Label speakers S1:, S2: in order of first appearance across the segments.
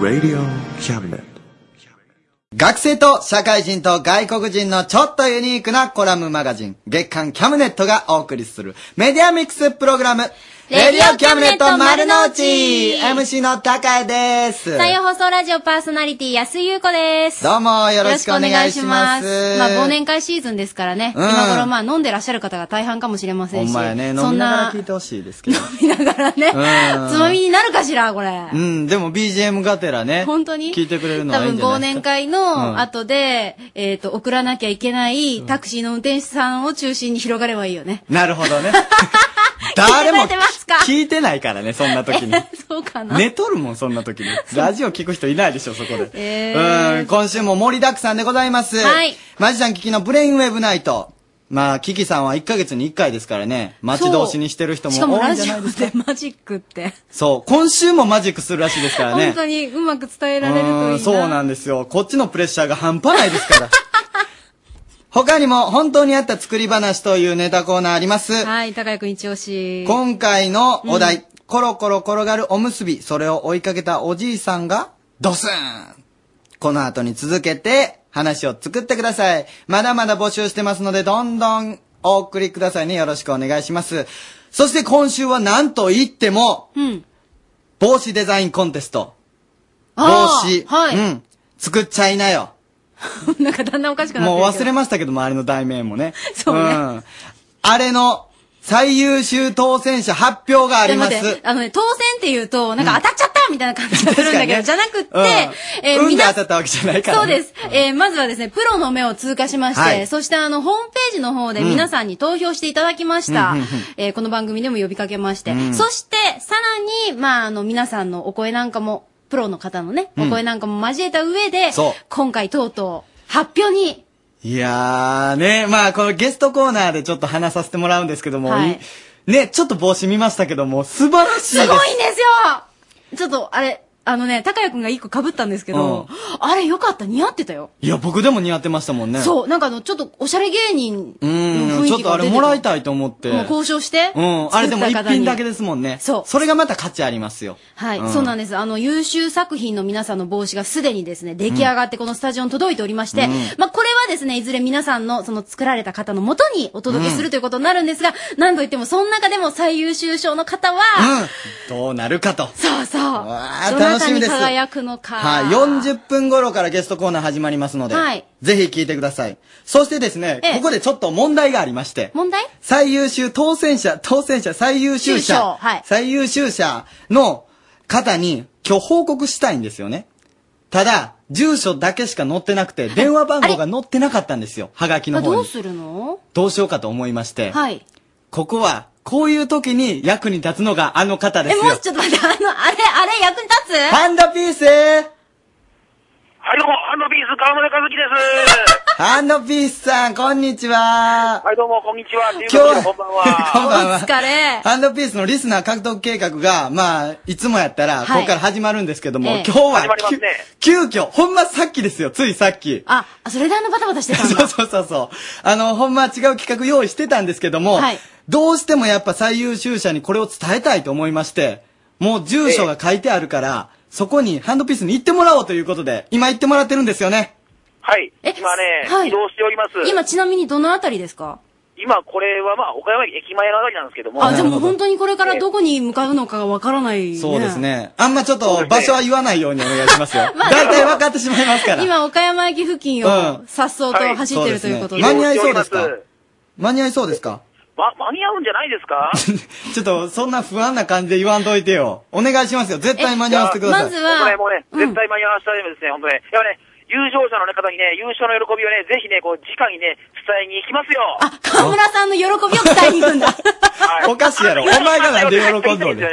S1: Radio Cabinet.
S2: 学生と社会人と外国人のちょっとユニークなコラムマガジン、月刊キャムネットがお送りするメディアミックスプログラム、
S3: レディオキャムネット丸の内
S2: !MC の高江です。
S3: 採用放送ラジオパーソナリティ安井優子です。
S2: どうもよろしくお願いします
S3: よろしくお願いしますまあ、忘年会シーズンですからね。
S2: うん
S3: 今頃まあ、飲んでらっしゃる方が大半かもしれませ
S2: ほ
S3: んし。
S2: んまやね、飲
S3: そ
S2: み
S3: ん
S2: ながら
S3: な
S2: 聞い、てほしいですけど。
S3: ね、
S2: うん
S3: つまみになるかしら、これ。
S2: うん、でも BGM がてらね、
S3: 本当に
S2: 聞いてくれるの
S3: 多
S2: はいい
S3: 分
S2: んじゃな
S3: 忘
S2: いですか
S3: 年。会の後で、えっ、と、送らなきゃいけないタクシーの運転手さんを中心に広がればいいよね。
S2: なるほど ね。誰
S3: 聞い
S2: も
S3: てますか
S2: 聞いてないからね、そんな 時に。
S3: そうかな。
S2: 寝とるもん、そんな 時に。ラジオ聞く人いないでしょ、そこで。
S3: えー
S2: うん、今週も盛りだくさんでございます。
S3: はい。
S2: マジシャンキキのブレインウェブナイト。まあ、キキさんは1ヶ月に1回ですからね、待ち遠しにしてる人も
S3: しかも
S2: 多い
S3: ラ
S2: んじゃ
S3: ジ
S2: な
S3: オ
S2: い
S3: で
S2: ですか。
S3: マジックって。
S2: そう、今週もマジックするらしいですからね。
S3: 本当にうまく伝えられるといいな。
S2: うんそうなんですよ。こっちのプレッシャーが半端ないです から。他にも、本当にあった作り話というネタコーナーあります。
S3: はい、高谷くん一押し。
S2: 今回のお題、コロコロ転がるおむすび、それを追いかけたおじいさんが、ドスーンこの後に続けて、話を作ってください。まだまだ募集してますので、どんどんお送りくださいね。よろしくお願いします。そして今週はなんと言っても、
S3: うん。
S2: 帽子デザインコンテスト。帽
S3: あー
S2: 子。
S3: はい。
S2: うん。作っちゃいなよ。
S3: なんかだんだんおかしくなって
S2: もう
S3: る
S2: 忘
S3: けど
S2: れましたけども、あれの題名もね。
S3: そうね
S2: ん。あれの最優秀当選者発表がありま
S3: いや待っ
S2: す
S3: て。あのね、当選って言うと、なんか当たっちゃったみたいな感じがするんだけど、じゃなくって、
S2: うん、
S3: えー
S2: 運が
S3: 皆
S2: 当たったわけじゃないから、
S3: そうです。えーまずはですね、プロの目を通過しまして、
S2: はい
S3: そしてあの、ホームページの方で皆さんに投票していただきました。
S2: うんうんうん
S3: えーこの番組でも呼びかけまして、
S2: ん
S3: そして、さらに、まあ、あの、皆さんのお声なんかも、プロの方のね、お声なんかも交えた上で、
S2: そう
S3: 今回とうとう、発表に、
S2: いやーね、まあこのゲストコーナーでちょっと話させてもらうんですけども、
S3: はい
S2: いね、ちょっと帽子見ましたけども、素晴らしいですす。
S3: ごいんですよちょっと、あれ、あのね、高谷くんが一個被ったんですけど、
S2: う
S3: あれよかった、似合ってたよ。
S2: いや、僕でも似合ってましたもんね。う。
S3: そう、なんかあの、ちょっとおしゃれ芸人
S2: う
S3: の
S2: ん、
S3: 雰囲気が出て
S2: ち
S3: た
S2: ょっとあれもらいたいと思って。
S3: もう交渉して。
S2: うん、あれでも
S3: 作
S2: 一
S3: った方に
S2: 品だけですもんね。
S3: そう
S2: それがまた価値ありますよ。
S3: はい、
S2: うん
S3: そうなんです。あの、優秀作品の皆さんの帽子がすでにですね、出来上がってこのスタジオに届いておりまして、まあ、これはですね、いずれ皆さんの、その作られた方のもとにお届けするということになるんですが、何度言っても、その中でも最優秀賞の方は、
S2: うん。どうなるかと。
S3: そうそう、ど
S2: わあ
S3: な
S2: 楽
S3: た
S2: しみ
S3: に
S2: です
S3: 輝くのか。
S2: はい、40分頃からゲストコーナー始まりますので、
S3: はい
S2: ぜひ聞いてください。そしてですね
S3: ええ、
S2: ここでちょっと問題がありまして、
S3: 問題
S2: 最優秀当選者、当選者、最優秀
S3: 秀賞
S2: 者、
S3: はい
S2: 最優秀者の方に今日報告したいんですよね。ただ、住所だけしか載ってなくて、電話番号が載ってなかったんですよ。はがき
S3: あ
S2: の方に。
S3: ど
S2: ど
S3: うするの
S2: うしようかと思いまして、
S3: はい。
S2: ここは、こういう時に役に立つのがあの方で
S3: え、
S2: すよ。
S3: もうちょっと待って、あの、あれ、あれ、役に立つ
S2: パンダピース
S4: はい、どうも、ハンドピース、川村和 樹です。
S2: パンダピースさん、こんにちは。
S4: はい、どうも、こんにちは。という
S2: 今日は
S4: ことで、こんばん は。
S2: こんばんは
S3: お疲れ
S2: ハンドピースのリスナー獲得計画が、まあ、いつもやったら、
S3: い
S2: ここから始まるんですけども、
S3: ええ
S2: 今日は
S4: 始まりますね
S2: きゅ、急遽、ほんまさっきですよ、ついさっき。
S3: あ、あそれであのバタバタしてたんだ。
S2: そうそうそうそう。あの、ほんまは違う企画用意してたんですけども、
S3: はい
S2: どうしてもやっぱ最優秀者にこれを伝えたいと思いまして、もう住所が書いてあるから、そこにハンドピースに行ってもらおうということで、今行ってもらってるんですよね。
S4: はい、
S3: え
S4: 今ね、
S3: はい
S4: 移動しております。
S3: 今、ちなみにどのあたりですか
S4: 今、これは、まあ、岡山駅前のあたりなんですけども、
S3: あ、じゃあ
S2: なる
S3: もう
S2: ほど
S3: 本当にこれからどこに向かうのかがわからない、ね。
S2: そうです。ね。あんまちょっと場所は言わないようにお願いしますよ。
S3: まあ
S2: 大体分かってしまいますから。
S3: 今、岡山駅付近
S2: う
S3: を
S2: ん
S3: 颯爽と走ってるということで。
S2: は
S4: 移
S2: い
S4: 動しておりま
S2: 間に合いそうです間に合いそうですか
S4: ま、間に合うんじゃないですか
S2: ちょっと、そんな不安な感じで言わんといてよ。お願いしますよ。絶対間に合わせてください。
S3: まずは
S4: これもうね、
S3: うん
S4: 絶対間に合わせたいですね、本当ね。やっぱね、優勝者のね方にね、優勝の喜びをね、ぜひね、こう、直にね、伝えに行きますよ。
S3: あ、河村さんの喜びを伝えに行くんだ。
S4: はい
S2: おかしいやろ お前がなんで喜んどんねん
S4: 言い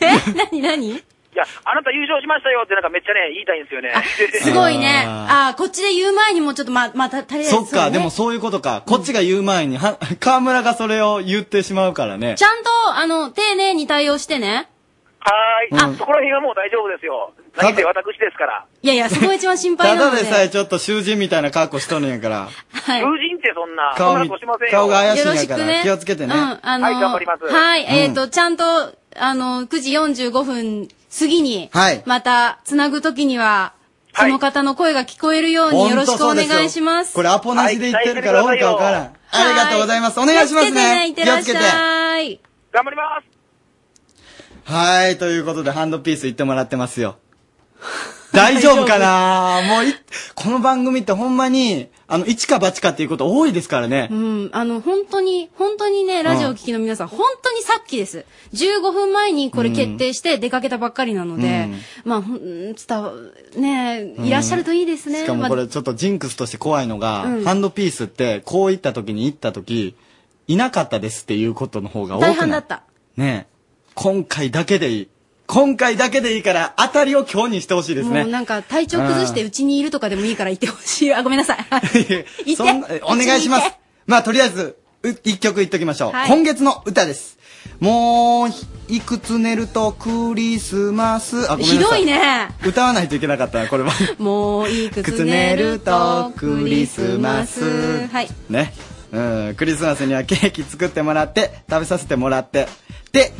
S4: たいですよね。
S3: え何何
S4: いや、あなた優勝しましたよってなんかめっちゃね、言いたいんですよね。
S3: すごいね。
S2: あ
S3: あこっちで言う前にもちょっと、ま、また、たりあえず
S2: そっか、
S3: う
S2: で
S3: ね
S2: もそういうことか。こっちが言う前に、は、河村がそれを言ってしまうからね
S3: ち。ゃんと、あの、丁寧に対応してね。
S4: はー
S2: う
S4: い。
S2: ん
S4: そこら辺はもう大丈夫ですよ。何せ私ですから。
S3: いやいや、そこが一番心
S2: た
S3: 配な
S2: だ
S3: ので。
S2: でさえちょっと囚人みたいな格好しとるんやから。
S3: はい。
S4: 友人ってそんな、そん
S2: 顔
S4: な
S2: 見
S4: ことしませんよ。
S2: 顔が怪し
S3: よ
S2: いん
S3: ろ
S2: や
S3: し
S2: か
S3: く
S2: ら
S3: ね。
S2: 気をつけてね。
S3: うん、あの、
S4: はい頑張ります
S3: はい、えっ、
S2: う
S3: と、ちゃんと、あの、9時45分次に、
S2: はい
S3: また、つなぐときには、その方の声が聞こえるようによろしくお願いします。
S2: これアポなしで言ってるから、音かわからん。ありがとうございます。お願いしま
S3: 気
S2: すね。
S3: をつけてね、いってらっし
S2: 気をつけて
S3: ゃい。
S4: 頑張ります
S2: はい、ということで、ハンドピース言ってもらってま すよ。大丈夫かなもうい、この番組ってほんまに、あの、一か八かっていうこと多いですからね
S3: う。ん、あの、本当に、本当にね、ラジオを聞きの皆さん、本当にさっきです。15分前にこれ決定して出かけたばっかりなので、まあ、ほん伝わ、ねえいらっしゃるといいですね。
S2: しかもこ
S3: ま
S2: れちょっとジンクスとして怖いのが、
S3: うん
S2: ハンドピースって、こう行った時に行った時、いなかったですっていうことの方が
S3: あ
S2: 多くない
S3: 大半だった。
S2: ねえ。今回だけでいい。今回だけでいいから、当たりを今日にしてほしいですね。
S3: もうなんか、体調崩してうちにいるとかでもいいからいてほしい。あ、ごめんな さい。いて
S2: そんなえお願いします。まあ、とりあえず、う一曲言っときましょう。
S3: はい
S2: 今月の歌です。もう、いくつ寝るとクリスマス。あ、ごめんなさ
S3: ひ
S2: い。
S3: どい。ね。
S2: 歌わないといけなかったな、これは。
S3: もういいくつ
S2: 靴
S3: 寝
S2: 寝
S3: る
S2: る
S3: と
S2: と
S3: ク
S2: ク
S3: リ
S2: リ
S3: ス
S2: ス
S3: マ
S2: マ
S3: ス。
S2: ス
S3: はい。
S2: ね。うん、クリスマスにはケーキ作ってもらって、食べさせてもらって。で、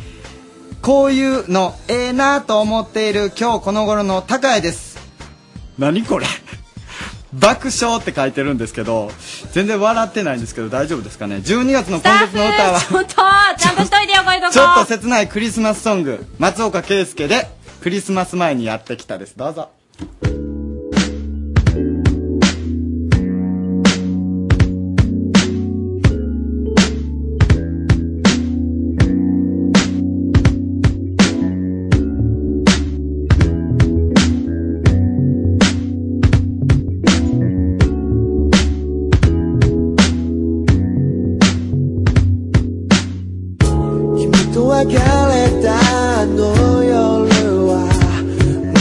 S2: こういうの、ええなと思っている今日この頃の高江です。何これ 爆笑って書いてるんですけど、全然笑ってないんですけど大丈夫ですかね。12月の
S3: スタ
S2: 今
S3: ッ
S2: 月の歌は
S3: フ、ちょっと、ちゃんとしといてよ、こういうとこ。
S2: ちょっと切ないクリスマスソング、松岡圭介で、クリスマス前にやってきたです。どうぞ。
S1: 君と別れたあの夜は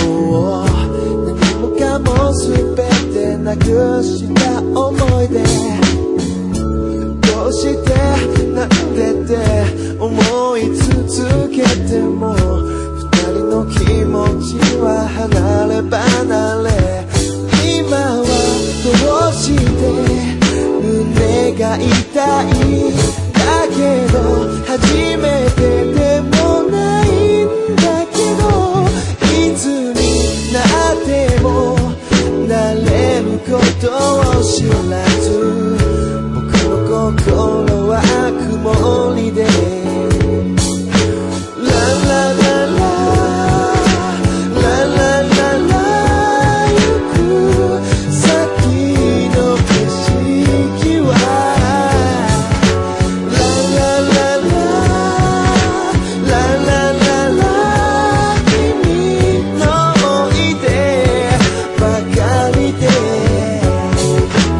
S1: もう何もかも全てなくした思い出どうしてなんでって思い続けても二人の気持ちは離れ離れ今はどうして胸が痛いだけど初めてでもないんだけどいつになっても慣れることを知らず僕の心は曇りでララララララララ行く先の景色はラララララララララ君の思い出ばかりで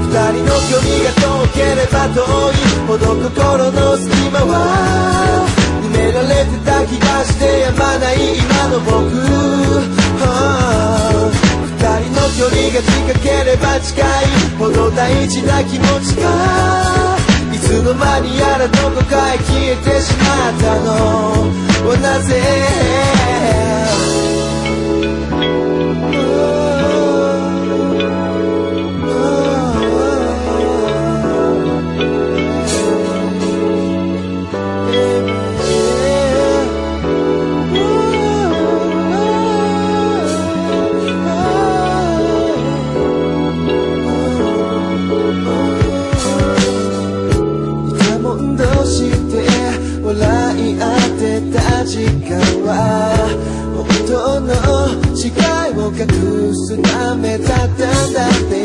S1: 二人の距離が遠ければ遠いほど心の隙間は埋められてた気がしてやまない今の僕ああ二人の距離が近ければ近いほど大事な気持ちがいつの間にやらどこかへ消えてしまったのはなぜ似たもん同士で笑い合ってた時間は本当の違いを隠すためだったんだって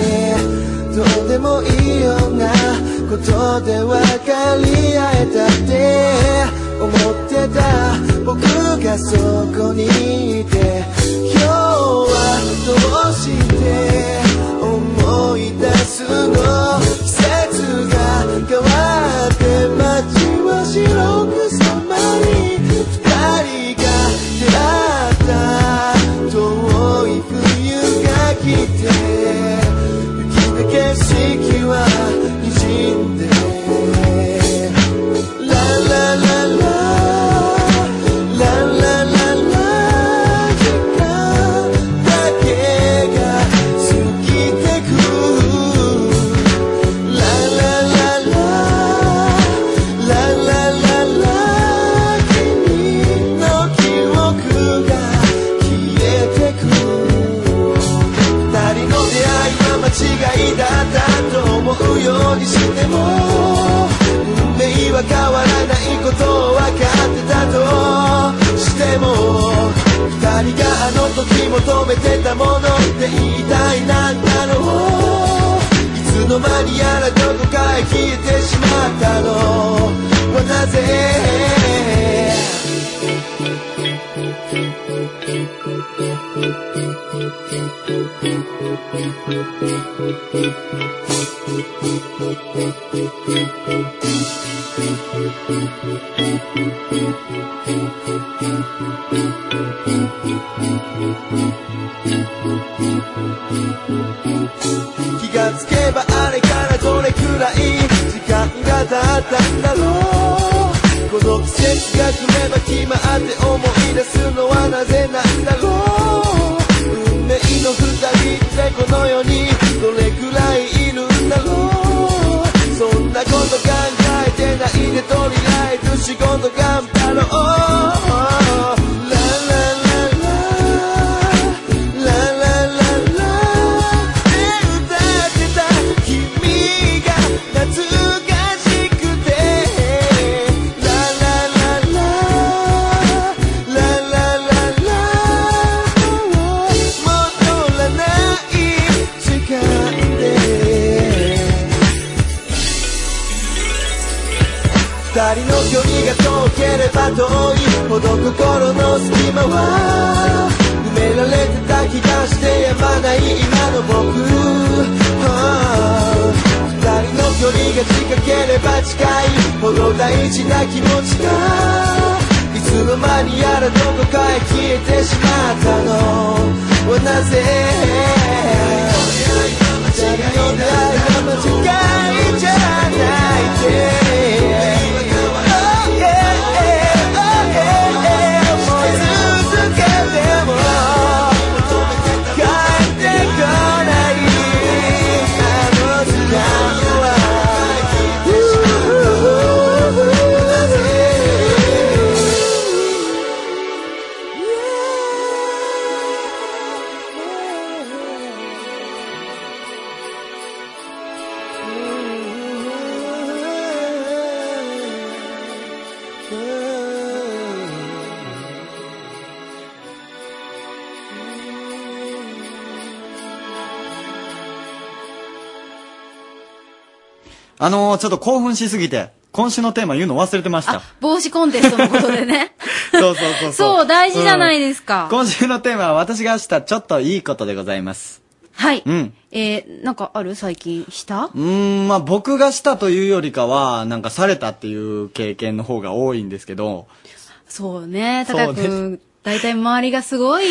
S1: どうでもいいようなことで分かり合えたって思ってた僕がそこにいて今日はどうして思い出すの季節が変わって街は白く染まり二人が出会った遠い冬が来て雪で景色は滲んでララララララララ行くだけが過ぎてく求めてたものって一体何だろういつの間にやらどこかへ消えてしまったのはなぜ気がつけばあれからどれくらい時間が経ったんだろうこの季節が来れば決まって思い出すのはなぜなんだろう運命の二人ってこの世にどれくらいいるんだろうそんなこと考えてないでとりあえず仕事頑張ろうララララララララ「歌ってた君が懐かしくて」「ララララララララ」「戻らない時間で」二人の距離が遠ければ遠いほど心の隙間は埋められてた気がしてやまない今の僕ああ二人の距離が近ければ近いほど大事な気持ちがいつの間にやらどこかへ消えてしまったのはなぜ誰の誰の間違いじゃないって「Oh yeah, oh yeah, oh yeah」「思い続けても帰ってこないあの時間は」
S2: あのー、ちょっと興奮しすぎて、今週のテーマ言うの忘れてました。
S3: 帽子コンテストのことでね。
S2: そうそうそうそう。
S3: そう大事じゃない
S2: す
S3: ですか。
S2: 今週のテーマは私がしたちょっといいことでございます。
S3: はい。
S2: うん。
S3: えー、なんかある最近した
S2: うーん、まあ僕がしたというよりかは、なんかされたっていう経験の方が多いんですけど、
S3: そうね、
S2: そう
S3: 高
S2: です
S3: くん、大体周りがすごい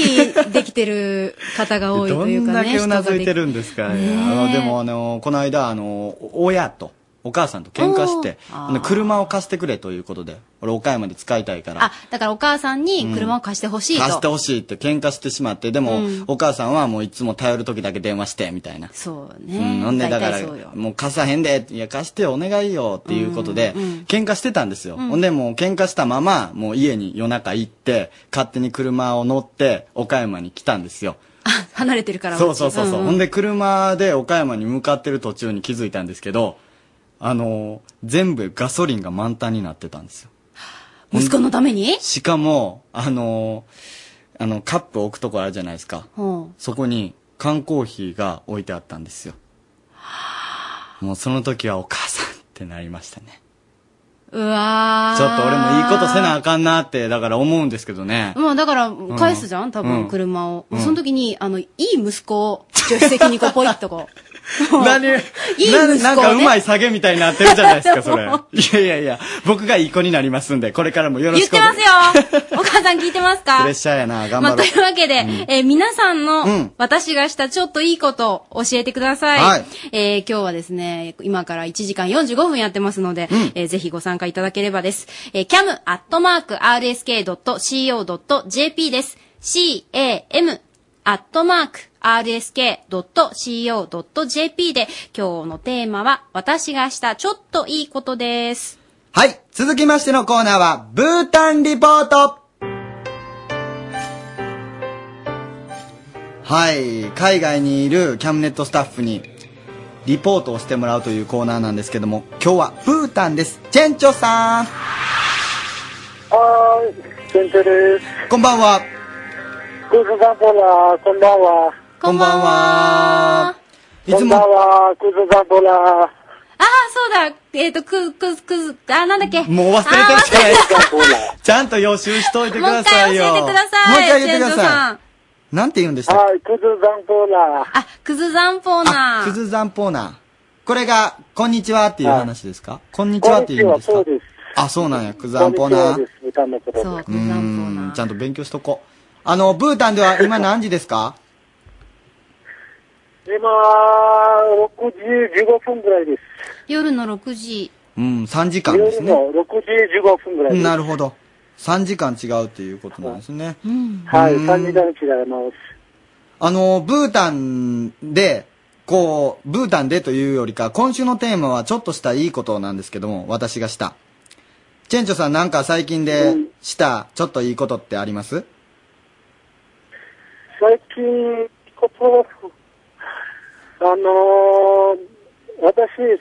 S3: できてる方が多いと
S2: ど
S3: いうんか
S2: だ
S3: ね。
S2: けうなずいてるんですかね。あの、
S3: ねえ
S2: でもあの、この間、あの、親と、お母さんと喧嘩して、
S3: おー
S2: あの車を貸してくれということで、俺岡山で使いたいから
S3: あ、、だからお母さんに車を貸してほしいと。
S2: 貸してほしいって喧嘩してしまって、でも、
S3: うん
S2: お母さんはもういつも頼る時だけ電話して、みたいな。
S3: そう
S2: うん、
S3: ね。
S2: ほんで、だ
S3: 大
S2: か
S3: 体
S2: ら
S3: そうよ、。
S2: もう貸さへんで、いや、貸してよお願いよ、っていうことで、
S3: うんうん
S2: 喧嘩してたんですよ。
S3: うん
S2: ほんで、もう喧嘩したまま、もう家に夜中行って、勝手に車を乗って、岡山に来たんですよ。
S3: 離れてるから。
S2: そうそうそうそう、
S3: んん
S2: ほんで、車で岡山に向かってる途中に気づいたんですけど、あのー全部ガソリンが満タンになってたんですよ。
S3: 息子のために
S2: しかも、あのーあの、カップ置くとこあるじゃないですか。
S3: うん。
S2: そこに缶コーヒーが置いてあったんですよ。もうその時はお母さんってなりましたね。
S3: うわー
S2: ちょっと俺もいいことせなあかんなって、だから思うんですけどね。
S3: まあだから、返すじゃん、多
S2: うん
S3: 分、車を。
S2: うん
S3: その時に、あの、いい息子を、助手席にこう、ポイッとこう。
S2: 何い
S3: い息子ね
S2: なんかうまい下げみたいになってるじゃないですか、それ。いやいやいや、僕がいい子になりますんで、これからも よろ
S3: 言
S2: し
S3: っ
S2: くお
S3: て
S2: 願
S3: ま
S2: い
S3: すよお母さん聞いてますか
S2: プレッシャーやな、頑
S3: ま
S2: 張
S3: あ、
S2: ろ
S3: と
S2: う。
S3: いうわけで、えー皆さんの、
S2: うん
S3: 私がしたちょっといいことを教えてください。
S2: はい
S3: えー今日はですね、今から1時間45分やってますので、えーぜひご参加いただければです。えー、cam.rsk.co.jp です。cam. アットマーク rsk.co.jp で今日のテーマは私がしたちょっといいことです。
S2: はい、続きましてのコーナーは、ブータンリポートはい、海外にいるキャムネットスタッフに、リポートをしてもらうというコーナーなんですけども、今日はブータンです。チェンチョさん
S5: はーい、店長です。
S2: こんばんは。
S5: クーズさんぽら、こんばんは。
S2: こんばんは。い
S5: こ
S2: つ
S5: んばん
S2: も、
S5: は、クーズさんぽら。
S3: ああ、そうだ。えっ、と、く、く、く、あ、なんだっけ。
S2: もう忘れて
S3: あ
S2: るじゃないですか。
S5: ほら。
S2: ちゃんと予習しといてくださいよ。
S3: もう一回教えてください。
S2: もう一回言ってく
S3: 船長
S2: だ
S3: さ
S2: さい
S3: ん。
S2: なんて言うんでしたっけ
S5: はい、クーズさんぽら。
S3: あ、くずざんぽうな。
S2: あ、くずざんぽーな。これが、こんにちはっていう話ですか、こんにち
S5: こ
S2: はっ
S5: んに
S2: て
S5: ち
S2: いうん
S5: は、
S2: ですか
S5: そうです。
S2: あ、そうなんや。くずざんぽーな。
S5: こんにちはです。歌のこ
S3: そ
S5: と
S3: う、
S5: で。
S3: くずざんぽう
S2: うー。
S3: なん
S2: ちゃんと勉強しとこう。あの、ブータンでは今何時ですか
S5: 今、6時15分ぐらいです。
S3: 夜の6時。
S2: うん、3時間です
S5: 夜
S2: ね。
S5: の6時15分ぐらいです。
S2: なるほど。3時間違うっていうことなんですね。
S3: うん。
S5: はい、
S2: うん
S5: 3時間違います。
S2: あの、ブータンで、こう、ブータンでというよりか、今週のテーマはちょっとしたいいことなんですけども、私がした。チェンチョさんなんか最近でした、ちょっといいことってあります
S5: 最近、こと、あのー私、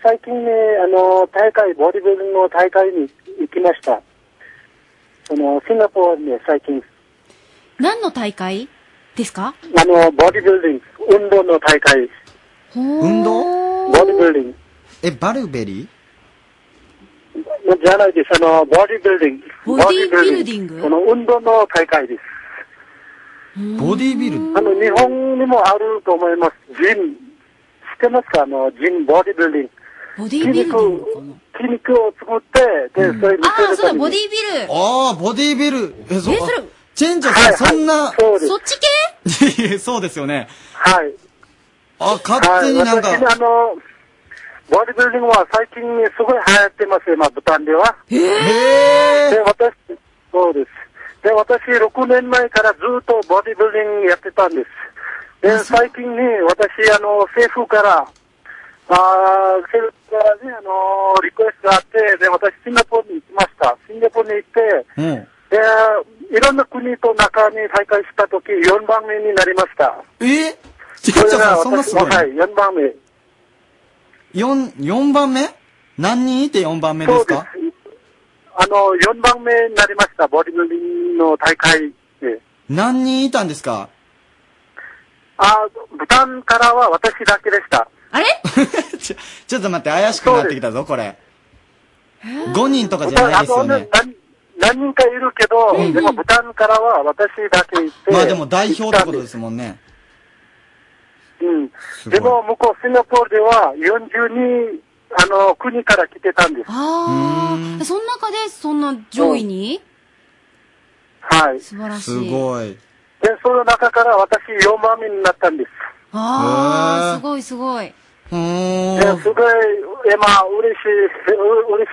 S5: 最近ね、あのー大会、ボディビルの大会に行きました。その、シンガポールね、最近、
S3: 何の大会ですか
S5: あの、ボディビルディング、運動の大会、
S2: 運
S3: 運
S2: 動
S5: ボディビルディン
S2: え、バルベリー
S5: グ、じゃないです、あの、ボディビルディング、
S3: ボディビルディング
S5: ボディビルディその運動の大会です。
S2: ボディービルディング
S5: あの、日本にもあると思います。ジム、知ってますかあの、ジム、ボディビルディング。
S3: ボディ
S5: 筋
S3: ビルデ
S5: 肉
S3: ィングかな
S5: 筋肉を作って、で、それ見
S3: ああ、
S5: せる
S3: そうだ、
S5: ため
S3: ボデ
S5: に。
S3: ィビル。
S2: ああ、ボディービル。え、そ
S3: えそれ
S2: あチェンチョさん、そんな、
S5: そうです
S3: そ。っち
S2: いやいや そうですよね。
S5: はい。
S2: あ、勝
S5: は
S2: 手
S5: い。
S2: になんか、
S5: 私ね、あの、ボディビルディングは最近すごい流行ってます、今、ブタンでは。
S2: え
S5: で、私、そうです。で、私、6年前からずっとボディビルディングやってたんです。で、最近に、私、あの、政府から、あー政府からね、あのリクエストがあって、で、私、シンガポールに行きました。シンガポールに行って、
S2: ぇ、ー、
S5: で、いろんな国と中に大会したとき、4番目になりました。
S2: うん。えチェンチョさん、そんなす
S5: 私
S2: ごい
S5: も、
S2: の、
S5: はい、4番目。
S2: 四四番目何人いて4番目で
S5: そう
S2: す
S5: です
S2: か。
S5: あの、4番目になりました、ボディビルディングの大会で。
S2: 何人いたんですか
S5: あー、ブタンからは私だけでした。
S3: あれ
S2: ちょ、ちょっと待って、怪しくなってきたぞ、これ。5人とかじゃない
S5: あ
S2: ですよ
S5: の、ね
S2: ね。、
S5: 何何人かいるけど、でも、ブタンからは私だけ行って。
S2: まあでも代表ってことですもんね。
S5: うん
S2: すごい
S5: でも、向こう、シンガポールでは42、あの、国から来てたんです。
S3: ああ。その中で、そんな上位に
S5: はい。
S3: 素晴らしい。
S2: すごい。
S5: で、その中から私4番目になったんです。
S3: あ
S2: へー
S3: あ、すごいすごい。
S2: う
S5: です
S2: ーん。
S5: ごい、今、嬉しい、う嬉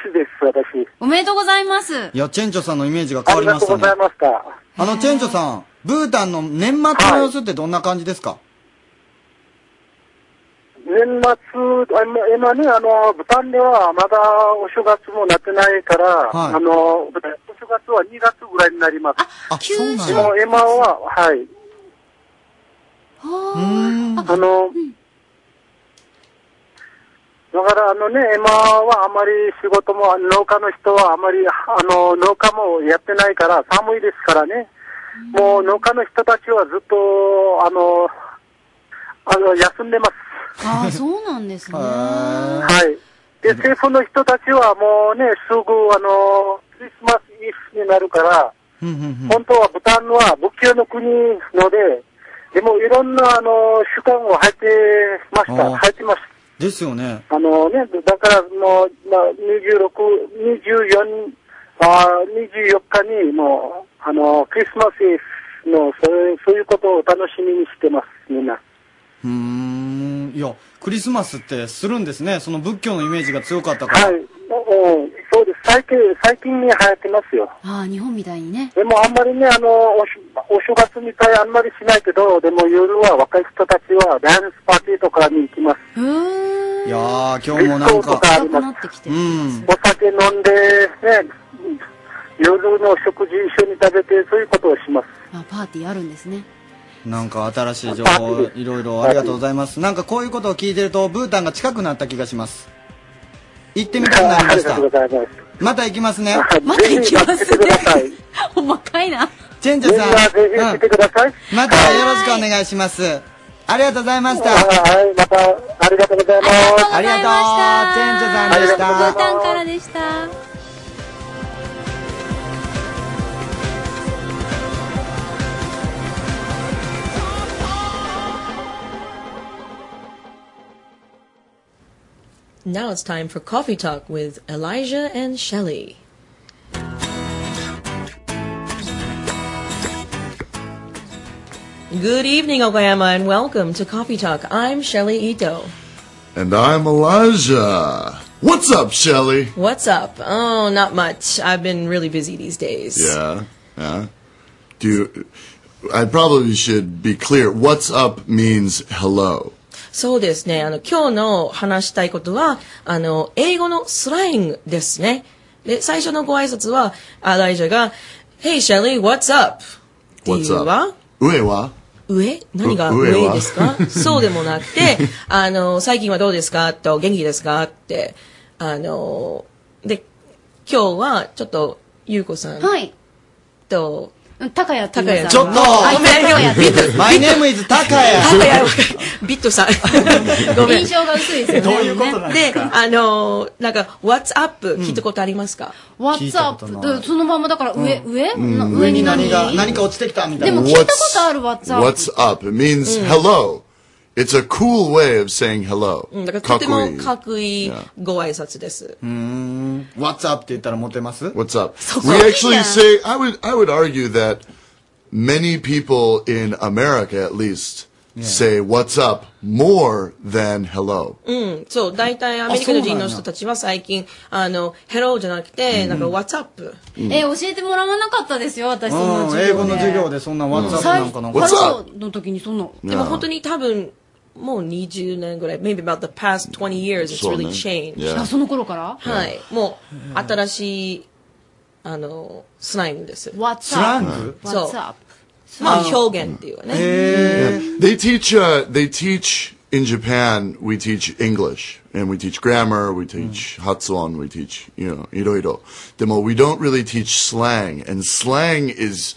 S5: しいです、私。
S3: おめでとうございます
S2: い。や、チェンチョさんのイメージが変
S5: あ
S2: わ
S5: り
S2: り
S5: が
S2: ま
S5: と
S2: し
S5: う
S2: た
S5: ござい
S2: ね。
S5: ました。
S2: あの、チェンチョさん、ブータンの年末の様子ってどんな感じですか
S5: 年末、あ今今ね、あの、ブタンではまだお正月もなってないから、
S2: はい
S5: あの、お正月は2月ぐらいになります。
S2: あ
S3: あ、九
S2: そ
S3: 州
S2: うなん
S5: で
S2: や
S5: も今は、はい。
S2: うーん。
S3: あ
S5: あの、だからあのね、今はあまり仕事も、農家の人はあまり、あの、農家もやってないから、寒いですからね。もう農家の人たちはずっと、あの、あの、休んでます。
S3: ああ、そうなんですね。
S2: へー
S5: はい。で、政府の人たちはもうね、すぐ、あの、クリスマスイフになるから、
S2: うんうんうん
S5: 本当はブタンは仏教の国ので、でもいろんな、あの、主観を入ってまし
S2: あー
S5: た。入ってます。
S2: ですよね。
S5: あのね、だからもう、まあ、26、24、あ24日にもう、あの、クリスマスイフの、そういう、そういうことを楽しみにしてます、みんな。
S2: うーん。いや、クリスマスってするんですね。その仏教のイメージが強かったから。
S5: はい。おうん、そうです。最近、最近に流行ってますよ。
S3: ああ、日本みたいにね。
S5: でもあんまりね、あの、おしお正月みたいあんまりしないけど、でも夜は若い人たちはダンスパーティーとかに行きま
S3: う
S5: す。
S3: ーん。
S2: いやー、今日もなんか
S5: と、かあ
S3: 高
S5: り
S3: く
S5: ま
S3: な
S5: す。
S3: ってきて
S2: う
S3: る気が
S2: ん
S3: す。る。
S5: お酒飲んで、ね、夜の食事一緒に食べて、そういうことをします。
S3: あ、パーティーあるんですね。
S2: なんか新しい情報いろいろありがとうございますなんかこういうことを聞いてるとブータンが近くなった気がします行ってみたくなりま
S5: あり
S2: し
S5: が
S2: た
S5: とうございます。
S2: また行きますね
S5: はい
S3: また行きます
S5: ぜひやってください。
S3: 細かいな。
S2: チチェンジ
S5: みん
S2: ャ
S5: な
S2: さ
S5: ぜひ来
S2: ん、
S5: てください。
S2: うん、またよろしくお願いします。ありがとうございました。
S5: はい、また、ありがとうございます。
S2: ありがとうチェンジャさんでし
S5: ありが
S2: た
S5: とうございま。
S3: タンからでした。
S6: Now it's time for Coffee Talk with Elijah and Shelley. グ o o d evening, Okayama, and welcome to Coffee Talk. I'm Shelley Ito.
S7: And I'm Elijah. What's up, Shelly?
S6: What's up? Oh, not much. I've been really busy these days.
S7: Yeah, yeah. Do you, I probably should be clear. What's up means hello.
S6: そうですね。あの、今日の話したいことは、あの、英語のスライングですね。で、最初のご挨拶は、アライジャが、Hey, Shelley, what's up? ってい
S7: What's
S6: うわ
S7: up? 上は
S6: 上何が
S7: う上
S6: 上
S7: は
S6: で すかそうでもなくて、あの、最近はどうですかと、元気ですかって、あの、で、今日はちょっと、ゆうこさん
S3: はい。
S6: と、
S3: うん高谷って言います
S2: ちょっと
S3: あ
S6: ごめん
S3: 高谷って。
S2: マイネームイズタカヤ。
S6: あ、いや、わかるビッ トさん。ごめん
S3: 印。象が薄いですよね。
S2: どういうことなんです
S6: で、
S2: か
S6: あの、なんか、What's up? 聞いたことありますか、
S2: 聞い
S3: What's
S2: たこ
S3: up?
S2: とない
S3: でそのままだから上、上な上
S2: 上
S3: に
S2: に何
S3: 何
S2: が、何か落ちてきたみた
S3: で
S2: いな
S3: も。聞いたことある What's up?
S7: What's up? It means hello. It's a cool way of saying hello.
S6: うん、だからとてもか
S7: かっこいい。
S6: っこいいご挨拶です。
S2: Mm-hmm. What's up って言ったらモテます
S7: What's up? We actually say I would I would argue that many people in America at least say what's up more than hello.
S6: うん、そう、大体アメリカ人の人たちは最近、あの、Hello じゃなくて、なんか What's up?
S3: え、教えてもらわなかったですよ、私そんな
S2: うん、
S3: 授業で。
S2: 英語の授業でそんな What's up なんかなんか。
S7: What's
S3: 最
S7: up？
S3: 初の時にそんな。
S6: でも本当に多分、もう20年ぐらい、maybe about the past 20 years, it's
S7: そうね
S6: really changed.
S7: いや
S3: あ、その頃から
S6: はい。もう、新しい、あの、スライムです。
S3: ?What's
S2: スラン
S3: up?
S2: グ
S6: そう
S3: What's up?
S6: まあ、表現っていうかね。
S7: They teach. Uh, they teach in Japan. We teach English and we teach grammar. We teach hatsuon. We teach you know iroiro. Demo. We don't really teach slang, and slang is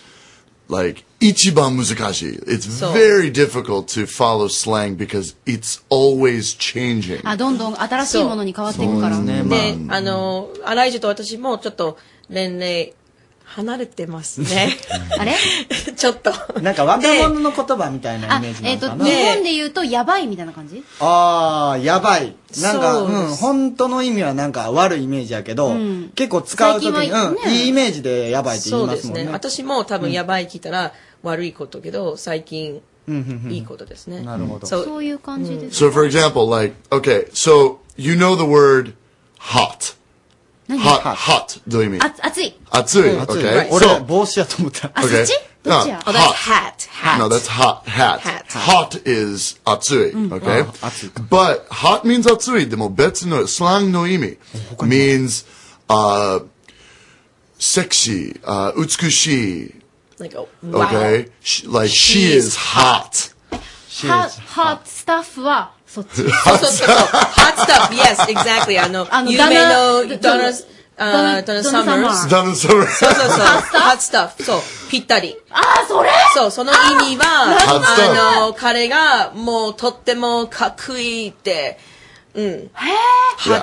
S7: like ichiban muzakashi. It's
S6: So-
S7: very difficult to follow slang because it's always changing.
S3: あ、どんどん新しいものに変わっていくから。
S2: ね、まあ。
S6: で、あの、アライジュと私もちょっと年齢離れてますね。
S3: あれ
S6: ちょっと。
S2: なんか若者の言葉みたいなイ
S3: あ
S2: メー、ジ
S3: え
S2: な
S3: っと、
S2: のか
S3: 日
S2: な。
S6: ね
S3: 本で言うと、やばいみたいな感じ
S2: ああ、やばい。なんか、
S6: そう
S2: う
S6: です
S2: ん、本当の意味はなんか悪いイメージやけど、結構使うとき
S3: 最
S2: に、
S3: 近は
S2: うん、
S3: ね
S2: いいイメージで やばいって言い
S6: そ
S2: うま
S6: ですす
S2: もんね。
S6: ね。私も多分やばい聞いたら悪いことけど、最近いいことですね。
S2: なるほど
S6: そ
S3: そうういう感じです。
S7: So, for example, like okay, so you know the word hot. Hot, hot. Do you mean
S3: あ、熱い。
S7: atsui?
S2: 熱い
S7: Okay,
S2: 俺
S7: so
S2: 帽子やと思った。
S3: あ、そ
S7: Okay.
S3: っちどっちや
S7: No.
S6: Oh, that's hat.
S7: Hot.
S6: Hat.
S7: No, that's hot. Hat.
S6: Hat.
S7: Hot is atsui. Okay.
S2: Ah, atsui.
S7: But hot means atsui. Demo betsu no slang no imi means uh, sexy, uh, utsukushi.
S6: like, oh, wow.
S7: Okay. Sh- like she,
S6: She
S7: is,
S6: is
S7: hot.
S3: は、は、スタッフは、そっち。
S6: そうそうそうそう。hot stuff. Yes, exactly. あの、
S3: あの
S6: 有
S3: ダナ
S6: 名の
S3: ダ
S6: ド
S3: ナ
S6: ナ、あー
S3: ダナダナ
S6: ドナサマー
S3: Summers
S6: ズ。
S7: Done in summer.
S6: そうそうそう。hot stuff. そう。ぴったり。
S3: あ、それ
S6: そう、その意味は、
S7: あ
S6: あの、彼がもうとってもかっこいいって、うん。hot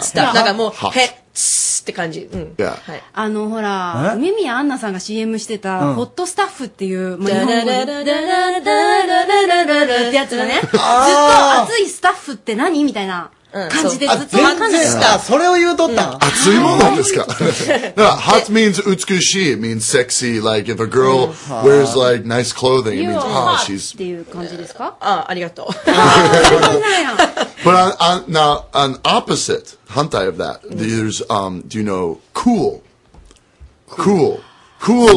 S6: stuff だからもう、
S7: Hot
S6: へっつって感じ。うん。
S7: Yeah
S6: はい。
S3: あの、ほら、梅宮アンナさんが CM してた、ホットスタッフっていう、まあ日本語で
S6: ダララララ
S3: ってやつがね、ずっと熱いスタッフって何みたいな感じでずっとわかんない。
S6: そう
S2: あ、それを言うとったん
S7: 熱いものですか？no, hot means utsukushi. It means sexy. Like if a girl wears like nice clothing, it
S3: You are
S7: means ah, she's
S3: hot っていう感じですか
S6: あ、ありがとう。
S7: But on, on, now, an opposite hantai of that, there's um, do you know cool, cool, cool,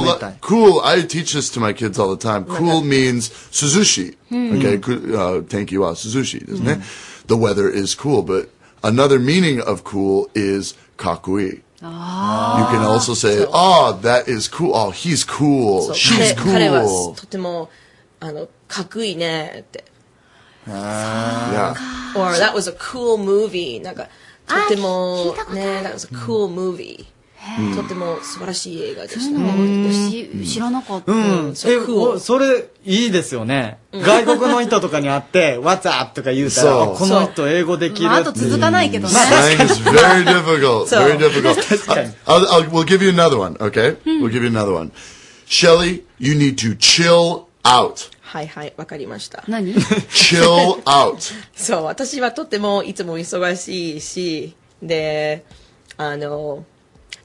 S7: cool,
S2: Sumetai.
S7: I teach this to my kids all the time. Cool means suzushi. Okay, ku- uh, thank you, ah, suzushi, isn't it? The weather is cool, but another meaning of cool is kakui. You can also say, "Oh, that is cool. Oh, he's cool.
S6: そう
S7: She's
S6: 彼彼は
S7: cool."
S6: とても、あの、かっこいいねって。
S7: Ah. Yeah.
S6: or that was a cool movie. なんか、とて
S3: 聞い
S6: も
S3: たこ、とある
S6: ね、that was a cool movie. とても素晴らしい映画で
S3: そうい
S6: し
S3: う
S6: た。
S3: のをし知らなかった。
S2: うん。
S6: そ
S2: え、
S6: うこう
S2: おそれ、いいですよね。外国の人とかに会って、What's up? とか言うたら、
S7: そう
S2: あこの人英語できる
S3: まあ、あと
S2: っていう。
S3: 続かないけどね。
S7: Slang is very difficult.
S6: So-
S7: Very difficult.
S2: Okay.
S7: I'll, I'll, we'll give you another one, okay? We'll give you another one. Shelly, you need to chill out.
S6: はいはい、わかりました。
S3: 何
S7: Chill out.
S6: そう、私はとてもいつも忙しいし、で、あの、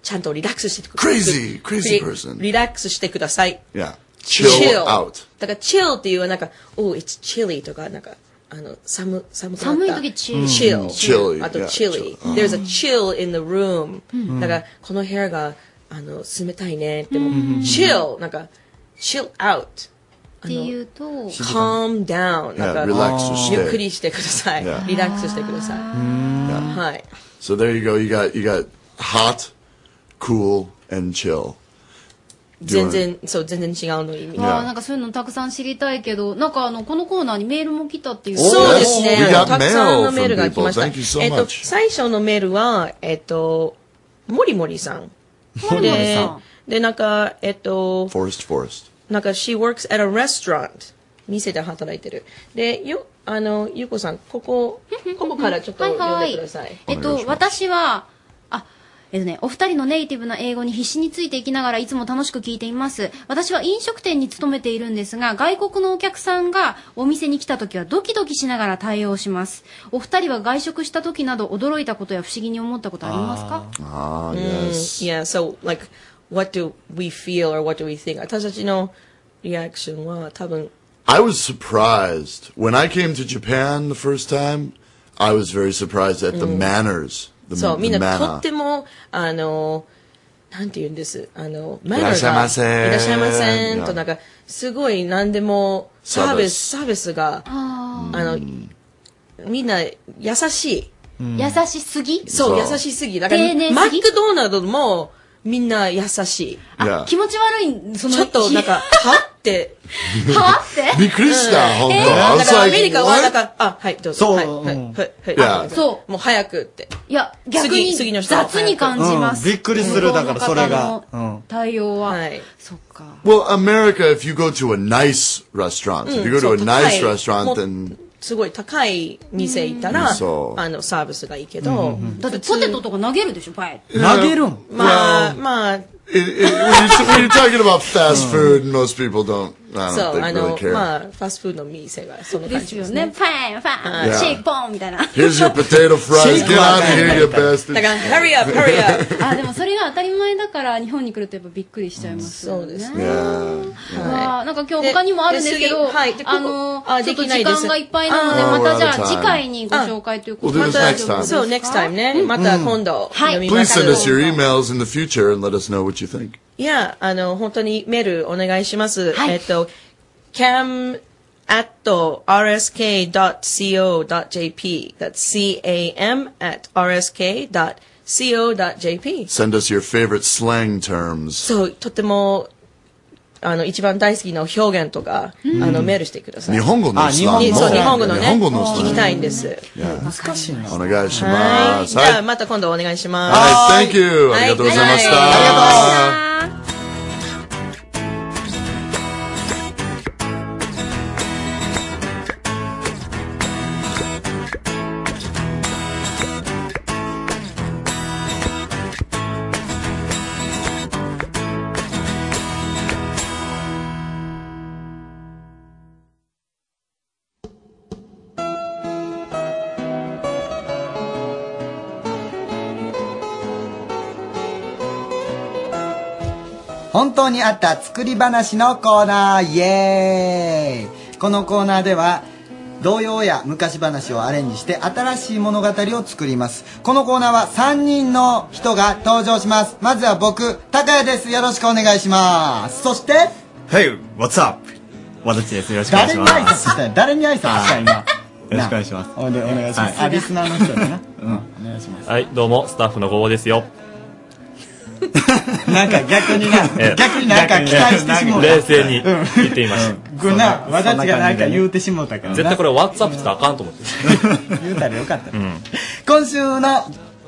S6: ちゃんとリラックスしてく
S7: Crazy,
S6: く
S7: crazy
S6: リ
S7: person.
S6: リラックスしてください。
S7: Yeah. Chill, out.
S6: だから、chill っていうのはなんか、oh, it's chilly とか、なんか、あの、寒、寒くなった
S3: 寒い時 chill うん
S6: chill.
S7: Chilly,
S6: あと、
S7: yeah,
S6: chilly. There's a chill in the room. だから、この部屋が、あの、冷たいね。でも、chill, なんか、chill out.
S3: っていうと、
S6: calm down. な
S7: Yeah,
S6: んか、
S7: relax or
S6: ゆっ
S7: stay.
S6: くりしてください。
S7: Yeah.
S6: リラックスしてください。はい。
S7: So there you go. You got you got hot, cool, and chill.
S6: 全然、そう、全然違うの意味。
S3: わあなんかそういうのたくさん知りたいけど、なんかあの、このコーナーにメールも来たっていう。
S6: そうですね
S7: We。got
S6: たくさんの
S7: mail
S6: メールが来ました。
S7: from people. Thank you so
S6: えっと、
S7: much.
S6: 最初のメールは、えっと、もりもりさん。
S3: マルマルさ
S6: で
S3: ん。、
S6: で、なんか、えっと、
S7: Forest, forest.
S6: なんか、she works at a restaurant. 店で働いてる。で、よ、あの、ゆうこさん、ここ、ここからちょっと読んでください。
S3: えっと、私は、あ、えっとね、お二人のネイティブな英語に必死についていきながらいつも楽しく聞いています。私は飲食店に勤めているんですが、外国のお客さんがお店に来た時はドキドキしながら対応します。お二人は外食した時など驚いたことや不思議に思ったことありますか
S7: Ah,
S6: Mm.
S7: yes.
S6: Yeah, so, like, what do we feel or what do we think? 私たちのリアクションは多分、
S7: I was surprised when I came to Japan the first time. I was very surprised at the manners. The,
S6: そう、
S7: the
S6: みんな
S7: manner.
S6: とっても、あの、なんて言うんです、あの、マ
S7: らっしゃいませ
S6: いらっしゃいませ
S7: い
S6: ん
S7: や
S6: と、なんか、すごい何でも、サービス、サービスが、あの、みんな優しい。
S3: 優しすぎ
S6: そう、
S7: そう
S6: 優しすぎ。だから、
S3: 丁寧すぎ
S6: マックドナルドも、みんな優しい。
S7: Yeah.
S3: 気持ち悪い、その、
S6: ちょっと、なんか、は って。
S3: はって
S7: びっくりした、本当。I
S6: だ
S7: was
S6: から、ア
S7: like,
S6: メリカは、
S7: what?
S6: なんか、あ、はい、どうぞ。
S2: そう
S6: はい、はい、
S2: うん
S6: はい、
S7: や
S6: はい。。
S3: そう
S6: もう早くって。
S3: いや、逆に
S6: 次次の人は
S3: 雑に感じます。
S2: うんびっくりするだからそれが
S3: 向こうの方の対応は。
S6: はい
S3: そっか。
S7: Well, America, if you go to a nice restaurant, if you go
S6: そ
S7: to
S6: う
S7: a
S6: 高
S7: nice
S6: い
S7: restaurant,
S6: も
S7: then
S6: うすごい高い店行ったら、
S7: うんそう
S6: あのサービスがいいけど、
S3: だってポテトとか投げるでしょ、バイ。
S2: 投げるん。
S6: まあまあ
S7: it, it, when, you're, when you're talking about fast food, most people don't, I
S6: そ
S7: don't
S6: う
S7: think
S6: あの、
S7: really care.
S6: まあファストフードの店がその
S3: で
S6: 感
S3: す
S6: じで
S3: よ
S6: す
S3: ね。
S6: ね
S3: ファン、ファン、
S7: Yeah.
S3: シェイクポンみたいな。
S7: Here's your potato fries.
S2: Shake
S7: Get out of
S2: like
S7: here,
S2: that.
S7: you bastard.
S6: だから「Hurry up hurry up
S3: あ、でもそれが当たり前だから、日本に来るとやっぱびっくりしちゃいますよね。
S6: そうです
S7: Yeah.
S3: あーなんか今日他にもあるんですけど、
S6: で次はいでここ
S3: あのー
S6: あ
S3: ちょっと
S6: できな
S3: 時
S6: いです
S3: 間がいっぱいなので、
S7: あー
S3: またじゃ
S7: We're out of
S3: あ
S7: time.
S3: 次回にご紹介ということで。
S7: We'll do this next time.
S6: そう next time ねまた今度
S3: はい
S6: 読みま
S7: Please
S6: す、
S7: send us your emails in the future and let us know what you think.
S6: いやあの本当にメールお願いします、
S3: はい
S6: えっと cam at rsk.co.jp that's cam at rsk.co.jp
S7: Send us your favorite slang terms.
S6: そう、とても、あの、一番大好きな表現とか、あの、メールしてください。
S2: あ、
S7: 日本語のスラング。
S6: にそう、
S2: 日本語。
S6: 日本語のね、
S7: 日本語のスラング。
S6: 聞きたいんです。
S2: 難しいな。
S6: は
S7: お
S6: い。
S7: 願いします。
S6: じゃあ、また今度お願いします。
S7: はい、Thank you.
S6: はい。
S7: ありがとうございました。
S6: はい。
S7: ありがとう。
S2: 本当にあった作り話のコーナーイエーイこのコーナーでは童謡や昔話をアレンジして新しい物語を作りますこのコーナーは3人の人が登場しますまずは僕高谷ですよろしくお願いしますそして
S8: Hey, what's up? 私です。よろしくお願い
S2: 誰
S8: し
S2: に
S8: ま
S2: 挨拶
S8: す。
S2: したい誰に挨拶した い今よ
S8: ろしくお願いします
S2: おでお願いしま
S8: は
S2: す、
S8: い
S2: あリスナーの人だなうんお願いします
S9: はい、どうも、スタッフのゴーですよ。
S2: なんか逆にな逆になんか期待してしもう
S9: 冷静に言っていました。
S2: ぐなわだちがなんか言うてしもうたからな
S9: 絶対これ、ワッツアップしたらあかんと思って。
S2: 言うたらよかった、今週の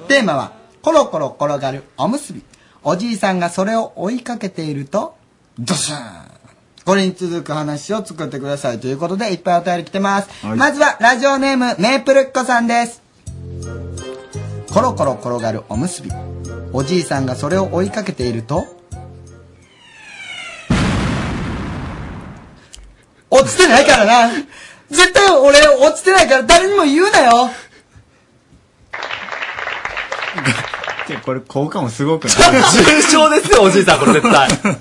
S2: テーマは「コロコロ転がるおむすび」おじいさんがそれを追いかけていると、ドシャーンこれに続く話を作ってくださいということで、いっぱいお便り来てます。
S10: はい
S2: まずは、ラジオネーム、メープルっ子さんです。コロコロ転がるおむすび。おじいさんがそれを追いかけていると、落ちてないからな絶対俺落ちてないから誰にも言うなよ
S11: でこれ、効果もすごくない
S12: 重症ですよ、おじいさん、これ絶対。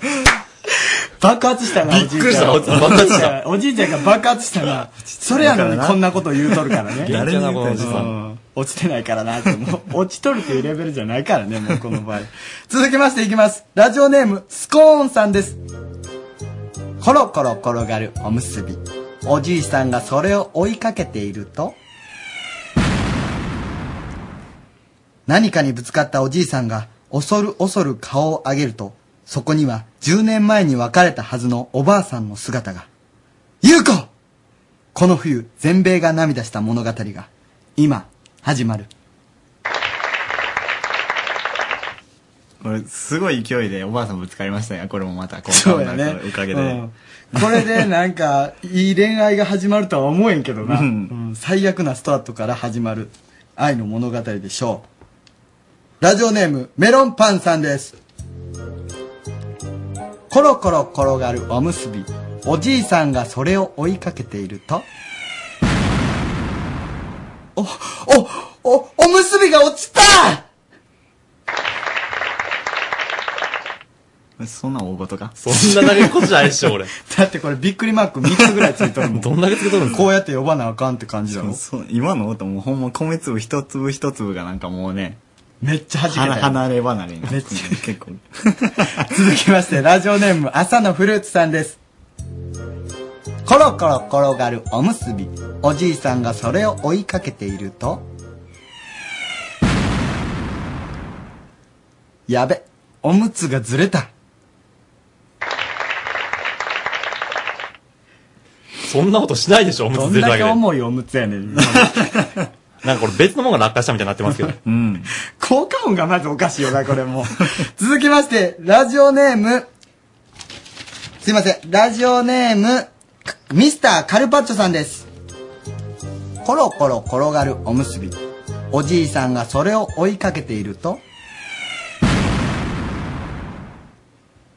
S2: 爆発したな、
S12: びっくりした、爆発した。
S2: おじいちゃんが爆発したら、それやのにこんなこと言うとるからね。
S11: 誰にも言うて
S2: う
S11: ない
S2: ん落ちてないからなって、もう、落ちとるというレベルじゃないからね、もうこの場合。 続きましていきます。ラジオネーム、スコーンさんです。コロコロ転がるおむすび。おじいさんがそれを追いかけていると、何かにぶつかったおじいさんが、恐る恐る顔を上げると、そこには10年前に別れたはずのおばあさんの姿が。ゆうここの冬、全米が涙した物語が、今、始まる。
S11: これ、すごい勢いでおばあさんぶつかりましたね。これもまた、こ
S2: そうやね
S11: おかげ
S2: う
S11: で
S2: ん。これでなんか、いい恋愛が始まるとは思えんけどな。
S11: う
S2: うん最悪なスタートから始まる愛の物語でしょう。ラジオネーム、メロンパンさんです。コロコロ転がるおむすび。おじいさんがそれを追いかけていると。お、お、お、おむすびが落ちた
S11: そんな大事か
S12: そんな投げこじゃないっしょ、俺。
S2: だってこれびっくりマーク3つぐらいついとるもん。
S12: どんだけつけとるん
S2: こうやって呼ばなあかんって感じだろ。
S11: そう今の音もほんま米粒一粒一粒がなんかもうね、
S2: めっちゃ弾けたよ
S11: はな離れ離れになって
S2: めっちゃ
S11: 結構。
S2: 続きまして、ラジオネーム、朝のフルーツさんです。コロコロ転がるおむすび。おじいさんがそれを追いかけていると、やべ、おむつがずれた。
S12: そんなことしないでしょ、おむ
S2: ど
S12: つ
S2: ん
S12: 出るだ
S2: だ
S12: け
S2: け
S12: で。
S2: 重いおむつやねん。
S12: なんかこれ別のものが落下したみたいになってますけど。
S11: うん。
S2: 効果音がまずおかしいよな、これもう。 続きまして、ラジオネーム、すいません、ラジオネーム、ミスターカルパッチョさんです。コロコロ転がるおむすび。おじいさんがそれを追いかけていると、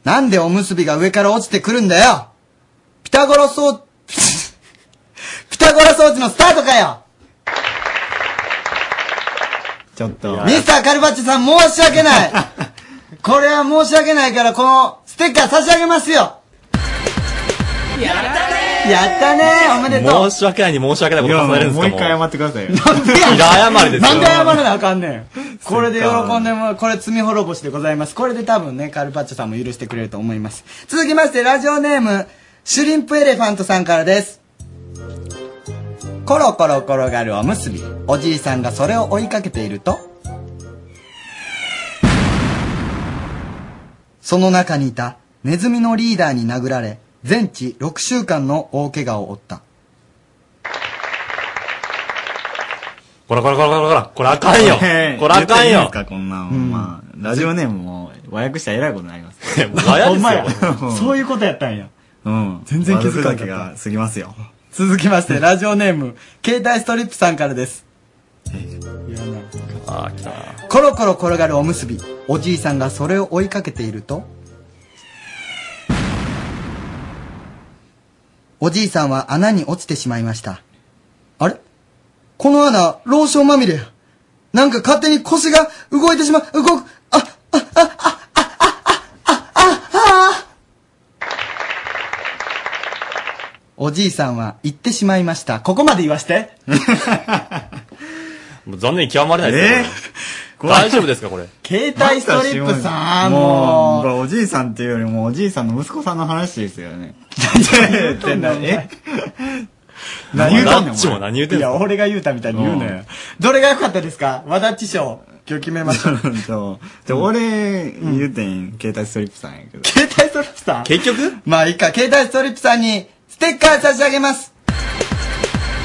S2: なんでおむすびが上から落ちてくるんだよピタゴラ装置、ピタゴラ装置のスタートかよ
S11: ちょっと。
S2: ミスターカルバッチョさん申し訳ないこれは申し訳ないから、このステッカー差し上げますよやったねおめでとう
S12: 申し訳ないに申し訳ない
S11: い
S12: こと
S11: や、
S12: 重
S11: も
S12: ねるん
S11: う
S12: です
S11: もう
S12: か
S11: 一
S12: も
S11: 回
S12: う。
S11: 謝ってくださいよ。
S12: いや謝りですよ。
S2: なんで謝らなあかんね んこれで喜んでも、これ罪滅ぼしでございます。これで多分ね、カルパッチョさんも許してくれると思います。続きまして、ラジオネーム、シュリンプエレファントさんからです。コロコロ転がるおむすび。おじいさんがそれを追いかけていると、その中にいたネズミのリーダーに殴られ、全治6週間の大怪我を負った。
S12: こらこらこらこらこら、これあかんよ。これあ
S11: 言っ
S12: かんよ
S11: ていいです。か、こんなん。まあ、ラジオネームも和訳したらえらいことになります。
S12: もう ガヤですよ。
S2: そういうことやったんや。
S11: うん。
S2: 全然気づかなかった
S11: 悪ふざけが過ぎますよ。
S2: 続きまして、ラジオネーム、携帯ストリップさんからです。
S12: あー、来たな。
S2: コロコロ転がるおむすび。おじいさんがそれを追いかけていると、おじいさんは穴に落ちてしまいました。あれこの穴、ローションまみれや。なんか勝手に腰が動いてしまう、動く、あ、あ、あ、あ、あ、あ、あ、あ、あ。おじいさんは行ってしまいました。ここまで言わして。
S12: もう残念に極まれない
S11: え
S12: ですよ。大丈夫ですか、これ。
S2: 携帯ストリップさん、
S11: もう、
S2: も
S11: おじいさんっていうよりも、おじいさんの息子さんの話ですよね。
S2: ってんだお前
S11: え何言うとんねん
S12: ラッチも何言う
S2: う。
S12: てん
S2: いや、
S12: の
S2: 俺が言うたみたいに言うなよ。どれが良かったですか和田師匠。今日決めました。
S11: お前そう。じゃあ俺、言うてん、携帯ストリップさんやけど。
S2: 携帯ストリップさん
S12: 結局
S2: まあいいか、携帯ストリップさんにステッカー差し上げます。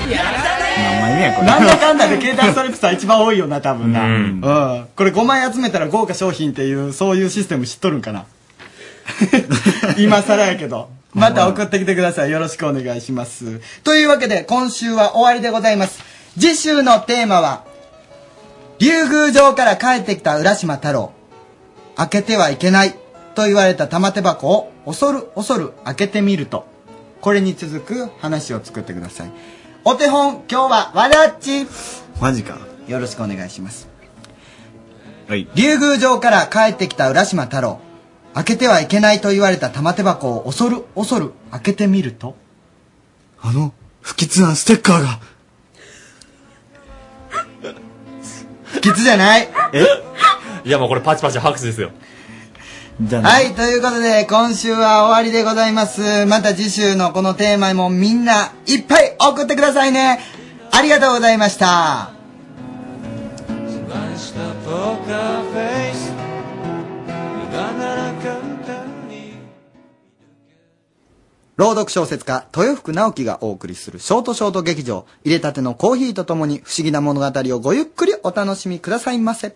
S11: まあ、何やこれ
S2: なんだかんだで携帯ストリップさん一番多いよな多分な、うんこれ5枚集めたら豪華商品っていうそういうシステム知っとるんかな 今更やけどまた送ってきてくださいよろしくお願いしますというわけで今週は終わりでございます次週のテーマは竜宮城から帰ってきた浦島太郎開けてはいけないと言われた玉手箱を恐る恐る開けてみるとこれに続く話を作ってくださいお手本今日はわらっち
S11: マジか
S2: よろしくお願いします
S11: はい
S2: 竜宮城から帰ってきた浦島太郎開けてはいけないと言われた玉手箱を恐る恐る開けてみると
S10: あの、不吉なステッカーが。
S2: 不吉じゃない
S12: えいやもうこれパチパチ拍手ですよ。
S11: じゃ
S2: はい、ということで、今週は終わりでございます。また次週のこのテーマもみんないっぱい送ってくださいね。ありがとうございました。朗読小説家、豊福直樹がお送りするショートショート劇場、入れたてのコーヒーとともに不思議な物語をごゆっくりお楽しみくださいませ。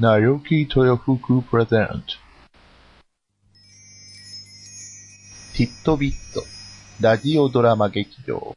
S13: Naoki Toyofuku Present ティットビットラジオドラマ劇場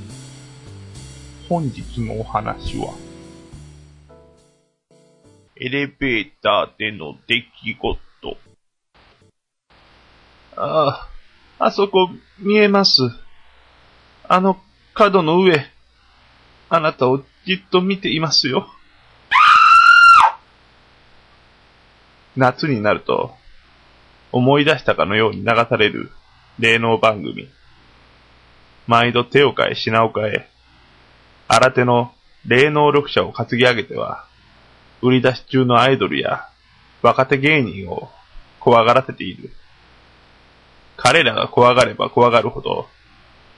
S13: 本日のお話は、
S14: エレベーターでの出来事。ああ、あそこ見えます。あの角の上、あなたをじっと見ていますよ。夏になると、思い出したかのように流される霊能番組。毎度手を変え品を変え、新手の霊能力者を担ぎ上げては、売り出し中のアイドルや若手芸人を怖がらせている。彼らが怖がれば怖がるほど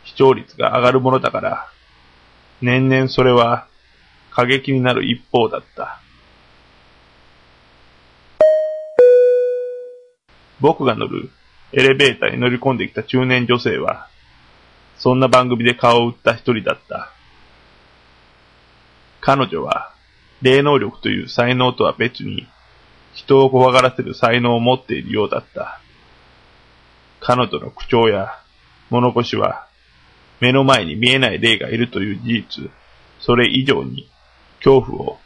S14: 視聴率が上がるものだから、年々それは過激になる一方だった。僕が乗るエレベーターに乗り込んできた中年女性は、そんな番組で顔を売った一人だった。彼女は霊能力という才能とは別に、人を怖がらせる才能を持っているようだった。彼女の口調や物腰は、目の前に見えない霊がいるという事実、それ以上に恐怖を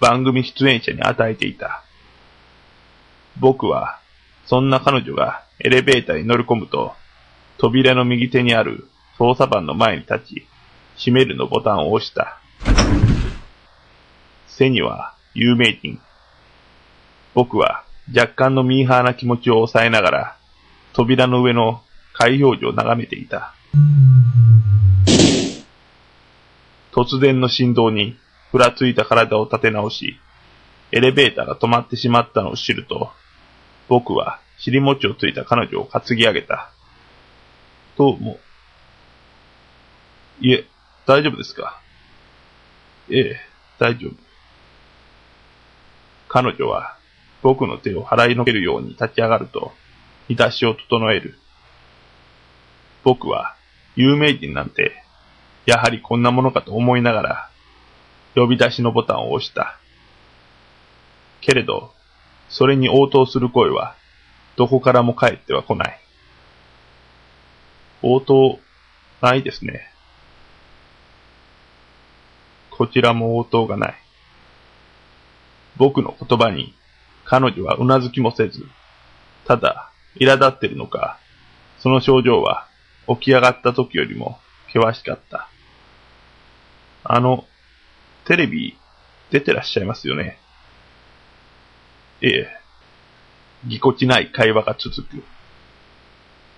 S14: 番組出演者に与えていた。僕は、そんな彼女がエレベーターに乗り込むと、扉の右手にある操作盤の前に立ち、閉めるのボタンを押した。背には有名人。僕は若干のミーハーな気持ちを抑えながら、扉の上の開票所を眺めていた。突然の振動にふらついた体を立て直し、エレベーターが止まってしまったのを知ると、僕は尻餅をついた彼女を担ぎ上げた。どうも。いえ、大丈夫ですかええ、大丈夫。彼女は僕の手を払いのけるように立ち上がると、日出しを整える。僕は有名人なんて、やはりこんなものかと思いながら、呼び出しのボタンを押した。けれど、それに応答する声は、どこからも帰っては来ない。応答、ないですね。こちらも応答がない。僕の言葉に彼女はうなずきもせず、ただ、苛立ってるのか、その症状は起き上がった時よりも険しかった。あの、テレビ出てらっしゃいますよね。ええ。ぎこちない会話が続く。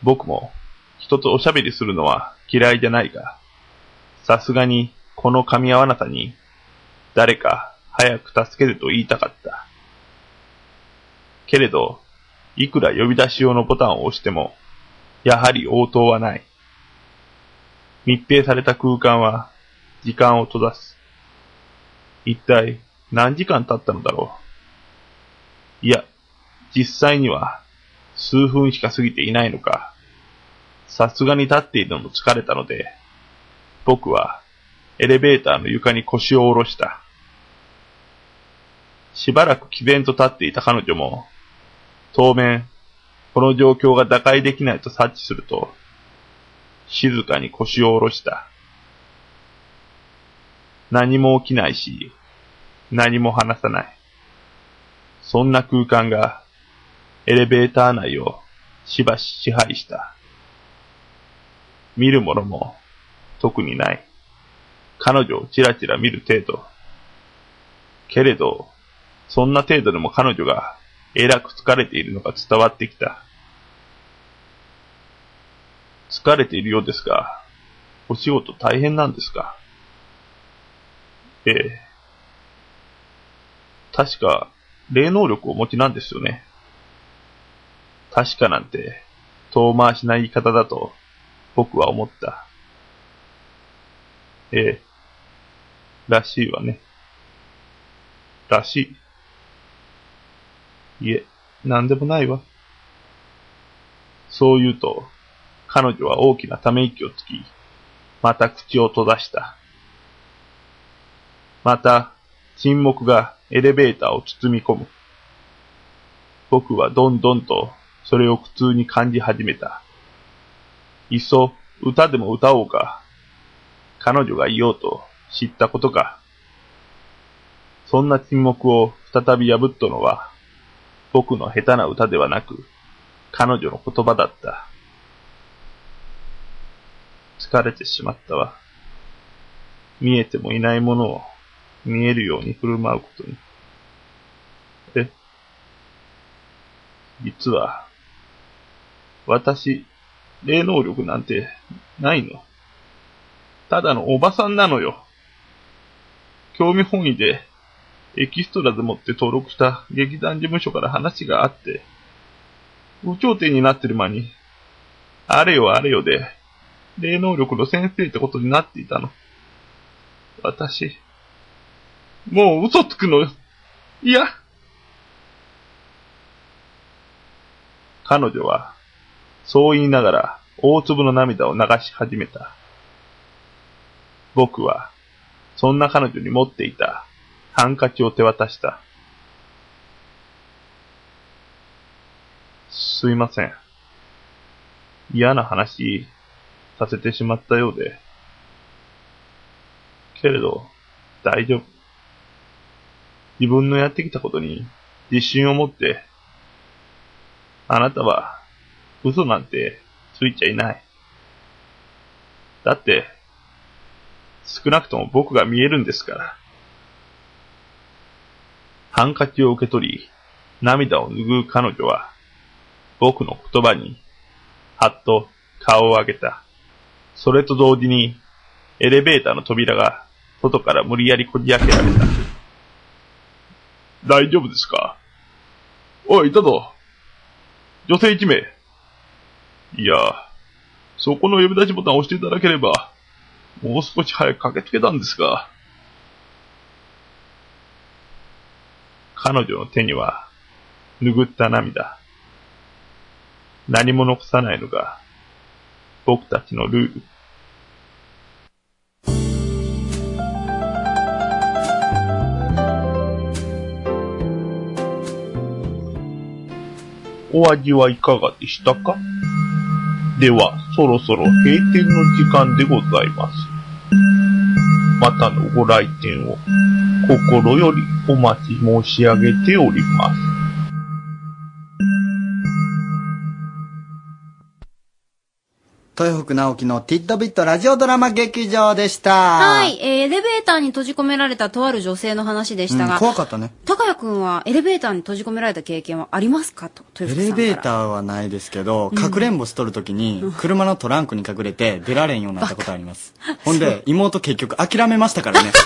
S14: 僕も人とおしゃべりするのは嫌いじゃないが、さすがにこの噛み合わなさに、誰か早く助けると言いたかった。けれど、いくら呼び出し用のボタンを押しても、やはり応答はない。密閉された空間は、時間を閉ざす。一体、何時間経ったのだろう。いや、実際には、数分しか過ぎていないのか。さすがに立っているのも疲れたので、僕は、エレベーターの床に腰を下ろした。しばらく毅然と立っていた彼女も、当面、この状況が打開できないと察知すると、静かに腰を下ろした。何も起きないし、何も話さない。そんな空間が、エレベーター内をしばし支配した。見るものも、特にない。彼女をちらちら見る程度。けれど、そんな程度でも彼女が、えらく疲れているのが伝わってきた。疲れているようですが、お仕事大変なんですかええ。確か、霊能力をお持ちなんですよね。確かなんて、遠回しな言い方だと、僕は思った。ええ。らしいわね。らしい。いえ、なんでもないわ。そう言うと、彼女は大きなため息をつき、また口を閉ざした。また、沈黙がエレベーターを包み込む。僕はどんどんとそれを苦痛に感じ始めた。いっそ歌でも歌おうか。彼女がいようと知ったことか。そんな沈黙を再び破ったのは、僕の下手な歌ではなく、彼女の言葉だった。疲れてしまったわ。見えてもいないものを見えるように振る舞うことに。え、実は、私、霊能力なんてないの。ただのおばさんなのよ。興味本位で、エキストラでもって登録した劇団事務所から話があって、有頂天になってる間に、あれよあれよで、霊能力の先生ってことになっていたの。私、もう嘘つくのよ。いや。彼女は、そう言いながら大粒の涙を流し始めた。僕は、そんな彼女に持っていたハンカチを手渡した。すいません。嫌な話させてしまったようで。けれど、大丈夫。自分のやってきたことに自信を持って、あなたは嘘なんてついちゃいない。だって、少なくとも僕が見えるんですから。ハンカチを受け取り、涙を拭う彼女は、僕の言葉に、はっと顔を上げた。それと同時に、エレベーターの扉が、外から無理やりこじ開けられた。大丈夫ですかおい、いたぞ。女性一名。いや、そこの呼び出しボタンを押していただければ、もう少し早く駆けつけたんですが。彼女の手には、拭った涙。何も残さないのが、僕たちのルール。
S13: お味はいかがでしたかでは、そろそろ閉店の時間でございます。またのご来店を心よりお待ち申し上げております。
S2: 豊福直樹のティッドビットラジオドラマ劇場でした。
S3: は、。
S2: はい
S3: えーエレベーターに閉じ込められたとある女性の話でしたが、
S2: 怖かったね。
S3: 高谷くんはエレベーターに閉じ込められた経験はありますかと、
S2: エ
S3: 豊福
S2: レ
S3: さんから。
S2: ベーターはないですけど、
S3: うん
S2: かくれんぼしとるときに、車のトランクに隠れて出られんようになったことあり ます。ほん
S3: そう
S2: で、妹結局諦めましたからね。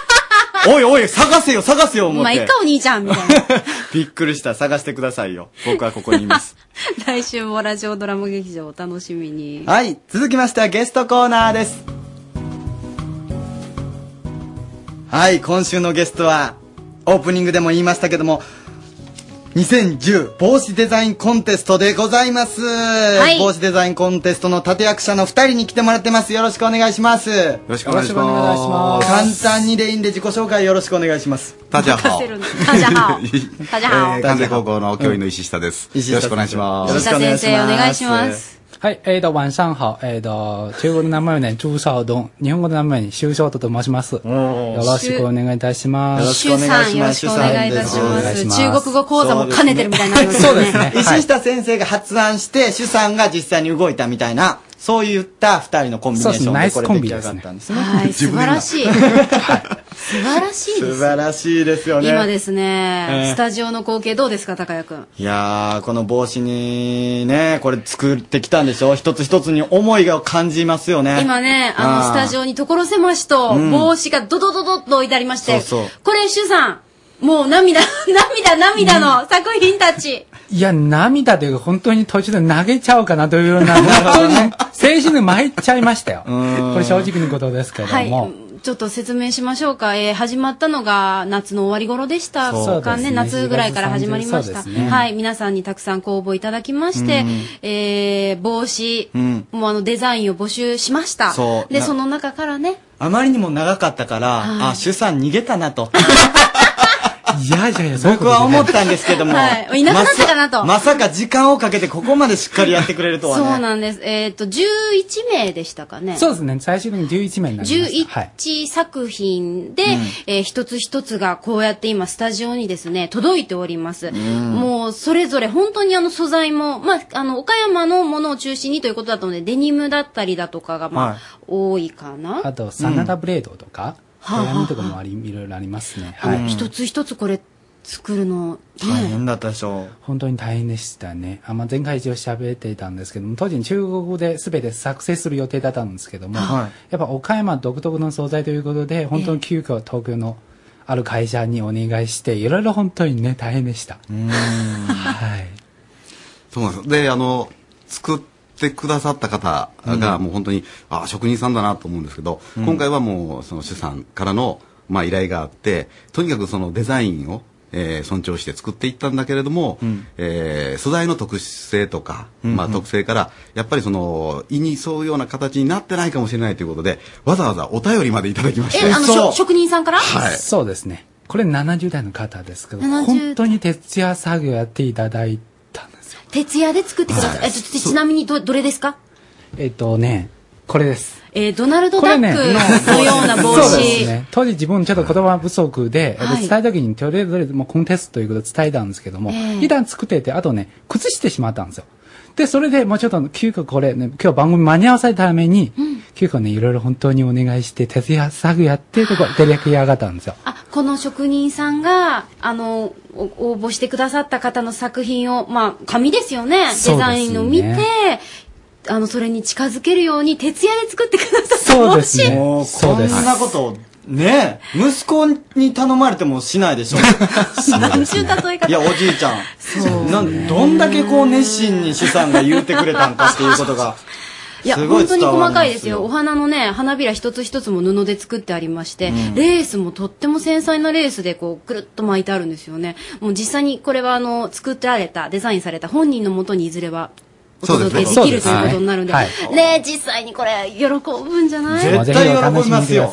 S2: おいおい、探せよ、探せよ、思って。
S3: まあ、いっかお兄ちゃんみたいな。
S2: びっくりした、探してくださいよ。僕はここにい ます。
S3: 来週もラジオドラマ劇場お楽しみに。
S2: はい、続きましてはゲストコーナーです。はい、今週のゲストは、オープニングでも言いましたけども、2010帽子デザインコンテストでございます。
S15: い
S2: 帽子デザインコンテストの立役者の二人に来てもらってます。よろしくお願いします。よ
S15: ろしくお願いします
S2: 簡単にでいいんで自己紹介よろしくお願いします。
S15: 大家好。
S3: 大家好。大家好。
S15: えー関西高校の教員の石下です。よろしくお願いします。
S3: 石下先生お願いします。
S16: はい、えーと、晚上好。えーと、中国の名前ね、朱少東。日本語の名前に周少東と申します。よろしくお願いいたします。
S3: 周さんよろしくお願いいたします。中国語講座も兼ねてるみたいになります
S2: そ
S3: よ
S2: う
S3: ね。
S2: ですね。石下先生が発案して、主さんが実際に動いたみたいな、そういった二人のコンビネーションでこれ出来上がったんですね。
S3: はい、素晴らしい。素晴らしいで
S2: 素
S3: す。
S2: 晴らしいですよね。
S3: 今ですね、
S2: ええ
S3: スタジオの光景どうですか、高谷くん。
S2: いやー、この帽子にね、これ作ってきたんでしょ一つ一つに思いが感じますよね。
S3: 今ね、あの、スタジ
S2: オ。
S3: オに所狭しと
S2: うん
S3: 帽子がドドドドッと置いてありまして、
S2: そうそう
S3: これ、シュウさん、もう涙、 涙、涙の作品たち。
S16: いや、涙で本当に途中で投げちゃおうかなというよ うな、本当にね精神で参っちゃいましたよ。これ正直なことですけど
S3: はい
S16: も。
S3: ちょっと説明しましょうか。えー始まったのが夏の終わり頃でした
S16: そう
S3: かね。
S16: そうですね
S3: 夏ぐらいから始まりました。
S16: そうですね
S3: はい。皆さんにたくさんご応募いただきまして、
S2: うん
S3: えー帽子、
S2: うん
S3: もうあのデザインを募集しました。
S2: そう
S3: で、
S2: な
S3: その中からね、
S2: あまりにも長かったから、
S3: はい
S2: あ、主さん逃げたなと。
S16: いやいやいや、
S2: 僕は思ったんですけども。
S3: はいいなくなったかなと
S2: まさまさか時間をかけてここまでしっかりやってくれるとは
S3: そう
S2: ね。
S3: なんです。えっ、と、11名でしたかね。
S16: そうですね、最終的に11名になりました。はい。
S3: 11作品で、
S16: うん
S3: えー一つ一つがこうやって今スタジオにですね届いております、
S16: ん
S3: もうそれぞれ本当にあの素材も、まあ、あの岡山のものを中心にということだったのでデニムだったりだとかがまあ、
S16: はい
S3: 多いかな
S16: あと、真田ブレードとか、
S3: うんはあはあ
S16: 鏡とかもあり、いろいろありますね。
S3: あの
S16: はい。
S3: 一つ一つこれ作るの、ね、
S2: 変だったでしょ
S16: 本当に大変でしたね。あまあ、前回一応喋っていたんですけども、当時中国語で全て作成する予定だったんですけども、
S2: は
S16: やっぱ岡山独特の素材ということで、本当に急遽東京のある会社にお願いして、いろいろ本当にね、大変でした。はい。
S15: そうなんです。で、あの、作ってくださった方が、もう本当に、あ職人さんだなと思うんですけど、
S17: うん
S15: 今回はもう、その主さんからの、まあ、依頼があって、とにかくそのデザインを、えー尊重して作っていったんだけれども、えー素材の特性とか、まあ、特性から、やっぱりその、意に沿うような形になってないかもしれないということで、わざわざお便りまでいただきまして。
S3: えあのしょ職人さんから、
S15: はい
S16: そうですね。これ70代の方ですけど、
S3: 70
S16: 本当に徹夜作業やっていただいて、
S3: 徹夜で作ってください、えっとちちなみにどどれですか
S16: えっとね、これです。
S3: えードナルド・ダックのような帽
S16: そうです
S3: 子、
S16: ね。当時自分ちょっと言葉不足で、えっと
S3: はい
S16: 伝えた時にとりあえずもうコンテストということを伝えたんですけども、
S3: ええ
S16: 一旦作ってて、あとね、崩してしまったんですよ。で、それでもうちょっと急遽これね、今日番組間に合わせるために、急遽ね、いろいろ本当にお願いして、徹夜作業やって、とこ、照り焼き上がったんですよ。
S3: この職人さんがあのお応募してくださった方の作品を、まあ、紙ですよね
S16: そ
S3: デ
S16: うです
S3: ザ
S16: ね
S3: インを見てあのそれに近づけるように徹夜で作ってくださった
S16: そうですね
S2: もう
S16: そうです
S2: こんなこと、ね息子に頼まれてもしないでしょ。
S3: 何ちゅう例え方
S2: いや、おじいちゃん。なんどんだけこう熱心に主さんが言うてくれたんかっていうことが。
S3: いや
S2: すご
S3: 本当に
S2: 伝わ
S3: 細
S2: りま
S3: かいですよお。花のね花びら一つ一つも布で作ってありまして、
S2: うん
S3: レースもとっても繊細なレースでこうぐるっと巻いてあるんですよねもう実際にこれはあの作ってられたデザインされた本人のもとにいずれはお
S15: そうで
S3: 届
S15: す
S3: け
S15: ね
S3: できるということになるんで
S15: はい
S3: ね実際にこれ喜ぶんじゃない
S2: 絶対喜びますよ。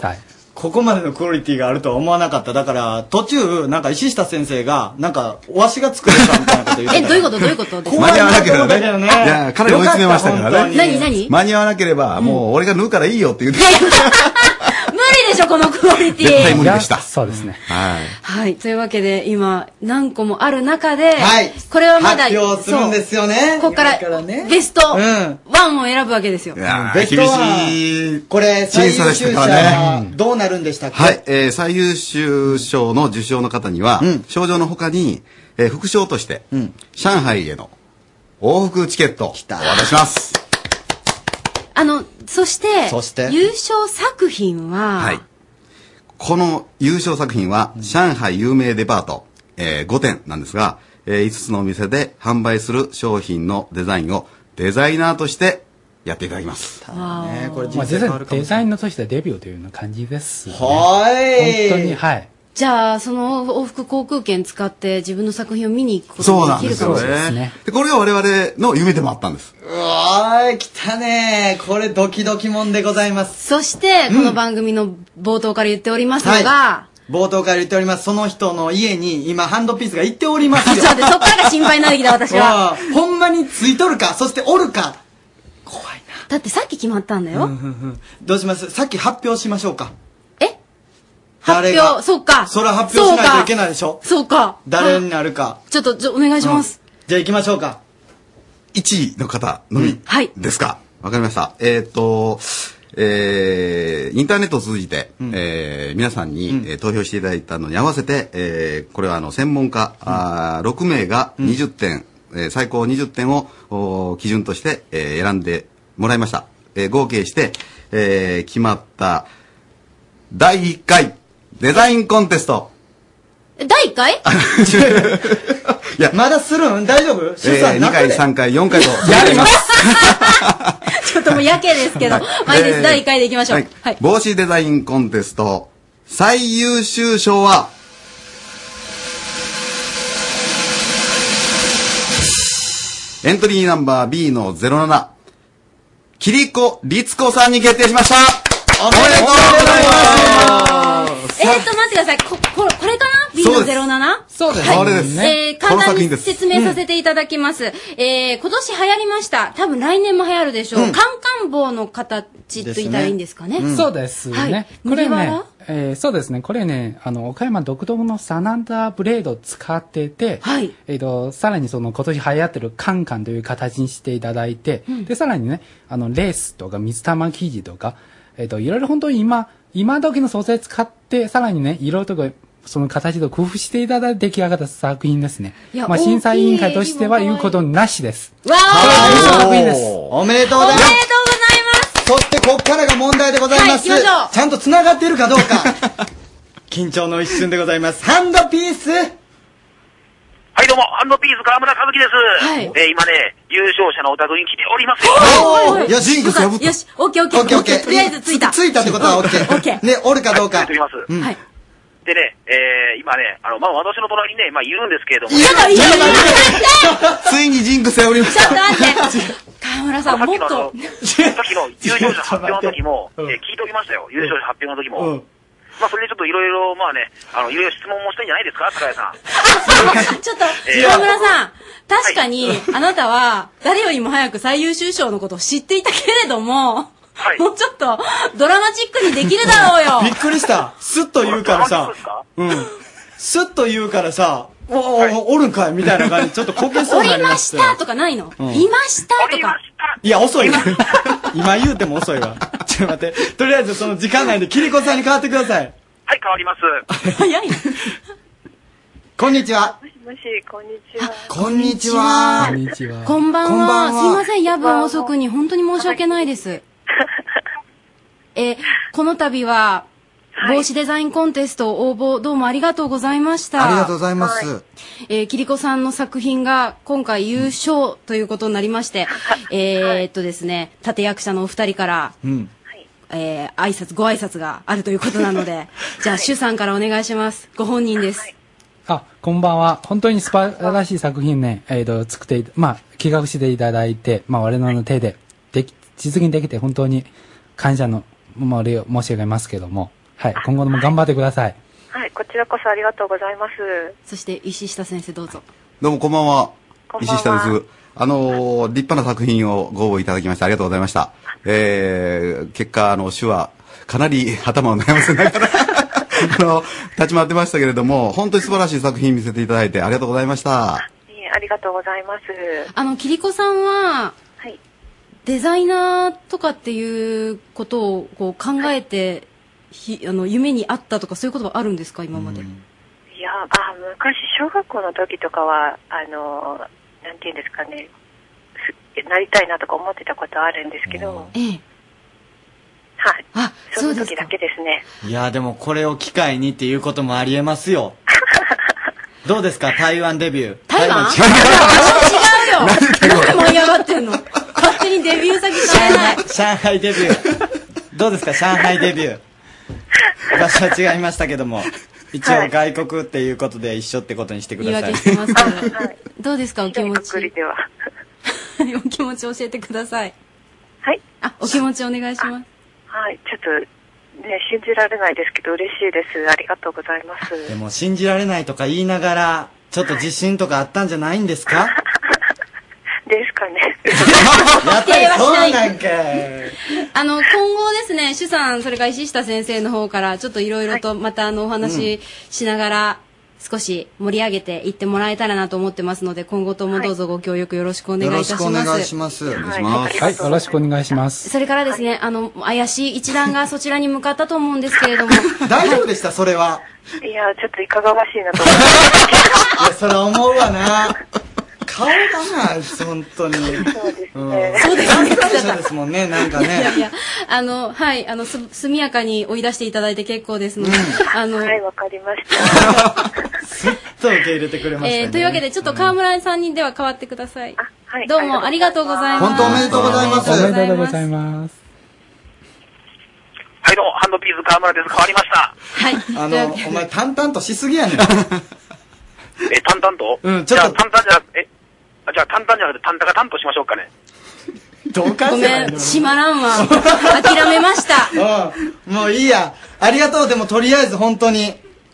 S2: ここまでのクオリティがあるとは思わなかった。だから、途中、なんか石下先生が、なんか、わしが作れたみたいなこと言ってた。
S3: え、どういうことどういうことですか
S2: 怖い
S15: 間に合わなければね。
S2: だよね
S15: いや、彼追い詰めましたからね。
S3: 何何
S15: 間に合わなければ、もう俺が縫うからいいよって言って、
S3: 無理でしょ、このクオリティ。
S15: 絶対無理でした。そう
S16: ですね。
S15: はい。
S3: はい。というわけで、今、何個もある中で、
S2: はい
S3: これはまだ、
S2: 発表するんですよね
S3: そうここから、ベスト1を選ぶわけですよ。
S2: ベストは、これ、最優
S15: 審査でし
S2: 秀
S15: た
S2: 者
S15: から
S2: は
S15: ね
S2: どうなるんでしたっけ
S15: はい、えー最優秀賞の受賞の方には、賞状の他に、えー副賞として、上海への往復チケットをお渡しします。
S3: あの、そして、
S15: そして
S3: 優勝作品は、
S15: はい。この優勝作品は、上海有名デパート、え5点なんですが、え5つのお店で販売する商品のデザインをデザイナーとしてやっていただきます。
S2: ねこれ
S16: ま
S2: 人
S16: あ、
S2: 生
S16: 実
S2: 変わる
S16: 際
S2: かもし
S16: デ
S2: れない。
S16: ザインのとしてはデビューというような感じです、ね。
S2: はーい
S16: 本当に、はい。
S3: じゃあ、その往復航空券使って自分の作品を見に行くこと
S15: そう
S3: が
S15: なん
S3: できる
S15: です
S3: かも
S15: よ
S3: しれない。
S15: ね。で、これが我々の夢でもあったんです。
S2: うわーい、来たねー。これ、ドキドキもんでございます。
S3: そして、この番組の冒頭から言っておりますのが、
S2: 冒頭から言っております、その人の家に今、ハンドピースが行っておりますよ。
S3: ちょっと 待ってそっからが心配になってきた私は
S2: あー。ほんまについとるか、そしておるか。
S3: だってさっき決まったんだよ。
S2: どうしますさっき発表しましょうか。え
S3: 発表、そうか。
S2: それは発表しないといけないでしょ
S3: そうか。
S2: 誰になるか。
S3: ちょっと、ちょお願いします。
S2: じゃあ行きましょうか。
S15: 1位の方のみ
S3: はい。
S15: ですか。わかりました。えっ、と、えーインターネットを通じて、えー皆さんに、えー投票していただいたのに合わせて、えーこれはあの専門家、あー6名が20点、えー最高20点をおー基準として、えー選んでもらいました。えー合計して、えー決まった第1回デザインコンテスト。
S3: え第1回
S15: いや、
S2: まだするん大丈夫
S15: え
S2: 主さん
S15: ー、2
S2: 中
S15: 回、
S2: で。
S15: 3回、4回と。
S3: ちょっともうやけです けど。まあいいです。第1回でいきましょう。はい。
S15: 帽子デザインコンテスト最優秀賞はエントリーナンバー B の07キリコ律子さんに決定しましたおめでとうございます
S3: えーっと、待ってください。こ、ここれかな ?B の 07?
S15: そうです
S3: はい
S15: これです
S3: えー
S15: こ
S3: 簡単
S15: の
S3: に
S15: 作品です
S3: 説明させていただきます。えー今年流行りました。多分来年も流行るでしょう。
S16: うん
S3: カンカン棒の形と言ったらいいんですかね。
S16: そうですね。
S3: はい。
S16: これ
S3: 麦わら
S16: ね、えーそうですね。これね、あの、岡山独特のサナダーブレードを使ってて、えっ、と、さらにその今年流行ってるカンカンという形にしていただいて、で、さらにね、あの、レースとか水玉生地とか、えっ、と、いろいろ本当に今、今時の素材使って、さらにね、色とか、その形と工夫していただいて出来上がった作品ですね
S3: いや。
S16: まあ、
S3: 大きい
S16: 審査委員会としては言うことなしです。
S3: わ
S16: これは優勝作品です。
S2: おめでとうござ
S3: う
S2: います。おめでとございます。そして、こっからが問題でございます。
S3: はい行きましょう
S2: ちゃんと繋がっているかどうか。 緊張の一瞬でございます。ハンドピース
S4: はい、どうも、ハンドピース川村和樹です。えー今ね、優勝者のお宅に来ておりますよ。
S2: おいや、ジンクス破った。よ
S3: し、オッケーオッケー。
S2: オッケーオッケー。とりあえずついた。ついたってことは オッケー。オッケー。ね、おるかどうか。
S4: ります。
S3: はい。
S4: でね、えー今ね、あの、まあ、私の隣にね、まあ、いるんですけれども。
S3: いるのいるのいるの
S15: ついにジンクス破りました
S3: ちょっと待って。河村さん、もっと。
S4: さっきの優勝者発表の時 も、えー聞いておりましたよ。優勝者発表の時も。まあ、それでちょっといろいろ、まあね、あの、いろいろ質問もしたんじゃないですか、高谷さん。
S3: ちょっと
S4: え、ー
S3: 河村さん、確かに、あなたは、誰よりも早く最優秀賞のことを知っていたけれども、もうちょっと、ドラマチックにできるだろうよ。
S2: びっくりした。スッと言うからさ。うん。スッと言うからさ、おおお、おるんかいみたいな感じ。ちょっとこけそう
S3: お
S2: にな
S3: り
S2: りま
S3: ま
S2: し
S3: したたとかないの
S2: うん
S3: いましたとか。
S2: いや、遅いわ。 今言うても遅いわ。ちょっと待って。とりあえずその時間内でキリコさんに代わってください。
S4: はい、変わります。
S2: こんにちは。
S17: もし、こんにちは。
S2: こんにちは。
S16: こんにちは。
S3: こんばん
S2: こんば
S3: は。
S2: ん
S3: す
S2: はい
S3: ません、夜分遅くに。本当に申し訳ないです。え、この度は、帽子デザインコンテスト応募どうもありがとうございました。
S2: ありがとうございます。
S3: えー、キリコさんの作品が今回優勝ということになりまして、えーっとですね、立役者のお二人から、
S2: うん。
S3: えー、挨拶、ご挨拶があるということなので、じゃあ、シュさんからお願いします。ご本人です。
S16: あ、こんばんは。本当に素晴らしい作品ね、えっ、と、作っていた、まあ、企画していただいて、まあ、我々の手で、でき、実現できて、本当に感謝の、まあ、礼を申し上げますけども、はい、今後とも頑張ってください。
S17: はい、こちらこそありがとうございます。
S3: そして、石下先生どうぞ。
S15: どうもこんばんは。
S17: こんばんは
S15: 石下です。あのー立派な作品をご応募いただきましてありがとうございました。えー、結果、あの、手話、かなり 頭を悩ませながら、 あの、立ち回ってましたけれども、本当に素晴らしい作品見せていただいてありがとうございました。
S17: いえありがとうございます。
S3: あの、キリコさんは、デザイナーとかっていうことをこう考えて、ひあの夢にあったとかそういうことはあるんですか今まで、
S17: いや、あ、昔小学校の時とかは、あの、なんていうんですかね、すなりたいなとか思ってたことはあるんですけど、はい。その時だけですね。
S2: いやーでもこれを機会にっていうこともありえますよ。どうですか台湾デビュー。台湾
S3: 違うよなん で盛り上がってんの勝手にデビュー先変えない
S2: 上海デビュー。どうですか上海デビュー。場所は違いましたけども。一
S3: は
S2: 応
S3: い
S2: 外国っていうことで一緒ってことにしてく
S3: 言い
S2: ださい。
S3: 訳してますけどどうですかお気持ちでは お気持ち教えてください
S17: はい
S3: あお気持ちお願いします
S17: はい、ちょっと、ね、信じられないですけど、嬉しいです。ありがとうございます。
S2: でも信じられないとか言いながら、ちょっと自信とかあったんじゃないんですか
S17: ですかね。
S2: やっぱりそうなんかい。
S3: あの今後ですね主さんそれから石下先生の方からちょっといろいろとまたあのお話ししながら少し盛り上げていってもらえたらなと思ってますので今後ともどうぞご協力よろしくお願いいたします。
S2: ます。お
S16: 願
S3: いします
S16: はい、よろしくお願いします。
S3: それからですね、あの、怪しい一団がそちらに向かったと思うんですけれども、
S2: 大丈夫でしたそれは。
S17: いや、ちょっといかがわしいなと思って。
S2: いや、それは思うわな。顔だな、本当に。そうですね。そうですもんね、なんか
S3: いやいやい
S2: ね。
S3: や、 あの、はい、あの、す、速やかに追い出していただいて結構ですので、あの、はい、
S17: わかりまし
S2: そう受け入れてくれましたね。
S3: えー、というわけで、ちょっと河村さんにでは代わってください。どうもありがとうございます。
S2: 本当おめでとうございます。
S16: おめでとうございます。
S4: はい、どうも、ハンドピース河村です。変わりま
S2: あ
S4: した。
S2: の、お前淡々としすぎやねん。
S4: え、淡々と
S2: うんちょっと
S4: じゃあ、淡々じゃなくて、え、あじゃあ、淡々じゃなくて、淡々が担当しましょうかね。
S2: どうか
S3: ごめん、閉まらんわ。諦めました。
S2: うんもういいや。ありがとう。でもとりあえず本当に、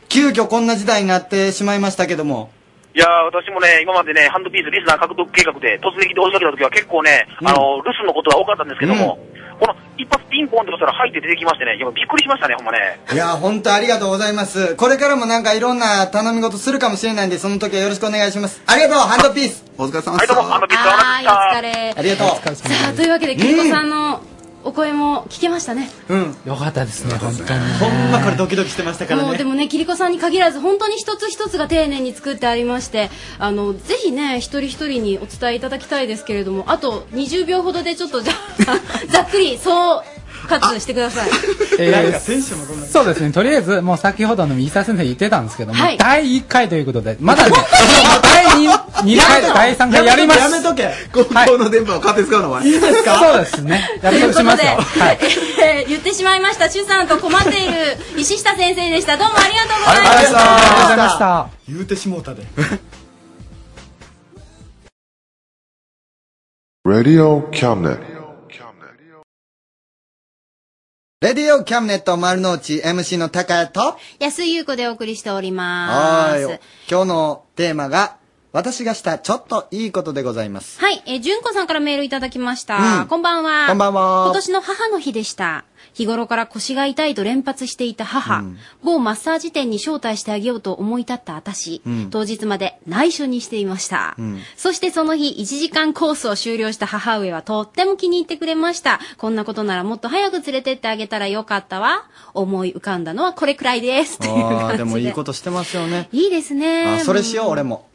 S2: 急遽こんな時代になってしまいましたけども。
S4: いやー、私もね、今までね、ハンドピースリスナー獲得計画で突撃で押しかけた時は結構ね、あの、留守のことが多かったんですけども、この一発ピンポンとかしたら入って出てきましてね、いやびっくりしましたね、ほんまね。
S2: いや、本当ありがとうございます。これからもなんかいろんな頼み事するかもしれないんで、その時はよろしくお願いします。ありがとう、ハンドピース。
S15: お疲れ様
S2: でした。
S3: はい、お疲れ。
S2: ありがとう。
S3: さあ、というわけで、キリコさんのお声も聞けましたね。
S2: うん。
S16: よかったですね、本当に。
S2: ほんまこれドキドキしてましたから
S3: もうで
S2: ね。
S3: もね、キリコさんに限らず、本当に一つ一つが丁寧に作ってありまして、あの、ぜひね、一人一人にお伝えいただきたいですけれども、あと20秒ほどでちょっと、じゃあ ざっくり、総括してください。
S16: えー
S2: なんか選手もこんな
S16: そうですね、とりあえず、もう先ほどの三沢先生言ってたんですけども、
S3: はい
S16: 第1回ということで、まだね、第 2, 回、第3回やります。
S2: やめとけ。
S15: 公共の電波を勝手に使うの、お前。
S2: いいですか
S16: そうですね、約束しますよ。はい。
S3: えー言ってしまいました、主さんと困っている石下先生でした。どうもありがとうございました。
S2: ありがとうございました。言うてしもうたで。
S18: Radio Cabinet.
S2: レディオキャムネット丸の内 MC の高谷と、
S3: 安井優子でお送りしておりま
S2: は
S3: す。
S2: ーい。今日のテーマが、私がしたちょっといいことでございます。
S3: はい、えー、純子さんからメールいただきました。
S2: うん
S3: こんばんは。
S2: こんばんは
S3: 今年の母の日でした。日頃から腰が痛いと連発していた母、某マッサージ店に招待してあげようと思い立った私、
S19: うん
S3: 当日まで内緒にしていました。
S19: うん
S3: そしてその日、1時間コースを終了した母上はとっても気に入ってくれました。こんなことならもっと早く連れてってあげたらよかったわ。思い浮かんだのはこれくらいです。という
S2: あ
S3: 感じ
S2: あ、
S3: で。
S2: でもいいことしてますよね。
S3: いいですね。
S2: あそれしよう、俺
S3: も
S2: も。
S3: う。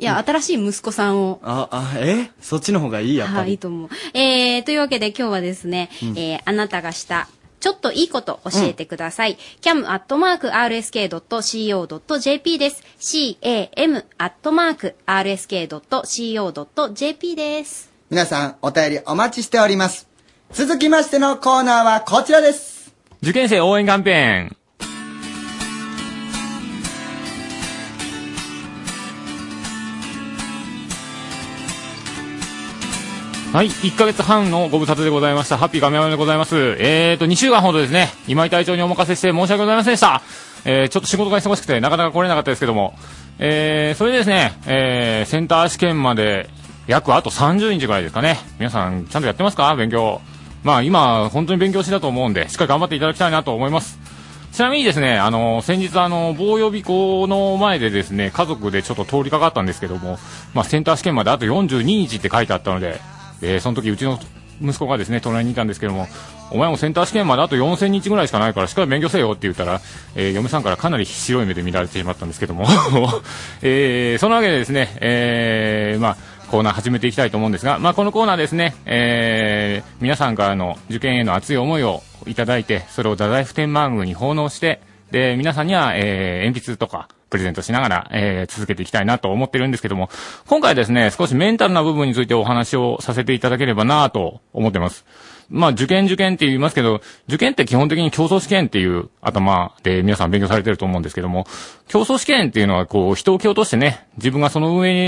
S3: いや、新しい息子さんを。
S2: あ、あ、えそっちの方がいいやっぱ
S3: はい、いい
S2: り。
S3: と思う。 えー、というわけで今日はですね、
S2: うん
S3: えー、あなたがした、ちょっといいこと教えてください。cam.rsk.co.jp です。cam.rsk.co.jp です。
S2: 皆さん、お便りお待ちしております。続きましてのコーナーはこちらです。
S20: 受験生応援キャンペーン。はい、1ヶ月半のご無沙汰でございました。ハッピー亀山でございます。えーと、2週間ほどですね、今井隊長にお任せして申し訳ございませんでした。えー、ちょっと仕事が忙しくて、なかなか来れなかったですけども、えー、それでですね、えー、センター試験まで、約あと30日ぐらいですかね。皆さん、ちゃんとやってますか勉強。まあ、今、本当に勉強しだと思うんで、しっかり頑張っていただきたいなと思います。ちなみにですね、あの、先日、あの、棒予備校の前でですね、家族でちょっと通りかかったんですけども、まあ、センター試験まであと42日って書いてあったので、えーその時、うちの息子がですね、隣にいたんですけども、お前もセンター試験まであと4000日ぐらいしかないから、しっかり勉強せよって言ったら、えー嫁さんからかなり白い目で見られてしまったんですけども、 えーそのわけでですね、えーまあ、コーナー始めていきたいと思うんですが、まあ、このコーナーですね、えー皆さんからの受験への熱い思いをいただいて、それを太宰府天満宮に奉納して、で、皆さんには、えー鉛筆とか、プレゼントしながら、えー続けていきたいなと思ってるんですけども、今回ですね、少しメンタルな部分についてお話をさせていただければなと思ってます。まあ、受験受験って言いますけど、受験って基本的に競争試験っていう頭で皆さん勉強されてると思うんですけども、競争試験っていうのはこう、人を蹴落としてね、自分がその上に、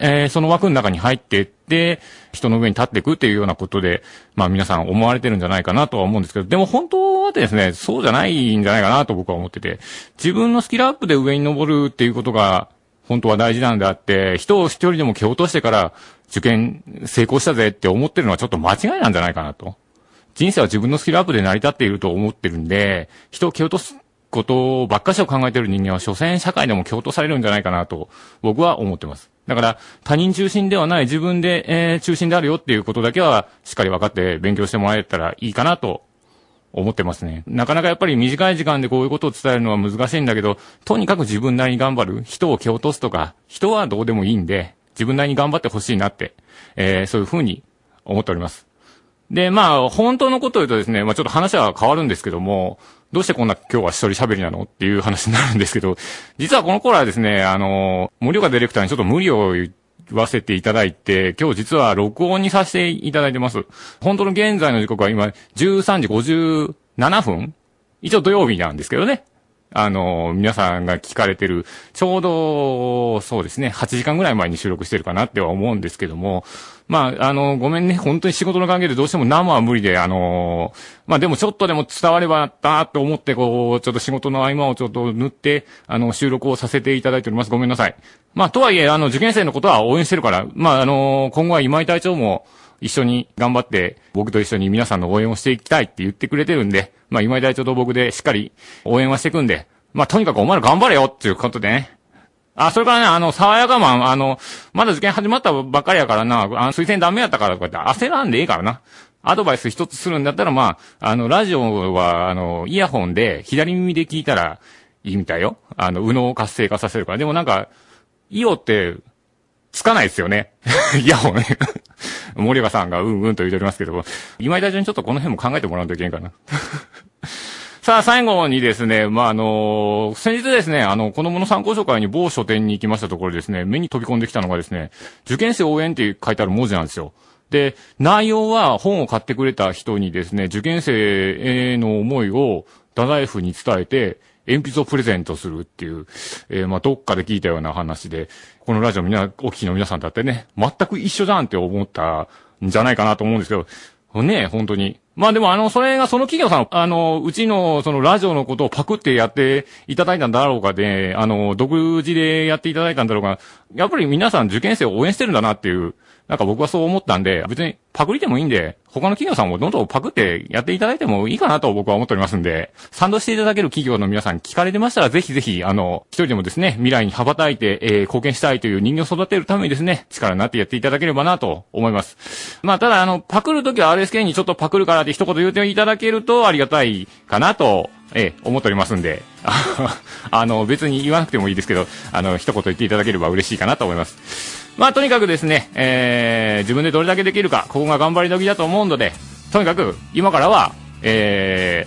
S20: えーその枠の中に入っていって、人の上に立っていくっていうようなことで、まあ皆さん思われてるんじゃないかなとは思うんですけど、でも本当はですね、そうじゃないんじゃないかなと僕は思ってて、自分のスキルアップで上に登るっていうことが、本当は大事なんであって、人を一人でも蹴落としてから、受験成功したぜって思ってるのはちょっと間違いなんじゃないかなと。人生は自分のスキルアップで成り立っていると思ってるんで、人を蹴落とすことばっかしを考えている人間は、所詮社会でも蹴落とされるんじゃないかなと、僕は思ってます。だから、他人中心ではない自分で、えー中心であるよっていうことだけは、しっかり分かって勉強してもらえたらいいかなと思ってますね。なかなかやっぱり短い時間でこういうことを伝えるのは難しいんだけど、とにかく自分なりに頑張る。人を蹴落とすとか、人はどうでもいいんで、自分なりに頑張ってほしいなって、えーそういうふうに思っております。で、まあ、本当のことを言うとですね、まあちょっと話は変わるんですけども、どうしてこんな今日は一人喋りなのっていう話になるんですけど、実はこの頃はですね、あの、森岡ディレクターにちょっと無理を言わせていただいて、今日実は録音にさせていただいてます。本当の現在の時刻は今、13時57分一応土曜日なんですけどね。あの、皆さんが聞かれてる、ちょうど、そうですね、8時間ぐらい前に収録してるかなっては思うんですけども、まあ、あの、ごめんね、本当に仕事の関係でどうしても生は無理で、あの、まあでもちょっとでも伝わればなったと思って、こう、ちょっと仕事の合間をちょっと塗って、あの、収録をさせていただいております。ごめんなさい。まあ、とはいえ、あの、受験生のことは応援してるから、まあ、あの、今後は今井隊長も、一緒に頑張って、僕と一緒に皆さんの応援をしていきたいって言ってくれてるんで、まあ今井隊長と僕でしっかり応援はしていくんで、まあとにかくお前ら頑張れよっていうことでね。あ、それからね、あの、爽やかマン、あの、まだ受験始まったばっかりやからな、あの推薦ダメやったからとかって焦らんでいいからな。アドバイス一つするんだったら、まあ、あの、ラジオは、あの、イヤホンで左耳で聞いたらいいみたいよ。あの、右脳を活性化させるから。でもなんか、イオって、つかないですよね。 イヤホンね。森岡さんがうんうんと言っておりますけども、今井大臣にちょっとこの辺も考えてもらわないといけんかな。さあ、最後にですね、まあ、あの先日ですね、あの、子供の参考書会に某書店に行きましたところですね、目に飛び込んできたのがですね、受験生応援って書いてある文字なんですよ。で、内容は本を買ってくれた人にですね、受験生への思いを太宰府に伝えて、鉛筆をプレゼントするっていう、えーまあ、どっかで聞いたような話で、このラジオみんな、お聞きの皆さんだってね、全く一緒じゃんって思ったんじゃないかなと思うんですけど、ねえ、本当に。まあでも、あの、それがその企業さん、あの、うちの、その、ラジオのことをパクってやっていただいたんだろうかで、あの、独自でやっていただいたんだろうか、やっぱり皆さん受験生を応援してるんだなっていう、なんか僕はそう思ったんで、別にパクリでもいいんで、他の企業さんもどんどんパクってやっていただいてもいいかなと僕は思っておりますんで、賛同していただける企業の皆さん聞かれてましたら、ぜひぜひ、あの、一人でもですね、未来に羽ばたいて、えー貢献したいという人間を育てるためにですね、力になってやっていただければなと思います。まあ、ただ、あの、パクるときは RSK にちょっとパクるからって一言言っていただけるとありがたいかなと、えー思っておりますんで、 ああの、別に言わなくてもいいですけど、あの、一言言っていただければ嬉しいかなと思います。まあ、とにかくですね、えー、自分でどれだけできるか、ここが頑張り時だと思うので、とにかく、今からは、え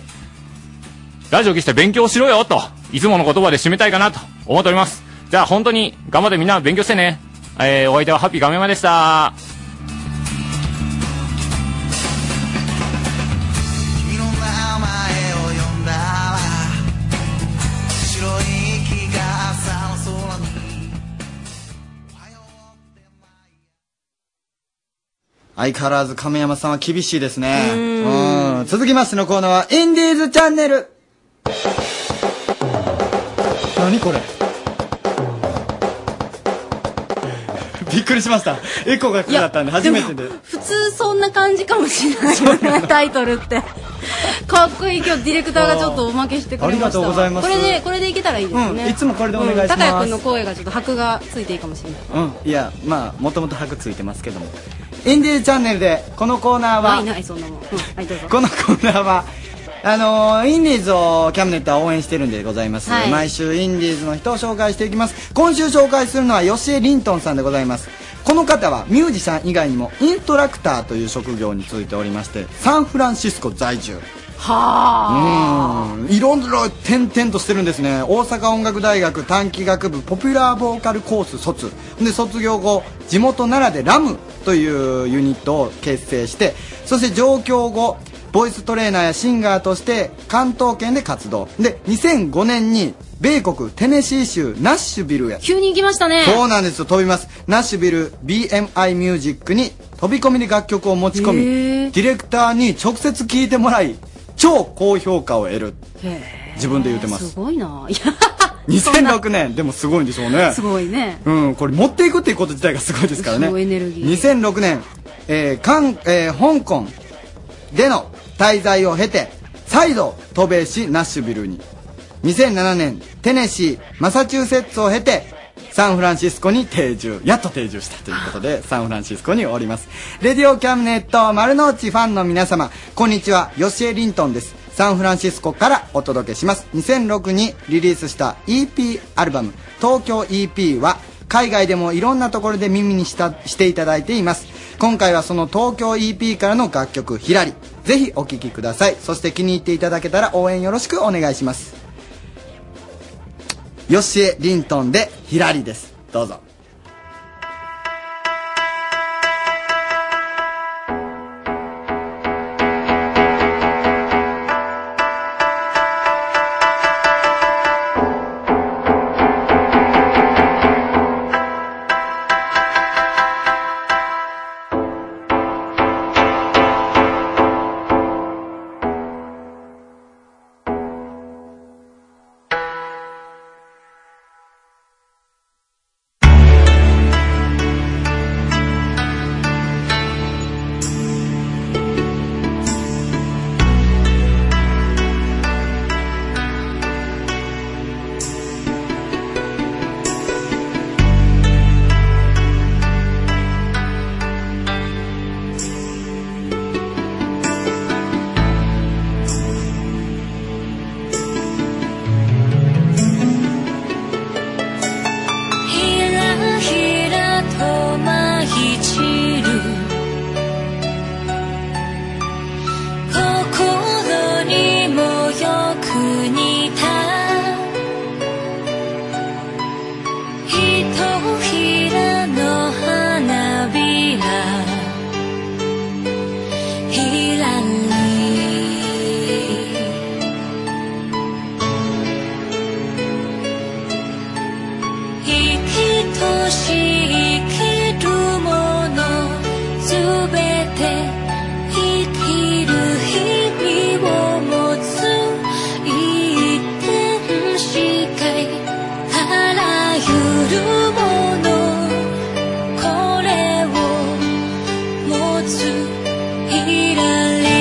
S20: ー、ラジオ消して勉強しろよと、いつもの言葉で締めたいかなと思っております。じゃあ、本当に、頑張ってみんな勉強してね。えー、お相手はハッピーガメマでした。
S1: 君の名前を呼んだわ白い息が朝の空に
S2: 相変わらず亀山さんは厳しいですね。
S1: う
S2: うん。続きましてのコーナーは、インディーズチャンネル何これびっくりしました。エコーがかかったんで、初めてで。
S3: 普通そんな感じかもしれないよ ね、タイトルって。かっこいい、今日ディレクターがちょっとおまけしてくれました。
S2: ありがとうございます
S3: これで、これでいけたらいいですね。
S2: うんいつもこれでお願いします
S3: 高谷君の声がちょっと箔がついていいかもしれない。
S2: うん。いや、まあ、もともと白ついてますけども。インディーズチャンネルで、このコーナーは、
S3: ないない、そんなもん。うんはい、どうぞ。
S2: このコーナーは、あのーインディーズをキャムネットは応援してるんでございます、
S3: はい
S2: 毎週インディーズの人を紹介していきます今週紹介するのは吉江リントンさんでございますこの方はミュージシャン以外にもインストラクターという職業についておりましてサンフランシスコ在住はあいろいろ転々としてるんですね大阪音楽大学短期学部ポピュラーボーカルコース卒で卒業後地元奈良でラムというユニットを結成してそして上京後ボイストレーナーやシンガーとして関東圏で活動で2005年に米国テネシー州ナッシュビルへ
S3: 急に行きましたね。
S2: そうなんですよ飛びますナッシュビル BMI ミュージックに飛び込みで楽曲を持ち込み
S3: へ
S2: ディレクターに直接聞いてもらい超高評価を得る
S3: へ
S2: 自分で言って
S3: ー
S2: ますす
S3: ごいな。いや、
S2: 2006年でもすごいんでしょうね
S3: すごいね。
S2: うん、これ持っていくっていうこと自体がすごいですからね
S3: すごいエネルギー
S2: 2006年、えー韓えー香港での滞在を経て再度渡米しナッシュビルに2007年テネシーマサチューセッツを経てサンフランシスコに定住やっと定住したということでサンフランシスコにおりますレディオキャムネット丸の内ファンの皆様こんにちは吉江リントンですサンフランシスコからお届けします2006にリリースした EP アルバム「東京 EP」は海外でもいろんなところで耳にしたしていただいています今回はその東京 EP からの楽曲「ひらり」ぜひお聴きくださいそして気に入っていただけたら応援よろしくお願いしますヨシエ・リントンで「ひらり」ですどうぞ
S19: ひらひらと舞い散る心にもよく似たひとひらの花びらひらり生きとし生きるものすべて生きる日々を持つ一点しかあらゆるものこれを持ついられ「ひらり」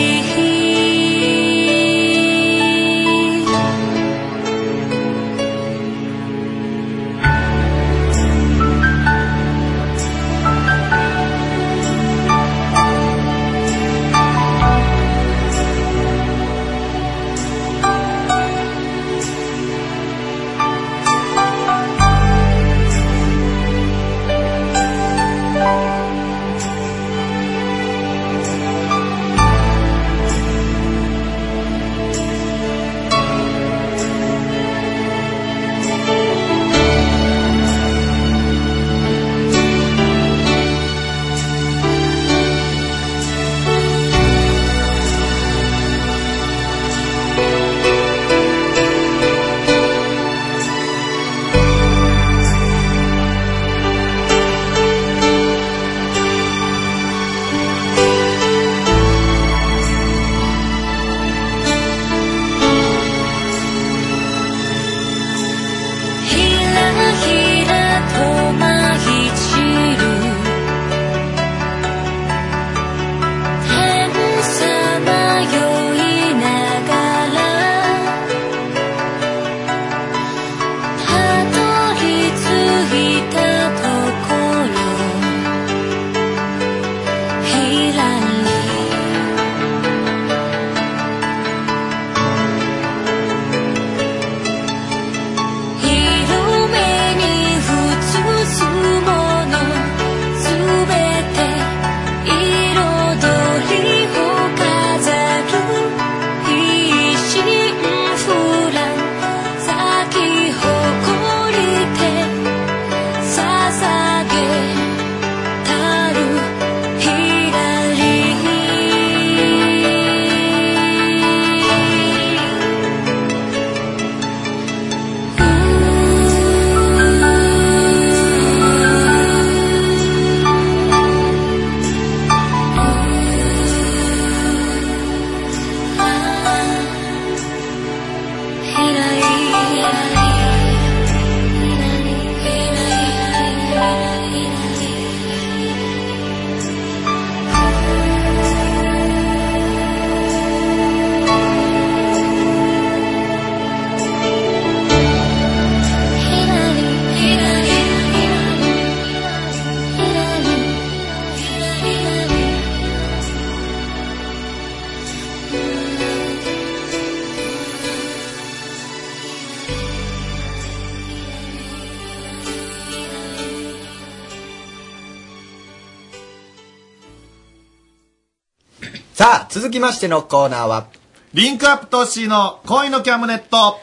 S2: さあ、続きましてのコーナーは、
S9: リンクアップトッシーの恋のキャムネッ ト。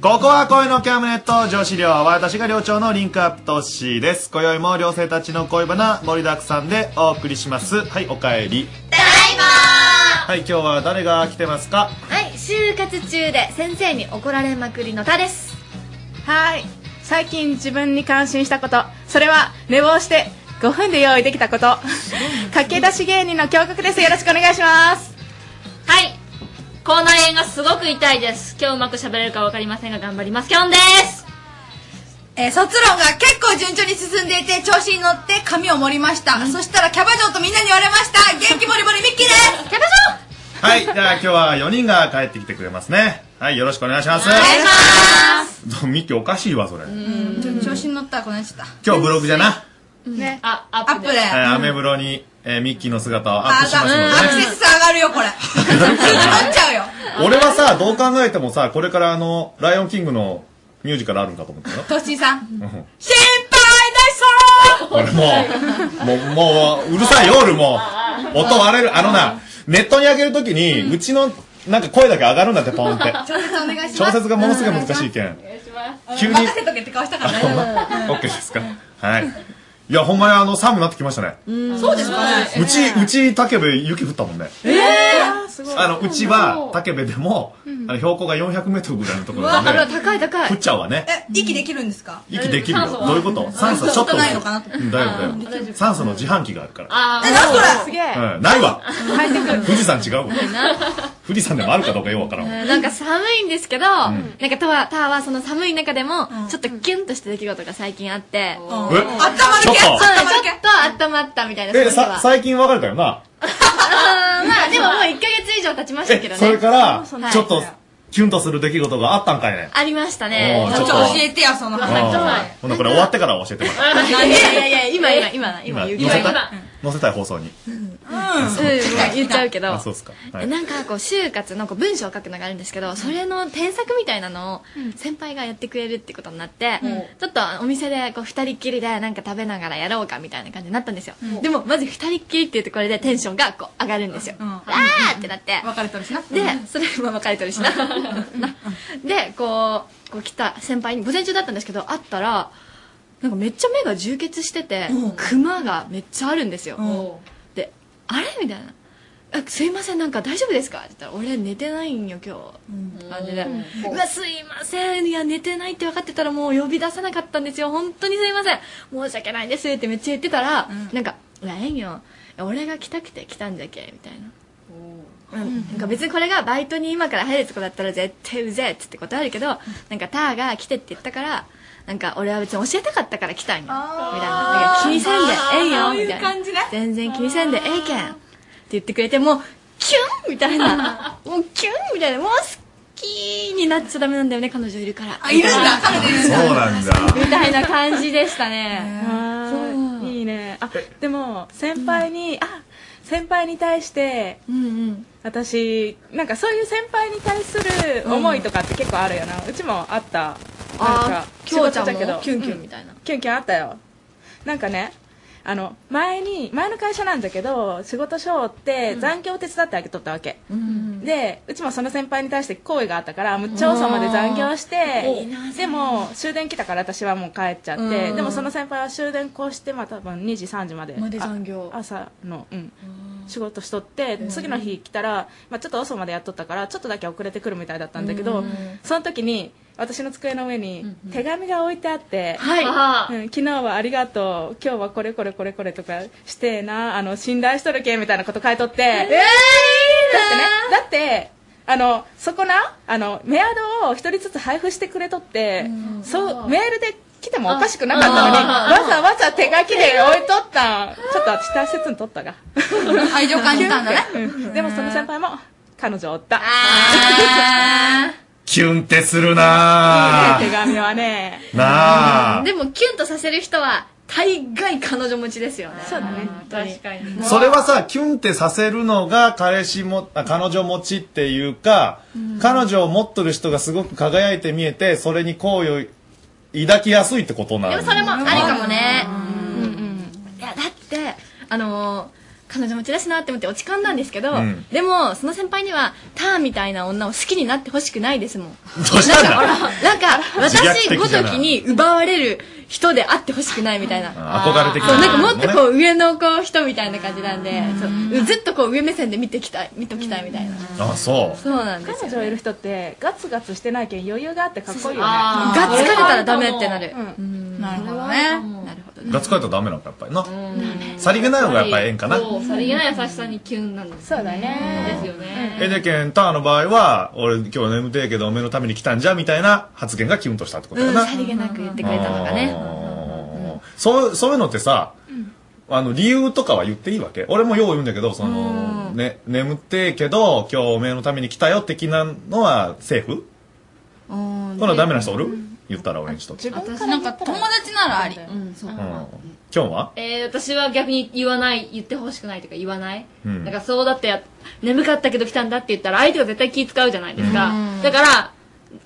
S9: ここは恋のキャムネット女子寮は私が寮長のリンクアップトッシーです今宵も寮生たちの恋バナ盛りだくさんでお送りしますはいおかえりただいまはい今日は誰が来てますか
S21: はい就活中で先生に怒られまくりのたです
S22: はい最近自分に感心したことそれは寝坊して5分で用意できたこと駆け出し芸人の教告ですよろしくお願いします
S23: はい口内炎がすごく痛いです今日うまく喋れるか分かりませんが頑張りますきょんです
S24: えー卒論が結構順調に進んでいて調子に乗って髪を盛りました、そしたらキャバ嬢とみんなに言われました元気もりもりミッキーですキャバ
S9: はいじゃあ今日は4人が帰ってきてくれますねはいよろしくお願いしますお願いしますミッキーおかしいわそれ
S24: 嬢うんちょ調子に乗ったらこのちょっ
S9: 今日ブログじゃな、
S24: と
S23: ねあ
S24: アップで
S9: えー、ア
S24: あ
S9: メブロに、えーミッキーの姿をアッ
S24: ア
S9: プしますので、
S24: クセス数上がるよこれ 上がっちゃうよ
S9: 俺はさどう考えてもさこれからあの「ライオンキング」のミュージカルあるんかと思ったよ
S24: トッシーさん
S9: うん
S24: 心配
S9: 俺
S24: ない
S9: もう、もう、もう、うるさいよ、俺もう。音割れる。あのな、ネットに上げるときに、うちの、なんか声だけ上がるんだって、ポンって。
S24: 調節お願いします
S9: 調節がものすごい難しいけん。オ急に
S24: 任せとけって顔したから大丈夫
S9: ッケーですかはい。いや、ほんまにあの、寒くなってきましたね。
S24: そうですかね
S9: うち、うち、竹部雪降ったもんね。
S24: ええ
S9: あの、うちは、竹部でも、あの、標高が400メートルぐらいのところなので、
S24: 高い高
S9: 降っちゃうわね。
S24: え息できるんですか
S9: 息できるよ。どういうこと酸素ちょっと。
S24: ないのかなと
S9: うんだよだよ。酸素の自販機があるから。
S24: あえ何それすげえ
S9: うん、ないわ
S23: 入ってくる
S9: 富士山違 うわ
S23: な
S9: 富士山でもあるかどうかよくわからんわ
S23: んか寒いんですけど、
S9: ん
S23: なんかタワータワーその寒い中でも、ちょっとギュンとした出来事が最近あって、う
S9: え
S23: そう
S9: あったまるけ
S23: そう
S9: あった
S23: ちょっと温まったみたいなその日
S9: えさ
S23: は
S9: 最近別れたよな
S23: あーまあでももう1ヶ月以上経ちましたけど
S9: え
S23: ね
S9: それから
S23: はい
S9: ちょっとキュンとする出来事があったんかいね
S23: ありましたね
S9: おーちょっとちょっと教
S23: えてよその
S9: うんほなこれ終わってから教えてもらう
S23: いやいやいや今今今今
S9: 今
S23: 言う
S9: 載
S23: けど
S9: せたい
S23: 今
S9: 載せたい放送に
S23: うん言っちゃうけど
S9: あそうっすかはい
S23: えなんかこう就活のこう文章を書くのがあるんですけどそれの添削みたいなのを先輩がやってくれるってことになって、
S24: うん
S23: ちょっとお店でこう2人っきりでなんか食べながらやろうかみたいな感じになったんですよ、
S24: うん
S23: でもまず2人っきりって言うとこれでテンションがこう上がるんですよ、わーってなって別れとるしなでそれも別れとるしなでこうこう来た先輩に午前中だったんですけど会ったらなんかめっちゃ目が充血しててクマがめっちゃあるんですよで「あれ?」みたいな「あすいませんなんか大丈夫ですか?」って言ったら「俺寝てないんよ今日」感じで「うわすいませんいや寝てないって分かってたらもう呼び出さなかったんですよ本当にすいません申し訳ないです」ってめっちゃ言ってたら、なんか「いやええんよ俺が来たくて来たんじゃけ」みたいな。うん、なんか別にこれがバイトに今から入るとこだったら絶対うぜえっつって断るけどなんかターが来てって言ったからなんか俺は別に教えたかったから来たんよみたいななんか気にせんでええよ
S24: あー
S23: みたいな
S24: そういう感じ
S23: 全然気にせんでええけんって言ってくれてもうキュンみたいなもうキュンみたいなもう好きになっちゃダメなんだよね彼女いるからあいるんだ彼女い
S9: そうなんだ
S23: みたいな感じでしたね
S22: はいいいねあでも先輩に、あ先輩に対して、 私なんかそういう先輩に対する思いとかって結構あるよな、うちもあったなんか
S23: あーきょうちゃんも
S22: 仕事だけど
S23: キュンキュンみたいな
S22: うんキュンキュンあったよなんかねあの前に前の会社なんだけど仕事賞って残業を手伝ってあげとったわけ、でうちもその先輩に対して好意があったからむっちゃ朝まで残業してでも終電来たから私はもう帰っちゃって
S24: うん
S22: でもその先輩は終電こうして、まあ、多分2時3時まで
S24: まで残
S22: 業朝の、うん、仕事しとって次の日来たら、まあ、ちょっと遅までやっとったからちょっとだけ遅れてくるみたいだったんだけ
S24: う
S22: ど、
S24: ん
S22: その時に私の机の上に手紙が置いてあって、
S24: はい
S22: うん、昨日はありがとう今日はこれこれこれこれとかしてえなあの信頼しとるけみたいなこと書いとってえ
S24: えーいいな
S22: だってねだってあのそこなあのメアドを一人ずつ配布してくれとって、そうメールで来てもおかしくなかったのに
S24: あー
S22: わざわざ手書きで置いとったんちょっと私大切にとったが
S24: 愛情感じたんだね
S22: うんでもその先輩も彼女おった
S9: キュンってするな
S22: 手
S9: ぁ
S22: 紙はね
S9: なあ
S23: でもキュンとさせる人は大概彼女持ちですよねそうだね確かに
S9: それはさキュンってさせるのが彼氏もあ彼女持ちっていうか、彼女を持っとる人がすごく輝いて見えてそれに好意を抱きやすいってことな
S23: で
S9: の
S23: もそれもありかもねあのー彼女持ち出しなって思って落ち込んだんですけど、
S19: うん
S23: でもその先輩にはターンみたいな女を好きになってほしくないですもん
S19: どうしたんだ
S23: なんか
S19: 自虐
S23: 私
S19: 的
S23: ご
S19: じゃ
S23: と
S19: ない
S23: きに奪われる人であってほしくないみたいな
S19: 憧れてき
S23: そう
S19: た
S23: なんかもっとこう上のこう人みたいな感じなんでそうずっとこう上目線で見てきたい見ときたいみたいな
S9: あそう
S23: そうなんです
S22: 彼女いる人ってガツガツしてないけん余裕があってかっこいいよね
S23: ガッツかれたらダメってなるなるほど ね
S9: ガッツかれたらダメなのかやっぱりなさりげないのがやっぱりええんかな
S5: そうさりげない優しさにキュンなんですそうだねですよね
S9: えでけんターの場合は俺今日眠てえけどおめえのために来たんじゃみたいな発言がキュンとしたってことや
S23: うん
S9: な、
S23: さりげなく言ってくれたのがね
S9: そうそういうのってさあの理由とかは言っていいわけ俺もよう言うんだけどその、ね、眠てえけど今日おめえのために来たよ的なのはセーフ
S23: うん
S9: ほらダメな人おる言ったら俺にしとって、うん、
S5: 私なんか友達ならありうんそう
S9: 今日は
S5: えー、私は逆に言わない言ってほしくないとか言わない、
S9: うん
S5: なんかそうだって眠かったけど来たんだって言ったら相手が絶対気使うじゃないですか、だから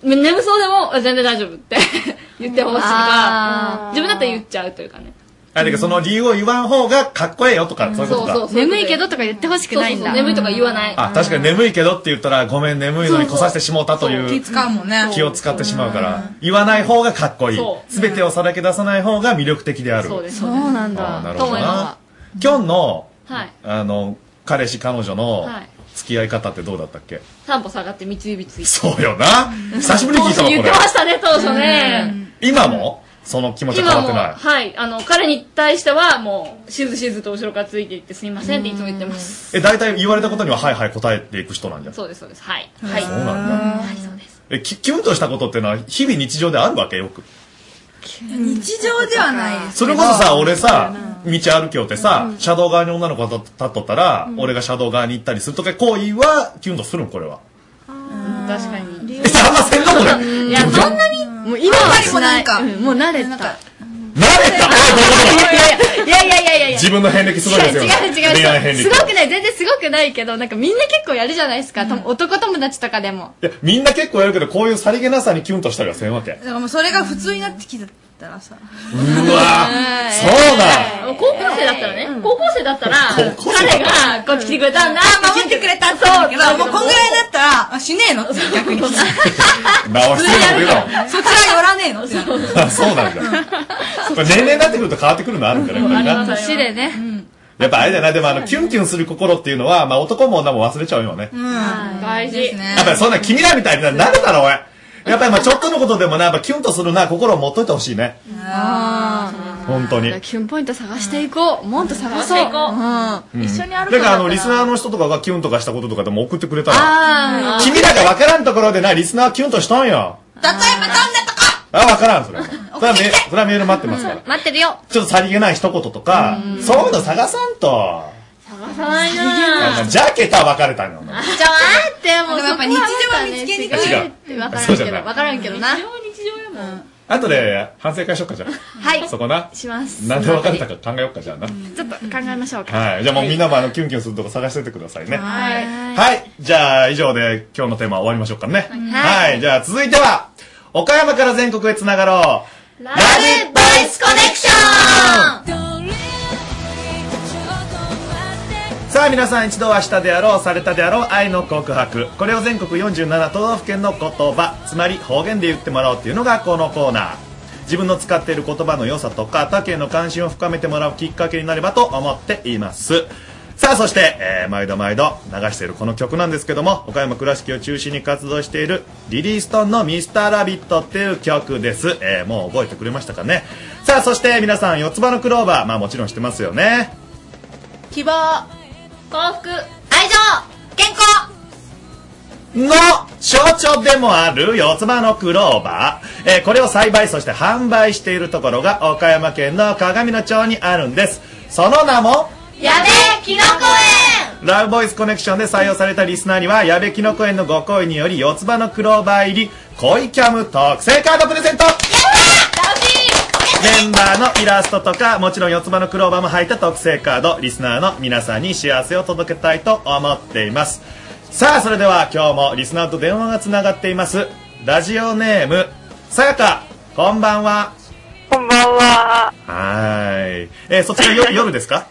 S5: 眠そうでもあ全然大丈夫って 言ってほしいから自分だったら言っちゃうというかね
S9: あだけどその理由を言わん方がかっこええよとか、そういうことか
S5: 眠いけどとか言ってほしくないんだ眠いとか言わない
S9: あ確かに眠いけどって言ったらごめん眠いのに来させてしもうたという
S24: 使うもんね
S9: 気を使ってしまうから言わない方がかっこいい
S24: そ
S9: 全てをさらけ出さない方が魅力的である
S23: そうなん
S9: あーな
S23: だ
S9: る
S23: と
S9: ほど
S23: 思いま
S9: なきょんの
S5: すはい
S9: あの彼氏彼女の
S5: はい
S9: 付き合い方ってどうだったっけ
S5: 三歩下がって三つ指ついて
S9: そうよな久しぶりに聞いたわ
S5: 当時言
S9: こ
S5: って
S9: れ
S5: ましたね当初ね
S9: 今もその気持ちは
S5: 今
S9: 変わっ
S5: も
S9: てない
S5: はいあの彼に対してはもうしずしずと後ろからついていってすみませんっていつも言ってます
S9: え大体言われたことにははいはい答えていく人なんじゃん
S5: そうですそうですはいはい
S9: そうなんだえきキュンとしたことってのは日々日常であるわけよく
S24: 日常ではないです
S9: それこそさ、俺さ、道歩きよってさ、車道側に女の子が立っとったら、俺が車道側に行ったりするとか、行為はキュンとするん、これは。
S23: 確かに
S9: え、さんませんのこれ。
S23: いやそんなにもう今はしないうんもう慣れた慣れたいやいやいやいやいやいやいやいや
S9: 自分の遍歴すごいですよね
S23: 違う違う
S9: 恋愛
S23: 違
S9: 遍
S23: う
S9: 歴
S23: すごくない全然すごくないけどなんかみんな結構やるじゃないですか、とも男友達とかでも
S9: いや、みんな結構やるけど、こういうさりげなさにキュンとしたりはせんわけ。
S24: だからもうそれが普通になってきたらさ
S9: うわぁ、そうだ
S5: 高校生だったらね、高校生だったら彼がこっち来てくれたんだ
S24: 守ってくれたって言うんだけどもうこんぐらいになったらあ死ねえのって逆にそっち
S9: 直してるの言
S24: は寄らねえのってなる
S9: うの。あそうなんだ。これ年齢になってくると変わってくるのあるから、やっぱりな。
S23: 年でね、
S9: やっぱあれだよな、でもあの、キュンキュンする心っていうのは、まあ男も女も忘れちゃうよね。
S5: 大事ですね
S9: やっぱりそんな君らみたいにな慣れたろ、おい。やっぱりまあちょっとのことでもな、やっぱキュンとするな、心を持っといてほしいね。
S23: あ
S9: 本当に。
S23: あキュンポイント探していこうもっと探そう
S5: 探していこう
S23: う
S9: うん
S23: 一緒に
S9: だ
S23: 歩
S9: か
S23: く
S9: らあの、リスナーの人とかがキュンとかしたこととかでも送ってくれたら
S23: あ。ー
S9: 君らがわからんところでな、リスナーはキュンとしたんよ。例えばどんなとこあ、わからん、それは。それはメそれはメール待ってますから。
S23: 待ってるよ
S9: ちょっとさりげない一言とか、そういうの探さんと。
S23: 探さない
S9: あ
S23: な
S9: のじゃけた別れたんよ。
S23: じゃあってもう
S24: でもやっぱ日常は見つけにくい
S9: 違う
S23: 分からん
S9: そうじ
S23: けど
S9: ゃない
S23: 分からんけどな
S9: あとで反省会しよっかじゃあ。
S23: はい
S9: そこな。
S23: します
S9: なんで別れたか考えよっかじゃあな。
S23: ちょっと考えましょうか
S9: はい。じゃあもうみんなもあの、キュンキュンするとこ探しててくださいね。
S23: はい
S9: はい。じゃあ、以上で今日のテーマ終わりましょうかね。
S23: はい
S9: はい。じゃあ、続いては、岡山から全国へつながろう。ラブボイスコネクションさあ皆さん一度はしたであろうされたであろう愛の告白これを全国47都道府県の言葉つまり方言で言ってもらおうっていうのがこのコーナー自分の使っている言葉の良さとか他県の関心を深めてもらうきっかけになればと思っていますさあそして、えー毎度毎度流しているこの曲なんですけども岡山倉敷を中心に活動しているリリー・ストーンの「ミスターラビットっていう曲です、えーもう覚えてくれましたかねさあそして皆さん四つ葉のクローバーまあもちろん知ってますよね
S22: 希望幸福愛情健康
S9: の象徴でもある四つ葉のクローバー、えーこれを栽培そして販売しているところが岡山県の鏡野町にあるんですその名も
S19: やべえキノコ園
S9: ラブボイスコネクションで採用されたリスナーには矢部きのこ園のご好意により四つ葉のクローバー入り恋キャム特製カードプレゼントメンバーのイラストとかもちろん四つ葉のクローバーも入った特製カードリスナーの皆さんに幸せを届けたいと思っていますさあそれでは今日もリスナーと電話がつながっていますラジオネームさやかこんばんは
S6: こんばんは。
S9: はーい、えー、そちらよ夜ですか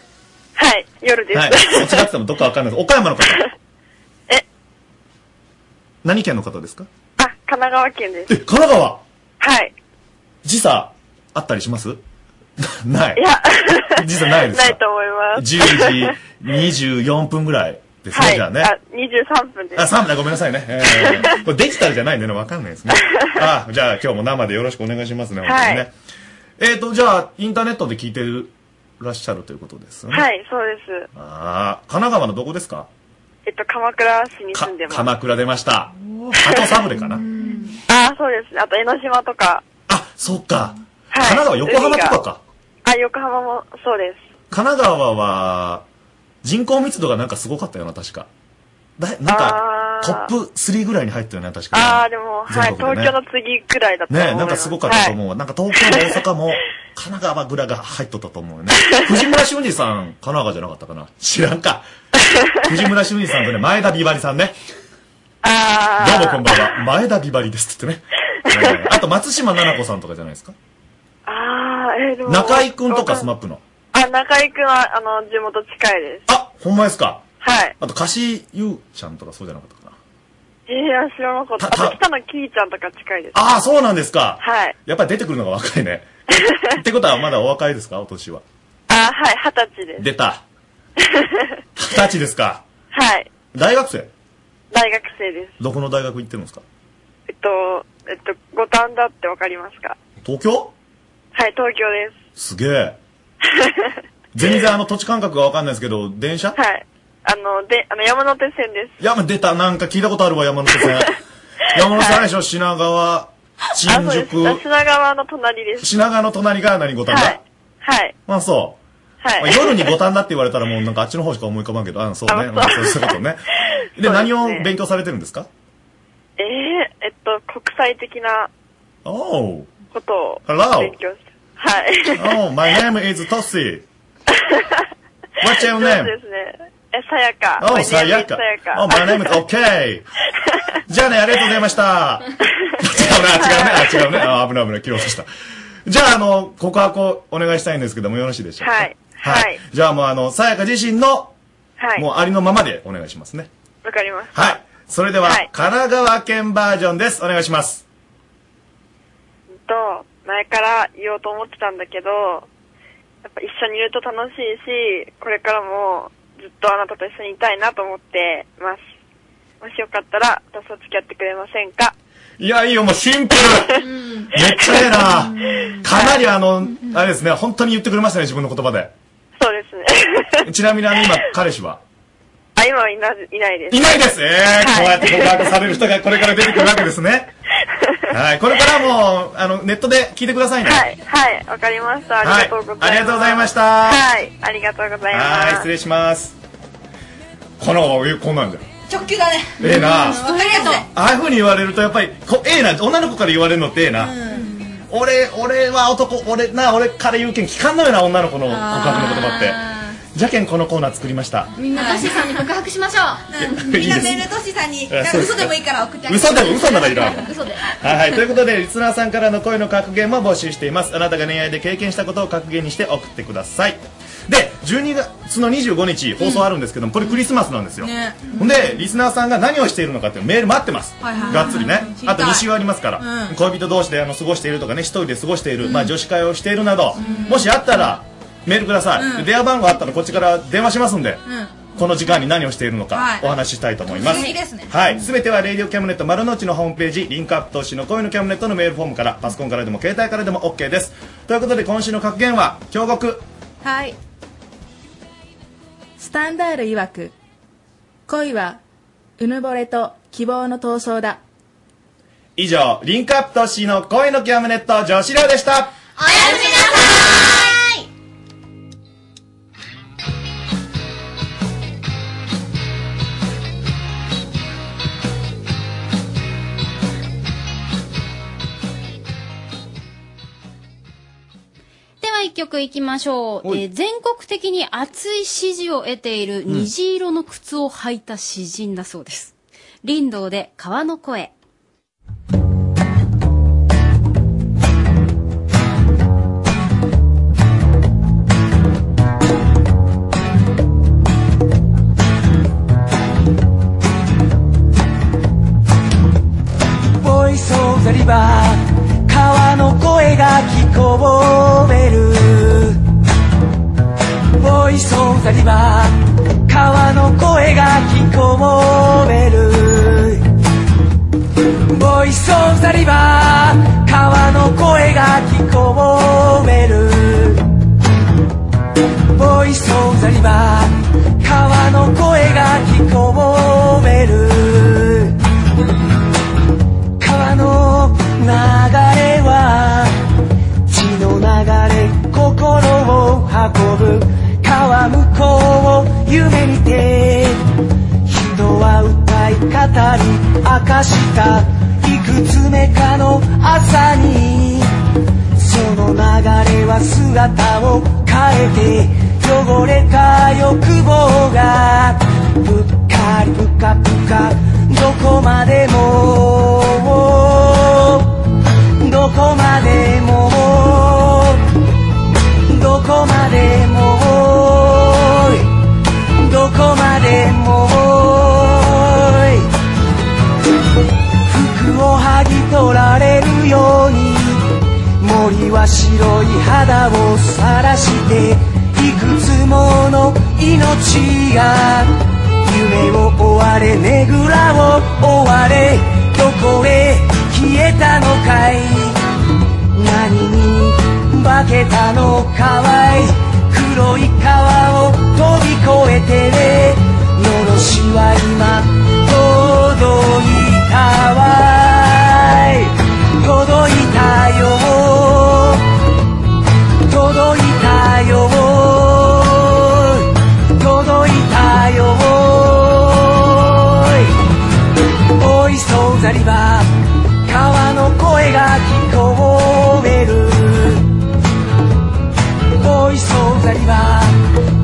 S25: はい、夜です。
S9: はい。間違っててもどっかわかんないです。岡山の方。え何県の方ですか
S25: あ、神奈川県です。
S9: え、神奈川
S25: はい。
S9: 時差あったりします ない
S25: い。 や、
S9: 時差ないですか
S25: ないと思います。
S9: 10時24分ぐらいですね、
S25: はい。
S9: じゃあね。
S25: あ、23分です。
S9: あ、サムだ、ごめんなさいね。え ーこれデジタルじゃないんでね、わかんないですね。あ、じゃあ今日も生でよろしくお願いしますね、本当にね。
S25: はい
S9: えっ、と、じゃあ、インターネットで聞いてるらっしゃるということですよね。
S25: はい、そうです。
S9: ああ、神奈川のどこですか
S25: えっと、鎌倉市に住んでます。
S9: 鎌倉出ました。あとサブレかな。
S25: あ、そうですね。あと、江ノ島とか。
S9: そっか。
S25: はい。
S9: 神奈川、横浜とか
S25: 海
S9: か。
S25: が。あ、横浜も、そうです。
S9: 神奈川は、人口密度がなんかすごかったよな、確か。だなんか、トップ3ぐらいに入ったよね、確か。
S25: あー、でも、はい、
S9: 全国
S25: 東
S9: でね
S25: 京の次くらいだったと思い
S9: ね
S25: ます。
S9: なんかすごかったと思うわ。なんか東京も大阪 も、神奈川ぐらいが入っとったと思うよね。藤村俊二さん、神奈川じゃなかったかな知らんか。藤村俊二さんとね、前田美バリさんね。どうもこんばんは。前田美バリですって言ってね。ねあと松島奈々子さんとかじゃないですか。
S25: あー、えー、でも。
S9: 中井くんとかスマップの。
S25: あ、中井くんは、あの、地元近いです。
S9: あほんまですか。
S25: はい。
S9: あと、柏井優ちゃんとかそうじゃなかったかな。
S25: えー、知らなかった。あと、北野きいちゃんとか近いです。
S9: ああ、そうなんですか。
S25: はい。
S9: やっぱり出てくるのが若 いね。ってことはまだお若いですかお年は。
S25: あ、はい、二十歳です。
S9: 出た。二十歳ですか。
S25: はい。
S9: 大学生
S25: 大学生です。
S9: どこの大学行ってるんですか
S25: えっと、えっと、五反田ってわかりますか
S9: 東京
S25: はい、東京です。。
S9: すげえ。全然あの土地感覚がわかんないですけど、電車はい
S25: あの、で、あの、山手線です。
S9: 山出た。なんか聞いたことあるわ、山手 線。山手線あれでしょ品川、
S25: あ、
S9: 新
S25: そうです。あ
S9: 宿、
S25: 品川の隣です。
S9: 品川の隣が何五反田
S25: はい。
S9: まあそう。
S25: はい。
S9: まあ夜に五反田って言われたらもうなんかあっちの方しか思い浮かばんけど、あそうね。
S25: あ
S9: まあそういうこ とね。で、何を
S25: ね
S9: 勉強されてるんですか
S25: えー、えっと、国際的な
S9: おう。
S25: ことを
S9: Hello
S25: 勉強して。はい。
S9: Oh, my name is Tossi. What's your
S25: そう
S9: name?
S25: ですね。え、さやか。
S9: Oh,
S25: My name is
S9: さやか
S25: さや。か。
S9: Oh, my name is OK. じゃあね、ありがとうござい ました。違うね、違うね、あ違うね。あ危ない危ない、切ろうとした。じゃあ、あの、告白をお願いしたいんですけども、よろしいでしょうか。
S25: はい。はい。
S9: じゃあもう、あの、さやか自身の、
S25: はい。
S9: もうありのままでお願いしますね。
S25: わかります。
S9: はい。それでは、神奈川県バージョンです。お願いします。
S25: ずっと、前から言おうと思ってたんだけど、やっぱ一緒にいると楽しいし、これからもずっとあなたと一緒にいたいなと思ってます。もしよかったら、私と付き合ってくれませんか
S9: いや、いいよ、もうシンプル。めっちゃええ な。かなりあの、あれですね、本当に言ってくれましたね、自分の言葉で。
S25: そうですね。
S9: ちなみにあの、今、彼氏は
S25: あ、今はいないないです。
S9: いないですええこうやって告白される人がこれから出てくるわけで すね。はい、これからも、あの、ネットで聞いてくださいね。
S25: はい、はい、わかりました。ありがとうございます。
S9: はいありがとうございました
S25: はい、ありがとうございます。
S9: はい、失礼します。この、えこんなんじゃん。
S23: 直球だね。
S9: ええな
S23: うんわかりやすい。
S9: ああいう風に言われると、やっぱり、こええな、女の子から言われるのってええな。俺、俺は男、俺な、俺から言うけん聞かんのよな、女の子の告白の言葉って。じゃけんこのコーナー作りました。
S26: みんなトシさんに告白しましょ
S9: う
S23: みんなメールトシさんに、
S9: え
S23: なんか
S9: そうです
S23: 嘘でもいいから送ってあげて。
S9: 嘘でも嘘ならいらん。
S23: 嘘で。
S9: はいはい、ということでリスナーさんからの恋の格言も募集していますあなたが恋愛で経験したことを格言にして送ってくださいで12月の25日放送あるんですけども、これクリスマスなんですよ、
S23: ね。
S9: ほんでリスナーさんが何をしているのかっていうメール待ってます、
S23: はいはいはい
S9: がっつりねあと2週ありますから、
S23: うん
S9: 恋人同士であの過ごしているとかね一人で過ごしている、まあ、女子会をしているなど、もしあったらメールください、
S23: うん
S9: で電話番号あったらこっちから電話しますんで、
S23: うん。
S9: この時間に何をしているの
S23: は
S9: か
S23: い
S9: お話ししたいと思います、
S23: 突撃ですね
S9: はい、すべてはレイディオキャムネット丸の内のホームページ、リンクアップ投資の恋のキャムネットのメールフォームから、パソコンからでも携帯からでも OK です。ということで今週の格言は、京極。
S22: はいスタンダール曰く恋はうぬぼれと希望の闘争だ
S9: 以上、リンクアップ投資の恋のキャムネット女子寮でした。
S3: では一曲いきましょう、
S27: おい
S3: えー全国的に熱い支持を得ている
S27: うん
S3: 虹色の靴を履いた詩人だそうです。林道で川の声。
S28: 「
S29: 釣り場川の声が聞こえるボイスオブザリバー川の声が聞こえるボイスオブザリバー川の声が聞こえるボイスオブザリバー川の声が聞こえる川の流れは血の流れ心を運ぶ川向こうを夢見て人は歌い語り明かしたいくつ目かの朝にその流れは姿を変えて汚れた欲望がぷっかりぷかぷかどこまでもどこまでもどこまでもどこまでも服を剥ぎ取られるように森は白い肌を晒していくつもの命が夢を追われねぐらを追われどこへ消えたのかい何に化けたのかわい黒い川を飛び越えてねのろしは今届いたわい届いたよ届いたよ届いたよおいそうざりば川の声が聞こえるおいそうざりば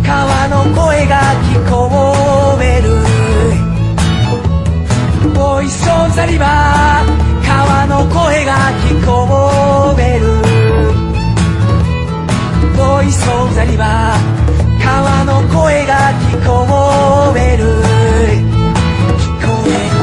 S29: 川の声が聞こえるおいそうざりば川の声が聞こえるボイソーザリバー川の声が聞こえる聞こえる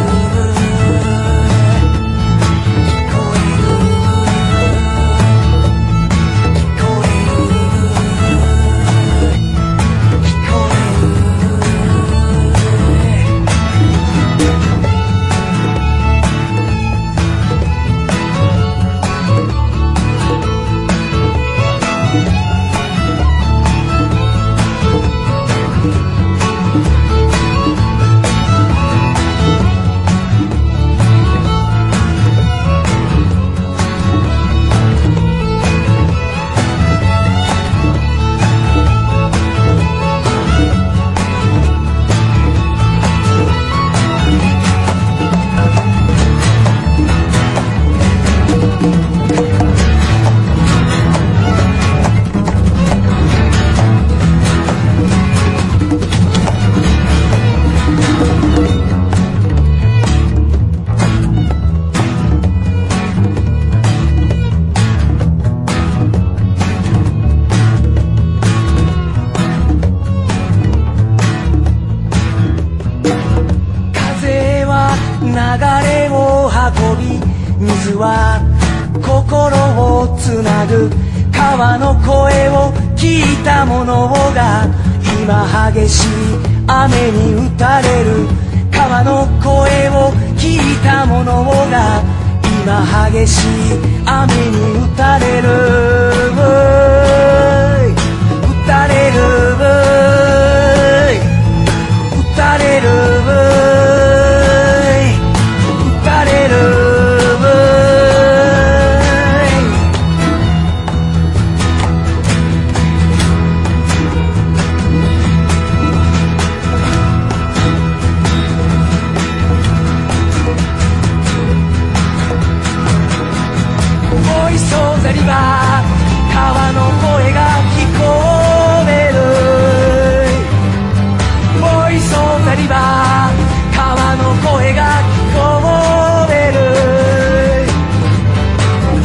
S29: 風は流れを運び水は心をつなぐ川の声を聞いたものが今激しい雨に打たれる川の声を聞いたものが今激しい雨に打たれる打たれる打たれる打たれるボイソーザリバー川の声が聞こえるボイソーザリバー川の声が聞こえる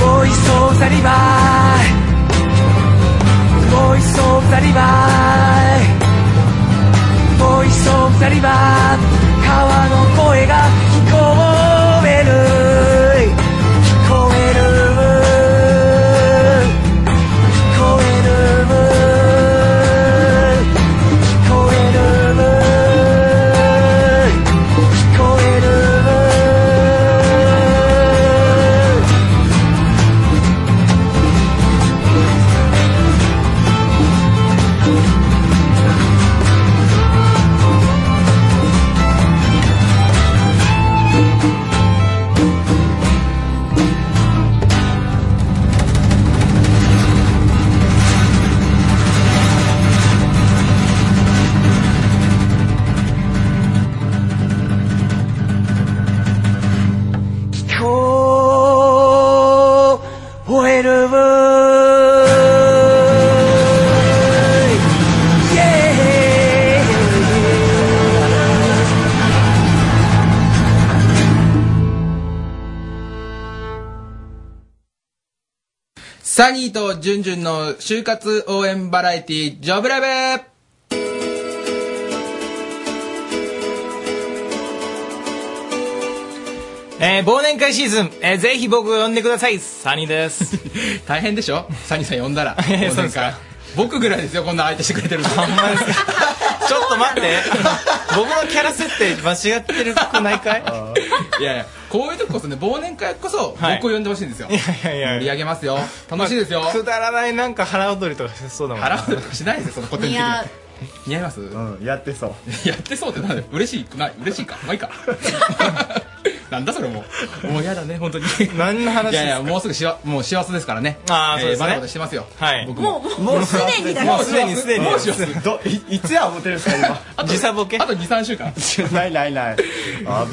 S29: ボイソーザリバーボイソーザリバーボイソーザリバー川の声が聞こえる聞こ
S11: サニーとジュンジュンの就活応援バラエティジョブラブ
S12: えー忘年会シーズン、えーぜひ僕を呼んでくださいサニーです
S11: 大変でしょサニーさん呼んだら
S12: えー
S11: 忘
S12: そうで
S11: 年
S12: すか
S11: 会僕ぐらいですよこんな相手してくれてるの
S12: ちょっと待って僕のキャラ設定間違ってるくな いかい
S11: いやいやこういうとここそね忘年会こそ
S12: はい
S11: 僕を呼んでほしいんですよ、盛り上げますよ楽しいですよ、
S12: まあくだらないなんか腹踊りとかしそうだもんな
S11: 腹踊りしないですよその古典的に
S23: や
S11: 似合いますうんやってそうやってそうってなんで嬉しいくない嬉しいかまあいい かなんだそれももうやだね本当に
S12: 何の話
S11: い
S12: です
S11: や
S12: か
S11: いやもうすぐしわもう師走ですからね
S12: あーそうですね
S11: バタバタしてますよ
S12: はい
S11: 僕
S12: もうもうもうすでにだよもうすでにすでに
S11: もう師走どいいつや思ってるんですか今
S12: 時差ボケ
S11: あと23週 間
S12: ないないない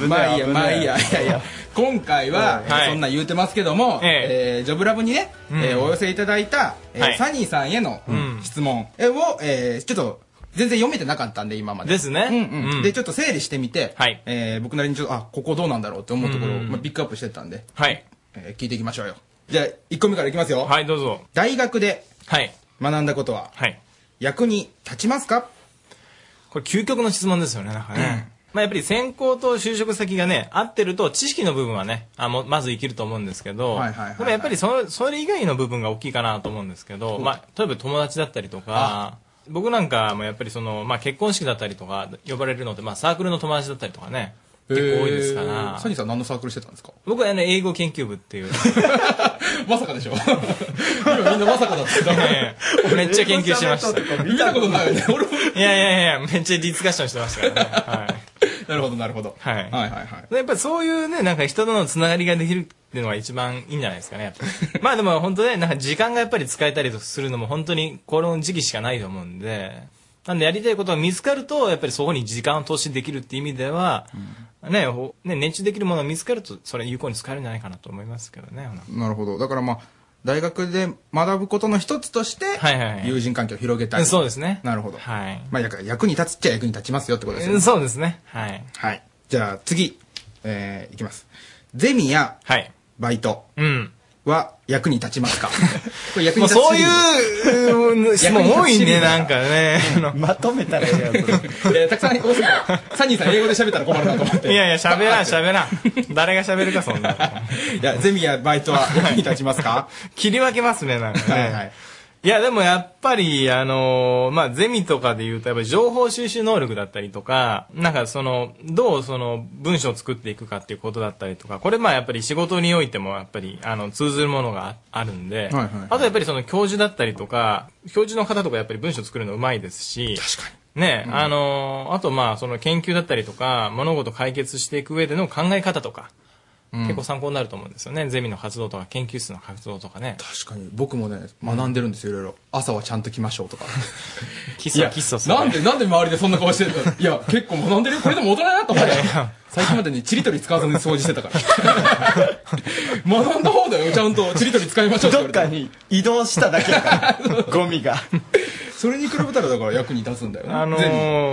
S11: まあいいやまあいいやいやいや今回は、
S12: はい
S11: そんな言うてますけども、えージョブラブにね、
S12: うん
S11: えーお寄せいただいた、えー
S12: はい
S11: サニーさんへの
S12: うん
S11: 質問を、えーちょっと全然読めてなかったんで今まで
S12: ですね
S11: うんうん
S12: うん
S11: でちょっと整理してみて、えー僕なりにちょっとあここどうなんだろうって思うところを、
S12: うんうん
S11: まあ、ピックアップしてたんで、
S12: はい
S11: えー聞いていきましょうよじゃあ1個目からいきますよはいどうぞ大学で学んだことは、役に立ちますか
S12: これ究極の質問ですよねなんかね、まあ、やっぱり選考と就職先がね合ってると知識の部分はねあもうまず生きると思うんですけど、
S11: はいはいはいはい
S12: でもやっぱりそのそれ以外の部分が大きいかなと思うんですけど、まあ、例えば友達だったりとか僕なんかもやっぱりその、まあ、結婚式だったりとか呼ばれるのって、まあ、サークルの友達だったりとかね結構多いですから、
S11: えーサニーさん何のサークルしてたんですか
S12: 僕は、ね、英語研 究部っていう
S11: まさかでしょ 今みんなまさかだった
S12: めっちゃ研究してまし
S11: 英語喋ったと
S12: た
S11: か見たことないよね俺も
S12: いやいやいやめっちゃディスカッションしてましたからね、はい、
S11: なるほどなるほど、
S12: はい、はい
S11: はいはい
S12: やっぱりそういうね、なんか人とのつながりができるっていうのが一番いいんじゃないですかね、やっぱりまあでも本当ね、なんか時間がやっぱり使えたりするのも本当にこの時期しかないと思うんで、なんでやりたいことが見つかると、やっぱりそこに時間を投資できるっていう意味では、ね、ほね、熱中できるものが見つかると、それ有効に使えるんじゃないかなと思いますけどね。
S11: なるほどだからまあ大学で学ぶことの一つとして
S12: はいはいはい。
S11: 友人関係を広げたい、
S12: そうですね。
S11: なるほど、
S12: はい。
S11: まあ、だから役に立つっちゃ役に立ちますよってことですよ
S12: う
S11: ね
S12: んそうですね。はい。
S11: はいじゃあ次えー、いきますゼミやバイトは役に立ち ますか、これ役に
S12: もう
S11: 立つ
S12: そう
S11: シリーズ
S12: いううん質問多いね、なんかね。まとめたらいいや
S11: えーたくさん多すぎてサニーさん英語で喋ったら困るなと思って
S12: いやいや、喋らん、喋らん。誰が喋るか、そんな。
S11: いや、ゼミやバイトは役に立ちますか
S12: 切り分けますね、なんかね。
S11: はいはい
S12: や、でもやっぱり、あのーまあ、ゼミとかで言うと、やっぱり情報収集能力だったりとか、なんかその、どうその文章を作っていくかっていうことだったりとか、これまあやっぱり仕事においてもやっぱり、あの、通ずるものがああるんで、
S11: はいはい
S12: あとやっぱりその教授だったりとか、教授の方とかやっぱり文章作るのうまいですし、確かに。ね、
S11: うん
S12: あのーあとまあその研究だったりとか、物事を解決していく上での考え方とか、
S11: うん
S12: 結構参考になると思うんですよね。ゼミの活動とか研究室の活動とかね。
S11: 確かに僕もね学んでるんですよいろいろ朝はちゃんと来ましょうと か
S12: キ
S11: い
S12: ス
S11: や
S12: はキスをする。
S11: なんでなんで周りでそんな顔してるの いや結構学んでるよこれでも大人だなと思って最近までにちりとり使わずに掃除してたから 学んだ方だよちゃんとちりとり使いましょうどっかに移動しただけだからゴミが それに比べたらだから役に立つんだよね
S12: あの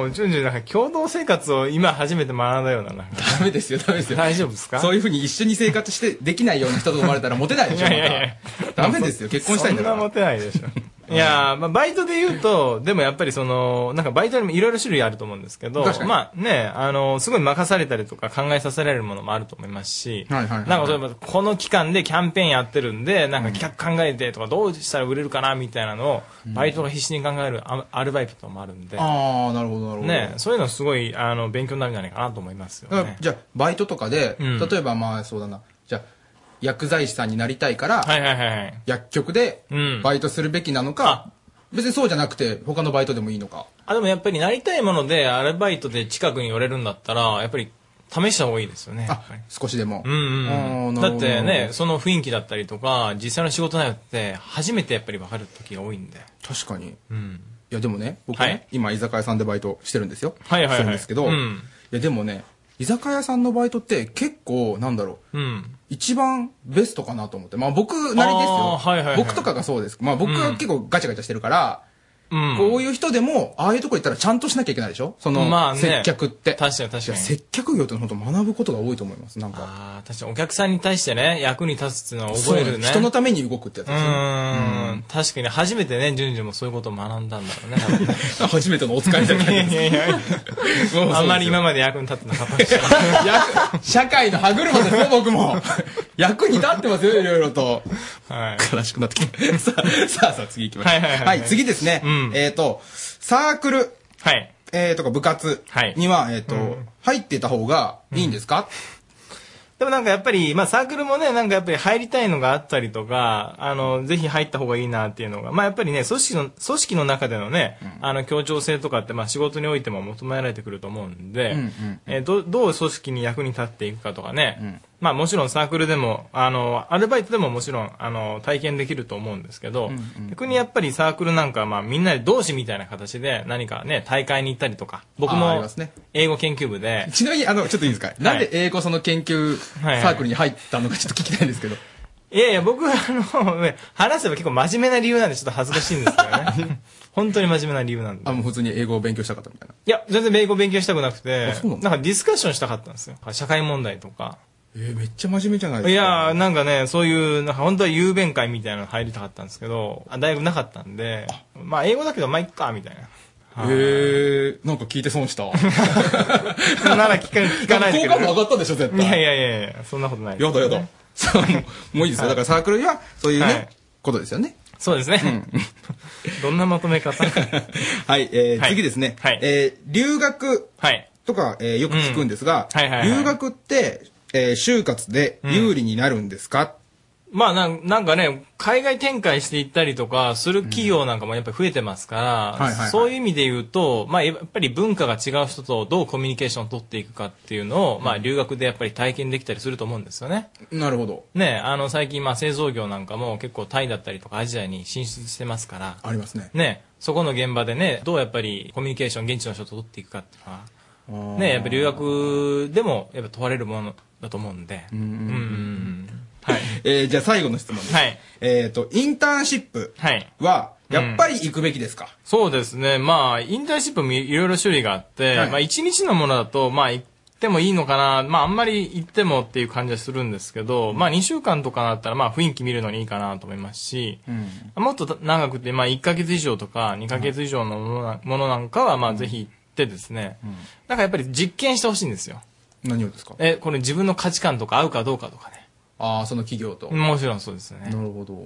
S12: ー、順々なんか共同生活を今初めて学んだようななんか。
S11: ダメですよダメですよ
S12: 大丈夫ですか
S11: そういうふうに一緒に生活してできないような人と生まれたらモテないでしょ
S12: いやいやいや
S11: またダメですよ結婚したいんだから
S12: そんなモテないでしょ。いやーまあ、バイトで言うと、でもやっぱりその、なんかバイトにもいろいろ種類あると思うんですけど
S11: 確か、に
S12: まあね、あの、すごい任されたりとか考えさせられるものもあると思いますし、
S11: はいはいはい
S12: なんか例えばこの期間でキャンペーンやってるんで、なんか企画考えてとかどうしたら売れるかなみたいなのを、バイトが必死に考えるアアルバイトもあるんで、
S11: ああなるほどなるほど
S12: ね、そういうのすごい、あの、勉強になるんじゃないかなと思いますよ
S11: だか
S12: ね
S11: ら。じゃあバイトとかで、
S12: うん
S11: 例えばまあそうだなじゃあ薬剤師さんになりたいから、
S12: はいはいはいはい。
S11: 薬局で
S12: うん
S11: バイトするべきなのか、別にそうじゃなくて他のバイトでもいいのか
S12: あ、でもやっぱりなりたいもので、アルバイトで近くに寄れるんだったら、やっぱり試した方がいいですよね。やっぱり
S11: 少しでも、
S12: うんうんうん、
S11: あーな
S12: だ
S11: る
S12: っ
S11: ほど
S12: てね、その雰囲気だったりとか、実際の仕事内容って、初めてやっぱり分かる時が多いんで。
S11: 確かに
S12: うん。
S11: いやでもね僕ね、
S12: はい
S11: 今居酒屋さんでバイトしてるんですよ、
S12: はいはいはい
S11: してるんですけど、
S12: うん
S11: いやでもね居酒屋さんのバイトって結構なんだろう
S12: うん。
S11: 一番ベストかなと思って。まあ僕なりですよ。
S12: あーはいはいはい
S11: 僕とかがそうです。まあ僕は結構ガチャガチャしてるから、こういう人でも、ああいうとこ行ったらちゃんとしなきゃいけないでしょその、
S12: まあね
S11: 接客って。
S12: 確かに確かに
S11: いや接客業って本当学ぶことが多いと思います、なんか。
S12: あ確かにお客さんに対してね、役に立つっていうのは覚える
S11: そう
S12: ね。
S11: 人のために動くってやつ
S12: う
S11: ですよね
S12: ー
S11: うん
S12: ん。確かに初めてね、順次もそういうことを学んだんだろうね多分ね。
S11: 初めてのお使いじゃないですか
S12: いやいやいや
S11: う
S12: あんまり今まで役に立ってなかったし。
S11: 社会の歯車ですよ、僕 も。役に立ってますよ、いろいろと。悲しくなってきて。 さあ、 さあ、さあ次行きましょう。
S12: はいはいはい
S11: 次ですね。えっと、サークル。えーとか部活には、えっと、入ってた方がいいんですか
S12: でもなんかやっぱり、まあサークルもね、なんかやっぱり入りたいのがあったりとか、あの、ぜひ入った方がいいなっていうのが、まあやっぱりね、組織の、組織の中でのね、あの、協調性とかって、まあ仕事においても求められてくると思うんで、
S11: うんうん
S12: えーどどう組織に役に立っていくかとかね、まあもちろんサークルでも、あの、アルバイトでももちろん、あの、体験できると思うんですけど、逆にやっぱりサークルなんかは、まあみんなで同士みたいな形で何かね、大会に行ったりとか、僕
S11: あーあり
S12: も
S11: ますね
S12: 英語研究部で、
S11: ちなみに、あの、ちょっといいですかなんで英語その研究サ
S12: はい
S11: ークルに入ったのかちょっと聞きたいんですけど。
S12: いやいや、僕はあの、ね話せば結構真面目な理由なんでちょっと恥ずかしい んですけどね。本当に真面目な理由なんで。あ、
S11: もう普通に英語を勉強したかったみたいな。
S12: いや、全然英語勉強したくなくて
S11: あそうな、
S12: なんかディスカッションしたかったんですよ。社会問題とか。
S11: えーめっちゃ真面目じゃないですか。
S12: いやー、なんかね、そういう、なんか本当は雄弁会みたいなの入りたかったんですけど、あ大学なかったんで、まあ英語だけど、まあいっか、みたいな。
S11: へえ、なんか聞いて損 した。
S12: なら聞か聞かないでくれる
S11: 好感度上がったでしょ、絶
S12: い
S11: 対。
S12: やいやいやいや、そんなことないです
S11: やだや だ。そうもうもういいですよ。だからサークルには、そういうね、
S12: はい
S11: ことですよね。
S12: そうですね。どんなまとめ方
S11: はい、えー次ですね。えー留学とか、えーよく聞くんですが、
S12: うんはいはいはい
S11: 留学って、えー就活で有利になるんですか、
S12: まあなんなんかね、海外展開していったりとかする企業なんかもやっぱり増えてますか
S11: はい
S12: ら、
S11: はいはい
S12: そういう意味で言うと、まあやっぱり文化が違う人とどうコミュニケーションを取っていくかっていうのを、まあ留学でやっぱり体験できたりすると思うんですよね。
S11: なるほど。
S12: ね、あの最近まあ製造業なんかも結構タイだったりとかアジアに進出してますから、
S11: ありますね。
S12: ね、そこの現場でね、どうやっぱりコミュニケーション、現地の人と取っていくかっていうのは、ね、やっぱり留学でもやっぱ問われるものだと思うんで、
S11: うんうん
S12: うん
S11: えーじゃあ最後の質問です。えっ、と、インターンシップは、やっぱり行くべきですか、
S12: そうですね。まあ、インターンシップもいろいろ種類があって、
S11: はい
S12: まあ、1日のものだと、まあ、行ってもいいのかな。まあ、あんまり行ってもっていう感じはするんですけど、まあ、2週間とかだったら、まあ、雰囲気見るのにいいかなと思いますし、もっと長くて、まあ、1ヶ月以上とか、2ヶ月以上のものなものなんかは、まあ、ぜひ行ってですね、なんかやっぱり実験してほしいんですよ。
S11: 何をですか
S12: え、これ自分の価値観とか合うかどうかとかね。
S11: ああ、その企業と。
S12: もちろんそうですね。
S11: なるほど。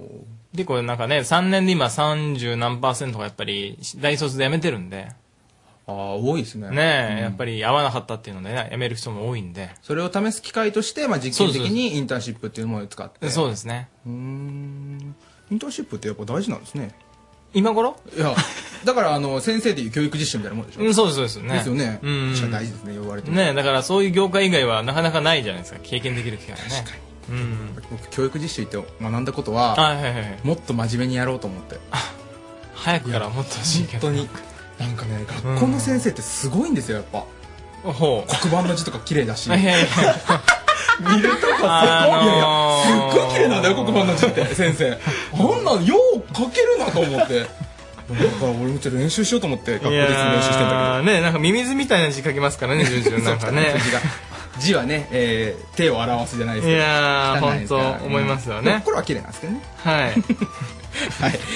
S12: で、これなんかね、3年で今30何パーセントがやっぱり大卒で辞めてるんで。
S11: ああ、多いですね。
S12: ねえ、
S11: うん
S12: やっぱり合わなかったっていうので、ね、辞める人も多いんで。
S11: それを試す機会として、まあ、実験的
S12: そうで
S11: にインターンシップっていうものを使って。
S12: そうですね。
S11: うーん。インターンシップってやっぱ大事なんですね。
S12: 今頃
S11: いや、だから、あの、先生でいう教育実習みたいなもんでしょ
S12: うんそうですそうですね
S11: ですよね。
S12: うん
S11: それは大事ですね、呼ばれても
S12: ねえ、だからそういう業界以外はなかなかないじゃないですか、経験できる機会がね。
S11: 確か
S12: に。うん。
S11: 僕、教育実習行って学んだことは、
S12: はいはいはい。
S11: もっと真面目にやろうと思って。
S12: 早くから思ってほしいけど。
S11: 本当に。なんかね、学校の先生ってすごいんですよ、やっぱ。
S12: ほ
S11: う。黒板の字とか綺麗だし。
S12: いやいやいや
S11: 見るとかすごい、いやいや、すっごい綺麗なんだよ、黒板の字って、先生。あんなんよう書けるなと思って。だから俺もちょっと練習しようと思って、学校
S12: い
S11: で
S12: や
S11: 練習してんだけど。
S12: ーねえなんかミミズみたいな字書きますからね、順々なんかね
S11: そう。字が字はね、えー手を表すじゃないです
S12: いやー
S11: 汚いですから
S12: 本当思いますよ
S11: う
S12: ね
S11: んこれ は綺麗なんですけどね。
S12: はい。
S11: はい。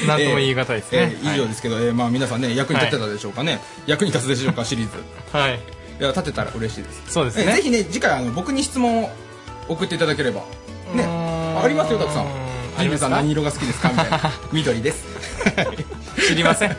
S12: なんとも言い難いですね
S11: えーえー以上ですけど、えーまあ皆さんね、役に立てたでしょうかね。役に立つでしょうか、シリーズ。
S12: は
S11: い
S12: い。
S11: や、立てたら嬉しいです。
S12: そうですね
S11: えーぜひね、次回、あの、僕に質問を送っていただければ。ね、ありますよ、たくさん。ジムさん何色が好きですかみたい な。緑です。
S12: 知り ません。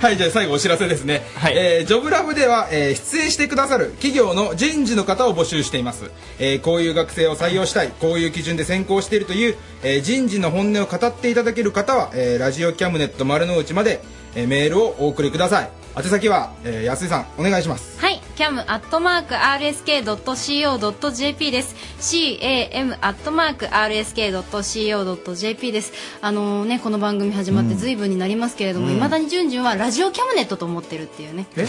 S11: はい、じゃあ最後お知らせですね。えージョブラブでは、えー出演してくださる企業の人事の方を募集しています。えーこういう学生を採用したい、こういう基準で選考しているという、えー人事の本音を語っていただける方は、えーラジオキャムネット丸の内まで、えーメールをお送りください。宛先は、えー安井さん、お願いします。
S3: はい、cam.rsk.co.jp です。cam.rsk.co.jp です。あのね、この番組始まって随分になりますけれども、
S11: うん
S3: いまだにじゅんじゅんはラジオキャムネットと思ってるっていうね。
S11: え違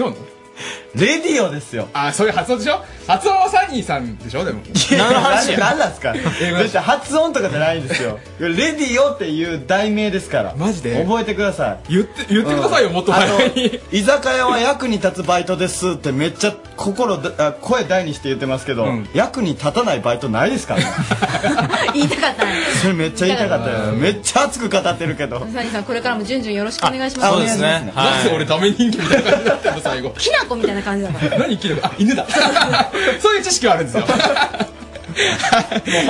S11: うのレディオですよあそういう発音でしょ発音はサニーさんでしょでも
S10: 何の話
S11: 何なんですか
S10: 別に発音とかじゃないんですよレディオっていう題名ですからマジで覚えてください
S11: 言って言ってくださいよもっと早い
S10: に居酒屋は役に立つバイトですってめっちゃ心だあ声大にして言ってますけど、役に立たないバイトないですからね
S23: 言いたかったね
S10: それめっちゃ言いたかったよめっちゃ熱く語ってるけど
S23: サニーさんこれからも順々よろしくお願いします
S10: あそうですね
S11: なぜ俺ダメ人間みたいな感じになってるの最後
S23: きなこみたいな感じだから
S11: 何聞いたかあ犬だ そういう知識はあるんですよ
S12: もう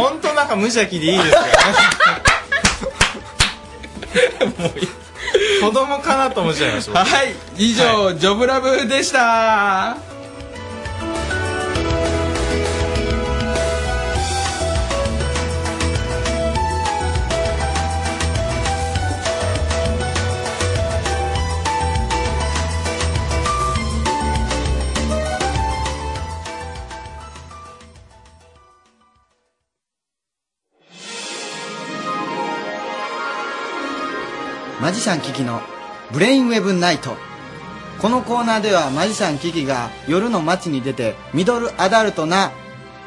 S12: 本当なんか無邪気でいいです よね子供かなと思っちゃいました僕
S11: はい以上、ジョブラブでした
S2: マジシャンキキのブレインウェブナイトこのコーナーではマジシャンキキが夜の街に出てミドルアダルトな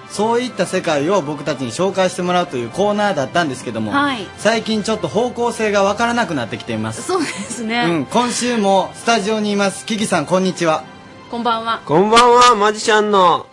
S2: そういった世界を僕たちに紹介してもらうというコーナーだったんですけども、
S3: はい
S2: 最近ちょっと方向性がわからなくなってきています
S3: そうですね、
S2: うん、今週もスタジオにいますキキさんこんにちは
S3: こんばんは
S2: こんばんはマジシャンの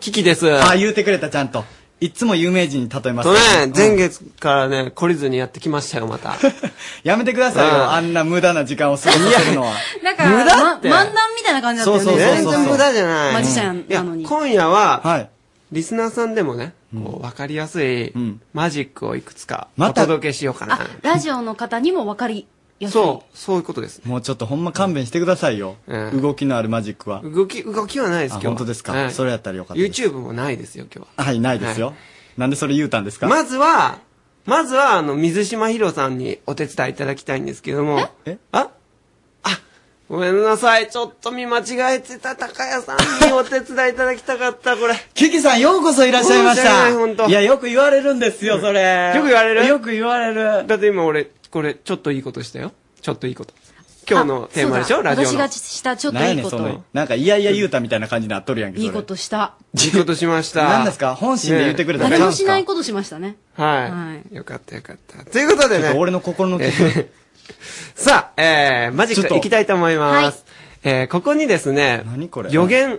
S2: キキですあ言うてくれたちゃんといつも有名人に例えます
S13: とね、
S2: うん
S13: 前月からね、懲りずにやってきましたよ、また。
S2: やめてくださいよ、
S13: うん
S2: あんな無駄な時間を過ごさせるのは
S3: なんか、
S13: 無駄
S3: ま
S13: って
S3: 漫談みたいな感じだったよね。
S13: 全然無駄じゃない。
S3: マジシャンなの
S13: い
S3: に
S13: や。今夜は、リスナーさんでもね、こう、わかりやすいマジックをいくつかお届けしようかな。
S3: ラジオの方にも分かりやすい。
S2: そう
S13: そういうことです
S2: もうちょっとほんま勘弁してくださいよ、動きのあるマジックは
S13: 動き、動きはないです、
S2: あ
S13: 今日は。
S2: 本当ですか、
S13: はい
S2: それやったらよかったです
S13: YouTube もないですよ、今日は。
S2: はいないですよ、
S13: は
S2: なんでそれ言うたんですか
S13: まずは、まずは、あの、水島ひろさんにお手伝いいただきたいんですけども。
S2: え
S13: ああ、ごめんなさい。ちょっと見間違えてた高谷さんにお手伝いいただきたかった、これ。
S2: キキさんようこそいらっしゃいまし
S13: 申し訳
S2: た
S13: ない本当
S2: やよく言われるんですよそれ
S13: よく言われる
S2: よく言われる。
S13: だって今俺、これ、ちょっといいことしたよ。ちょっといいこと。今日のテーマでしょ、
S3: あ
S13: ラジオの。
S3: 私がしたちょっといいこ
S2: なんやねんそ
S3: と
S2: の。なんかいやいや言うたみたいな感じになっとるやんけ
S3: いいことした。
S13: いいことしました。
S2: 何ですか本心で言ってくれた
S3: 何もしないいことしましたね。
S13: は。
S3: はい
S13: よかったよかった。ということで
S2: ちょっ
S13: ね。
S2: と俺の心の 傷
S13: さあ、えー、マジッ
S2: ちょっ
S13: ク
S2: と
S13: いきたいと思います。えー、ここにですね、予言、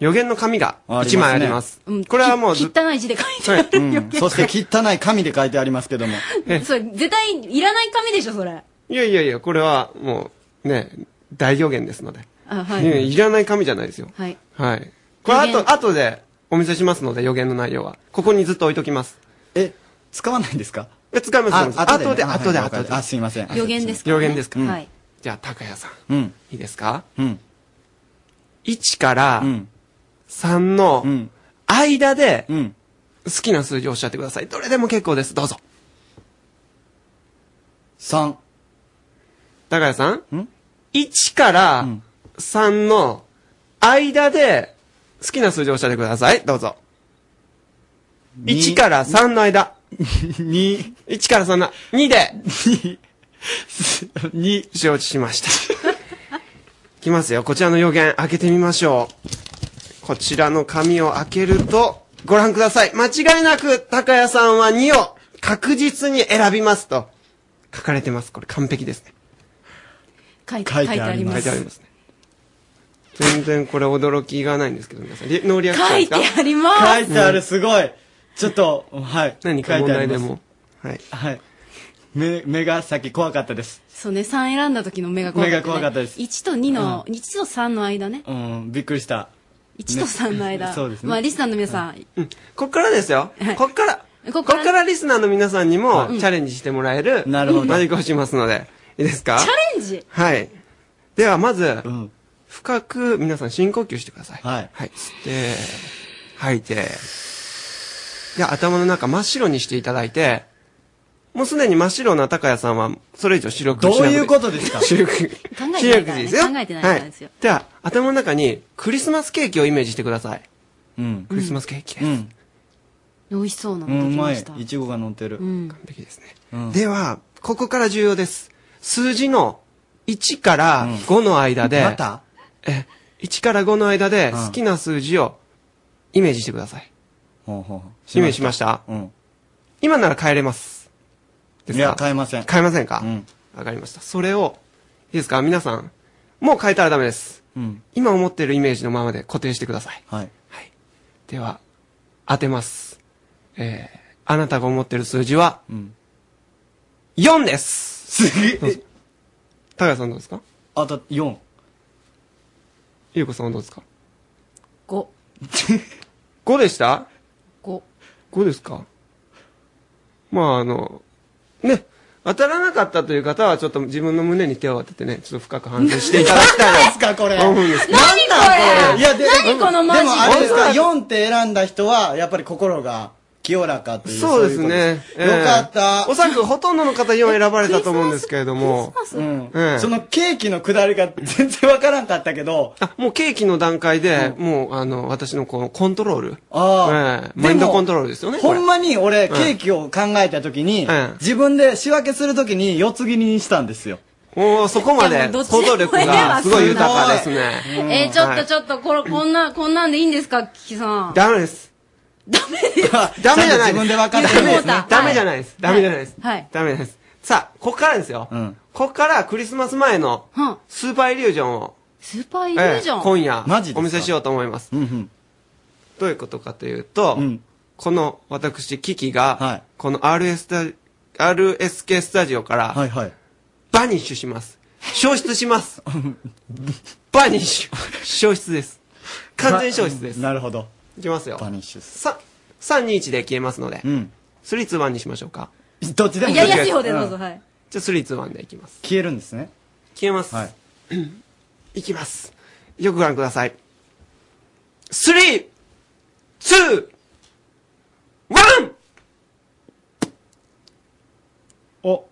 S13: 予言の紙が1枚あります。
S3: うん
S13: これはもうずっと、
S3: 汚い字で書いてある。
S2: うん、そして汚い紙で書いてありますけど も
S3: それ、絶対いらない紙でしょ、それ。
S13: いやいやいや、これはもう、ね、大予言ですので。
S3: あ、はい
S13: や
S3: い。
S13: いらない紙じゃないですよ。
S3: はい。
S13: はい。これあ
S3: 予言
S13: と、あとでお見せしますので、予言の内容は。ここにずっと置いときます。
S2: え、使わないんですか
S13: え、使います。使います後で、
S2: ね
S13: 後で、
S2: はいわか
S13: 後
S2: る
S13: で。
S2: あすいません
S13: あ
S2: 予
S3: 言ですか
S13: 予言ですか。
S3: はい。
S13: じゃあ、高谷さん。
S2: うん
S13: いいですか
S2: うん
S13: 1から3の間で、好きな数字をおっしゃってください。どれでも結構です。どうぞ。
S2: 3。
S13: 高谷さん ?1 から3の間で好きな数字をおっしゃってください。どうぞ。1から3の間。
S2: 2。
S13: 1から3の、2で。2。承知しました。いきますよ。こちらの予言、開けてみましょう。こちらの紙を開けると、ご覧ください。間違いなく、高谷さんは2を確実に選びますと。書かれてます。これ完璧ですね。
S3: 書いて書いてあります。
S13: 書いてありますね。全然これ驚きがないんですけど、皆さん。リノーリアクション
S3: 書
S13: で
S3: い
S13: す
S3: て
S13: か
S3: あります。
S13: 書いてある
S2: すごいちょっとはい
S13: 何か問題でもはい、
S2: はい、目目がさっき怖かったです
S3: そうね、3選んだ時の目が怖かった、ね。
S2: 目が怖かったです
S3: 1と2の、1と3の間ね。
S2: うんびっくりした
S3: 1と3の間。
S13: ねそうですね
S3: まあ、リスナーの皆さん、
S13: こっからですよ。こっから、こっからリスナーの皆さんにもチャレンジしてもらえる、な
S2: るほど
S13: マジックをしますので。いいですか
S3: チャレンジ
S13: はい。では、まず、深く皆さん深呼吸してください。はい。はい。吸って、吐いて、で、頭の中真っ白にしていただいて、もうすでに真っ白な高谷さんは、それ以上白くしなくて
S2: どういうことですか
S13: 白く。
S3: 考えてないから、
S13: 白く
S3: ね、
S13: ですよ
S3: 考えてないからですよ。
S13: では、頭の中にクリスマスケーキをイメージしてください。
S2: うん。
S13: クリスマスケーキです。
S3: 美味しそうな
S2: う
S3: ので
S2: んう
S3: きま
S2: ま
S3: し
S2: い
S3: た。
S2: いちごが乗ってる、
S3: うん。
S13: 完璧ですね。では、ここから重要です。数字の1から5の間で、
S2: また
S13: 1から5の間で好きな数字をイメージしてください。
S2: ほうほう
S13: イメージしました
S2: うん。
S13: 今なら変えれます。ですか
S10: いや変えません
S13: 変えませんかわかりました。それを、いいですか皆さん、もう変えたらダメです。
S2: うん。
S13: 今思ってるイメージのままで固定してください。
S2: はい。
S13: では、当てます。えー、あなたが思ってる数字は、
S2: うん。
S13: 4ですどうぞ高谷さんどうですか
S10: あた、4。
S13: ゆうこさんはどうですか
S3: 5。
S13: 5でした
S3: 5。
S13: 5ですかまあ、あの、ね、当たらなかったという方は、ちょっと自分の胸に手を当ててね、ちょっと深く反省していただき たいな。ですか、これ思うんですけど
S2: 何これいやで
S13: 何このマジ
S2: でもあれですか
S13: 本当
S2: 4って選んだ人はやっぱり心が清らかという
S13: そうですね。
S2: そういうことですよかっ
S13: ええおそらくほとんどの方4選ばれたと思うんですけれども。
S2: た、うん
S13: ええ
S2: そのケーキのくだりが全然わからんかったけど
S13: あ、もうケーキの段階で、もう、あの、私のこのコントロール。
S2: あ
S13: ええマインドコントロールですよね。
S2: ほんまに俺ケ
S13: うん
S2: ーキを考えた時に、自分で仕分けする時に四つ切りにしたんですよ
S13: おおそこ
S3: までいやもうどっちでも行動力がすごい豊かです
S13: ね
S3: えー、ちょっとち
S13: ょっ
S3: ょっと、これ、こんな、こんなんでいいんですか、キキさん。
S13: ダメです。ダメじゃないです。
S2: ちゃんと自分で分かって
S13: ダ
S2: るん
S13: メ
S2: で
S13: ですす
S2: ね
S13: ね。ダメじゃないです。ダメじゃないです。
S3: はい。
S13: ダメです。さあ、ここからですよ。ここからクリスマス前のスーパーイリュージョンを、
S3: スーパーイリュージョン。
S13: ええ今夜
S2: マジです、か
S13: お見せしようと思います。どういうことかというと、この私、キキが、この RS スタ RSK スタジオから、バニッシュします。消失します。バニッシュ。消失です。完全消失です。
S2: なるほど
S13: いきますよ。
S2: バニッシュです
S13: さ、3、2、1で消えますので。スリーツーワンにしましょうか。
S2: どっちでも
S3: やりやすい方でどうぞ、
S13: ん
S3: はい。
S13: じゃあスリーツーワンでいきます。
S2: 消えるんですね
S13: 消えます。 いきます。よくご覧ください。スリー、ツー、ワン
S2: お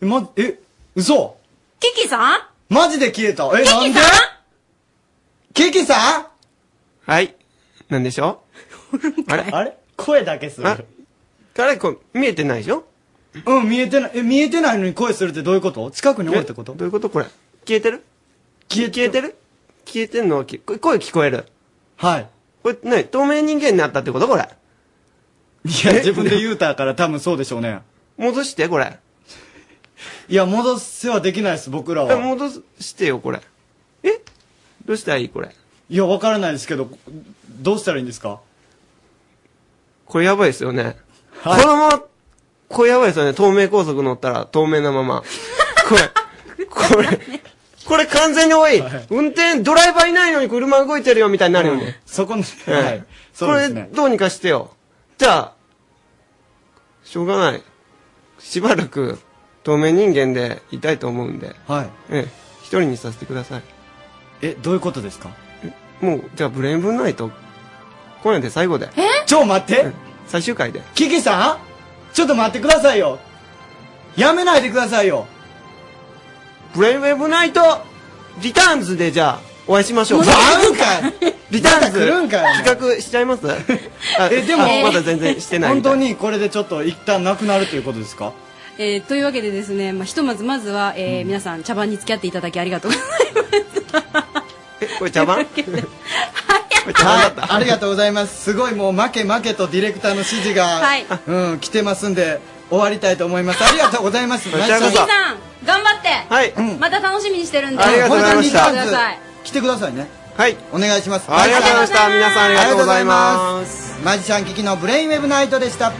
S2: まえ嘘
S3: キキさん
S2: マジで消えたえなんでキキさん
S13: はい。なんでしょうあれ
S2: あれ声だけする。
S13: 誰こう、見えてないでしょ
S2: うん、見えてない。え、見えてないのに声するってどういうこと近くにおるってこと
S13: どういうことこれ。消えてる消え消えてる消えてんのきこ声聞こえる。
S2: はい。
S13: これ、ね、透明人間になったってことこれ。
S2: いや、自分で言うたから多分そうでしょうね。
S13: 戻して、これ。
S2: いや、戻せはできないです、僕ら
S13: え
S2: は。
S13: 戻してよ、これ。えどうしたらいいこれ。
S2: いや、わからないですけど、どうしたらいいんですか
S13: これやばいですよね。このまま、これやばいですよね。透明高速乗ったら透明なまま。これ、これ、これ完全に多い。運転、ドライバーいないのに車動いてるよみたいになるよね。
S2: そこに、
S13: は
S2: はい
S13: い。
S2: そ
S13: こ
S2: うです
S13: れ、
S2: ね
S13: どうにかしてよ。じゃあ、しょうがない。しばらく、透明人間でいたいと思うんで。
S2: はい。
S13: ええ、一人にさせてください。
S2: え、どういうことですか
S13: もう、じゃあ、ブレインブナイト、今夜で最後で。
S2: えちょ、待って
S13: 最終回で。
S2: キキさんちょっと待ってくださいよやめないでくださいよ
S13: ブレインウェブナイトリターンズでじゃあ、お会いしましょう。
S2: また来
S13: かリターンズ。
S2: また来るんかい
S13: 企画しちゃいますあ
S2: え、でも
S13: あ、まだ全然してないみ
S2: 本
S13: たい。
S2: 当にこれでちょっと一旦なくなるということですか
S3: えー、というわけでですね、まあ、ひとまずまずは、えー皆さん茶番に付き合っていただきありがとうございます
S13: これ茶番
S2: はい、ありがとうございます。すごいもう負け負けとディレクターの指示が、
S3: はい
S2: うん、来てますんで、終わりたいと思います。ありがとうござい ます。
S3: キキさん
S2: ナイスさん
S3: 頑張って、
S13: はい
S3: また楽しみにしてるんで
S2: ありがとうございました
S3: 本当に見てください
S2: 来てくださいね。
S13: はい。
S2: お願いします。。
S13: ありがとうございました皆さんありがとうございます
S2: マジシャンキキのブレインウェブナイトでした。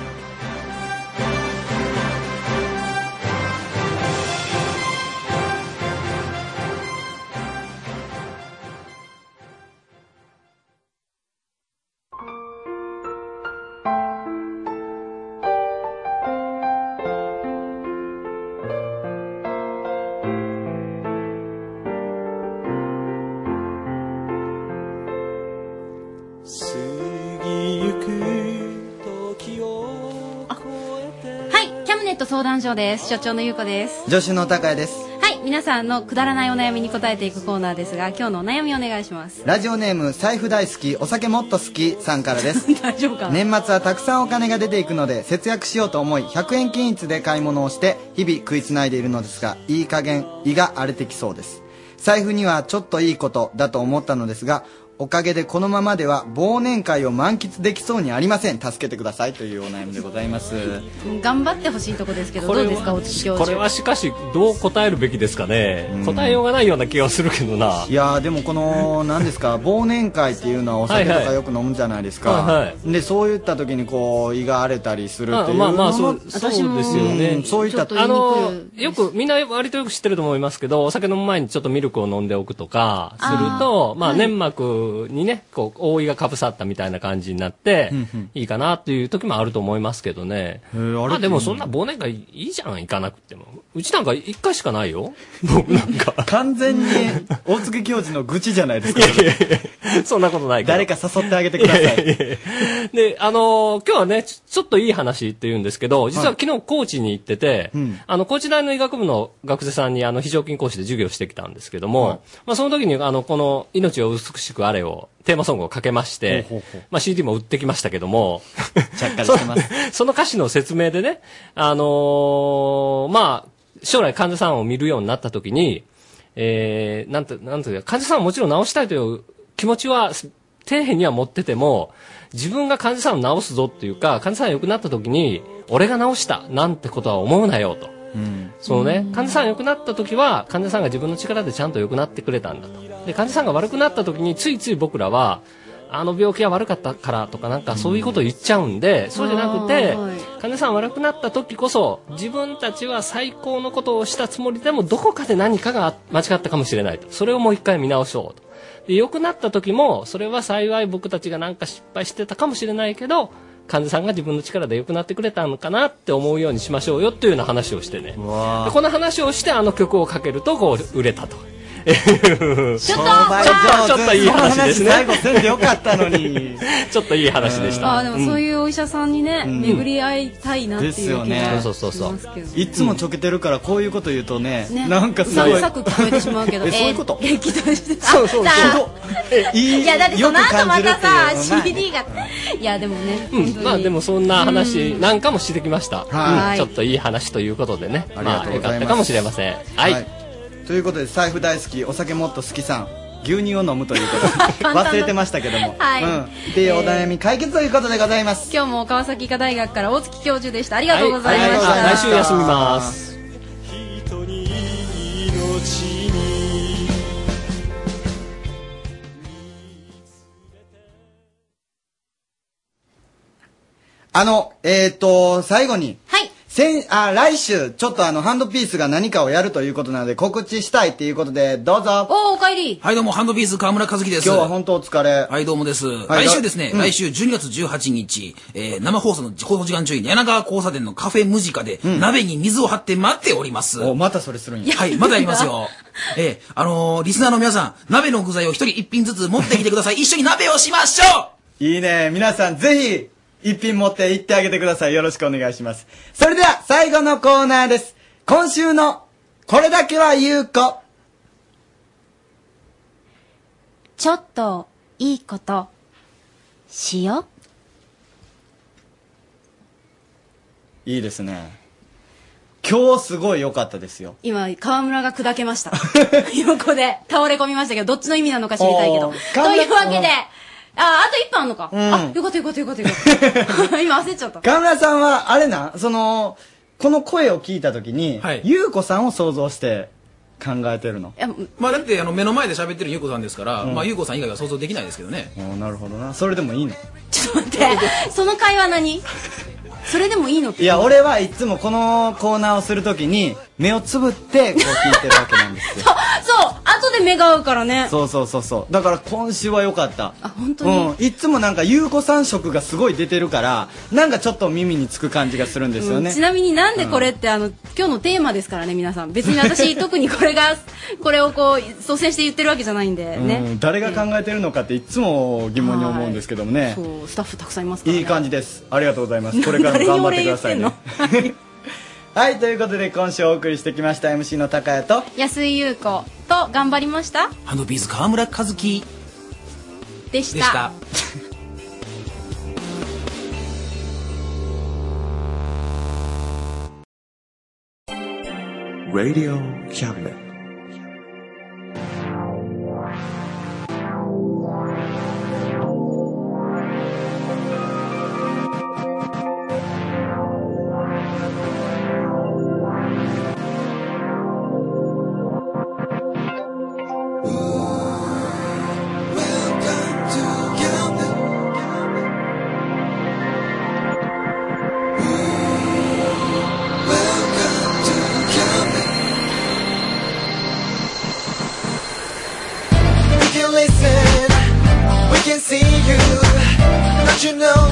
S3: はいキャムネット相談所です所長のゆうこです
S2: 女子の高谷です。
S3: はい皆さんのくだらないお悩みに答えていくコーナーですが今日のお悩みお願いします
S2: ラジオネーム、財布大好き、お酒もっと好きさんからです。
S3: 大丈夫かな
S2: 年末はたくさんお金が出ていくので節約しようと思い100円均一で買い物をして日々食いつないでいるのですがいい加減胃が荒れてきそうです財布にはちょっといいことだと思ったのですが、おかげでこのままでは忘年会を満喫できそうにありません。助けてくださいというお悩みでございます。
S3: 頑張ってほしいとこですけど、
S4: こ
S3: ど
S4: れは
S3: うですか、おつき教
S4: これ
S3: 授。
S4: はしかしどう答えるべきですかね、答えようがないような気がするけどない
S2: やーでもこの何ですか忘年会っていうのはお酒と
S4: はいは
S2: か
S4: い
S2: よく飲むじゃないですか、
S4: はいは
S2: でそういった時にこう胃が荒れたりするっていう
S4: まあまあ
S2: のも
S4: そうそうですよね、
S2: うんそういった
S4: あのよくみんな割とよく知ってると思いますけどお酒飲む前にちょっとミルクを飲んでおくとかするとまあ、粘膜にねこう覆いがかぶさったみたいな感じになって、いいかなっていう時もあると思いますけどね
S2: あ
S4: まあでもそんな忘年会いいじゃん行かなくてもうちなんか一回しかないよ僕なんか
S2: 完全に大槻教授の愚痴じゃないですか
S4: そんなことないけど
S2: 誰か誘ってあげてください
S4: で、あのー今日はねちょ、ちょっといい話って言うんですけど、実は昨日高知に行ってて、あの、高知大の医学部の学生さんに、あの、非常勤講師で授業してきたんですけども、まあ、その時に、あの、この、命を美しくあれを、テーマソングをかけまして、
S2: ほうほうほう
S4: まあ、CD も売ってきましたけども、
S2: ちゃっかりしてます
S4: そその歌詞の説明でね、あのーまあ、将来患者さんを見るようになった時に、えー、なんて、なんていうか、患者さんをもちろん治したいという気持ちは、す底辺には持ってても、自分が患者さんを治すぞっていうか、患者さんが良くなった時に、俺が治したなんてことは思うなよと。そのね、患者さんが良くなった時は、患者さんが自分の力でちゃんと良くなってくれたんだと。で、患者さんが悪くなった時に、ついつい僕らは、あの病気は悪かったからとかなんかそういうことを言っちゃうんで、そうじゃなくて、患者さん悪くなった時こそ、自分たちは最高のことをしたつもりでも、どこかで何かが間違ったかもしれないと。それをもう一回見直そうと。で、良くなった時も、それは幸い僕たちがなんか失敗してたかもしれないけど、患者さんが自分の力で良くなってくれたのかなって思うようにしましょうよっていうような話をしてね。でこの話をしてあの曲をかけると、こう、売れ たと。ちょっとちょっといい話ですね。
S2: 最後全部良かったのに。
S4: ちょっといい話でした。
S3: あーでもそういうお医者さんにね、
S2: うん
S3: 巡り合いたいなっていう
S2: で
S3: 気
S2: す
S3: が
S2: よね
S3: しますけど
S2: いつもちょけてるからこういうこと言うとね
S3: ね
S2: なんかすごいう
S3: さんくさく聞こえてしまうけど
S2: えそういうこと
S3: えー激怒してた
S2: そうそう
S3: あ
S2: ひ
S3: さあ
S2: いい
S3: いやだってその後また
S4: よく感じるっていうの
S3: さ
S4: はない
S3: CD がいやでもね、
S4: うん
S3: 本当に
S4: まあでもそんな話なんかもしてきました、
S2: はい
S4: うんちょっといい話ということでね
S2: ありがとうございます
S4: まあ、よかったかもしれませんはい、
S2: ということで財布大好きお酒もっと好きさん牛乳を飲むという ことで
S3: 簡単な
S2: 忘れてましたけども、
S3: はい
S2: うん、でお悩み解決ということでございます
S3: 今日も川崎医科大学から大月教授でしたありがとうございました、
S4: はいありがとうございました来週休みます
S2: あのえっ、ー、と最後にはい先あ来週ちょっとあのハンドピースが何かをやるということなので告知したいっていうことでどうぞ
S3: おおおかえり
S14: はい、どうも、ハンドピース、河村和樹です。
S2: 今日は本当お疲れ。
S14: はい、どうもです。
S2: はい
S14: 来週ですね、
S2: うん
S14: 来週12月18日、えー、生放送の放送時間中に、柳川交差点のカフェムジカで、鍋に水を張って待っております。お、
S2: またそれするん
S14: や。はい、またやりま すよ。えー、あのー、リスナーの皆さん、鍋の具材を一人一品ずつ持ってきてください。一緒に鍋をしましょう
S2: いいね皆さんぜひ一品持って行ってあげてくださいよろしくお願いしますそれでは最後のコーナーです今週のこれだけは言う子
S3: ちょっといいことしよう
S2: いいですね今日すごい良かったですよ
S3: 今河村が砕けました 横で倒れ込みましたけどどっちの意味なのか知りたいけど
S2: お
S3: と
S2: ー
S3: いうわけ
S2: うん
S3: でああと1分あんのか、
S2: うん
S3: あよかったよかったよかったよか った今焦っちゃった
S2: 河村さんはあれなそのこの声を聞いた時に、優子さんを想像して考えてるの
S14: まあ、だって、あの、目の前で喋ってるゆうこさんですから、
S2: うん
S14: まあ、ゆうこさん以外は想像できないですけどね。
S2: おなるほどなそれでもいいの
S3: ってその会話何それでもいいのって
S2: いや俺はいつもこのコーナーをする時に目をつぶってこう聞いてるわけなんです よ
S3: そうそう後で目が合うからね
S2: そうそうそうそうだから今週は良かったあ
S3: 本当に
S2: うん、いつもなんか優子さん色がすごい出てるからなんかちょっと耳につく感じがするんですよね、
S3: うんちなみになんでこれって、あの今日のテーマですからね皆さん別に私特にこれがこれをこう率先して言ってるわけじゃないんでね、
S2: うん、誰が考えてるのかっていつも疑問に思うんですけどもね、
S3: そうスタッフたくさんいますから
S2: いい感じですありがとうございますこれからも頑張ってくださいねはいということで今週お送りしてきました MC の高谷と
S3: 安井優子と頑張りました
S14: ハンドピース、河村和樹
S3: で
S14: でした。
S18: Radio Cabinet.
S1: Don't you know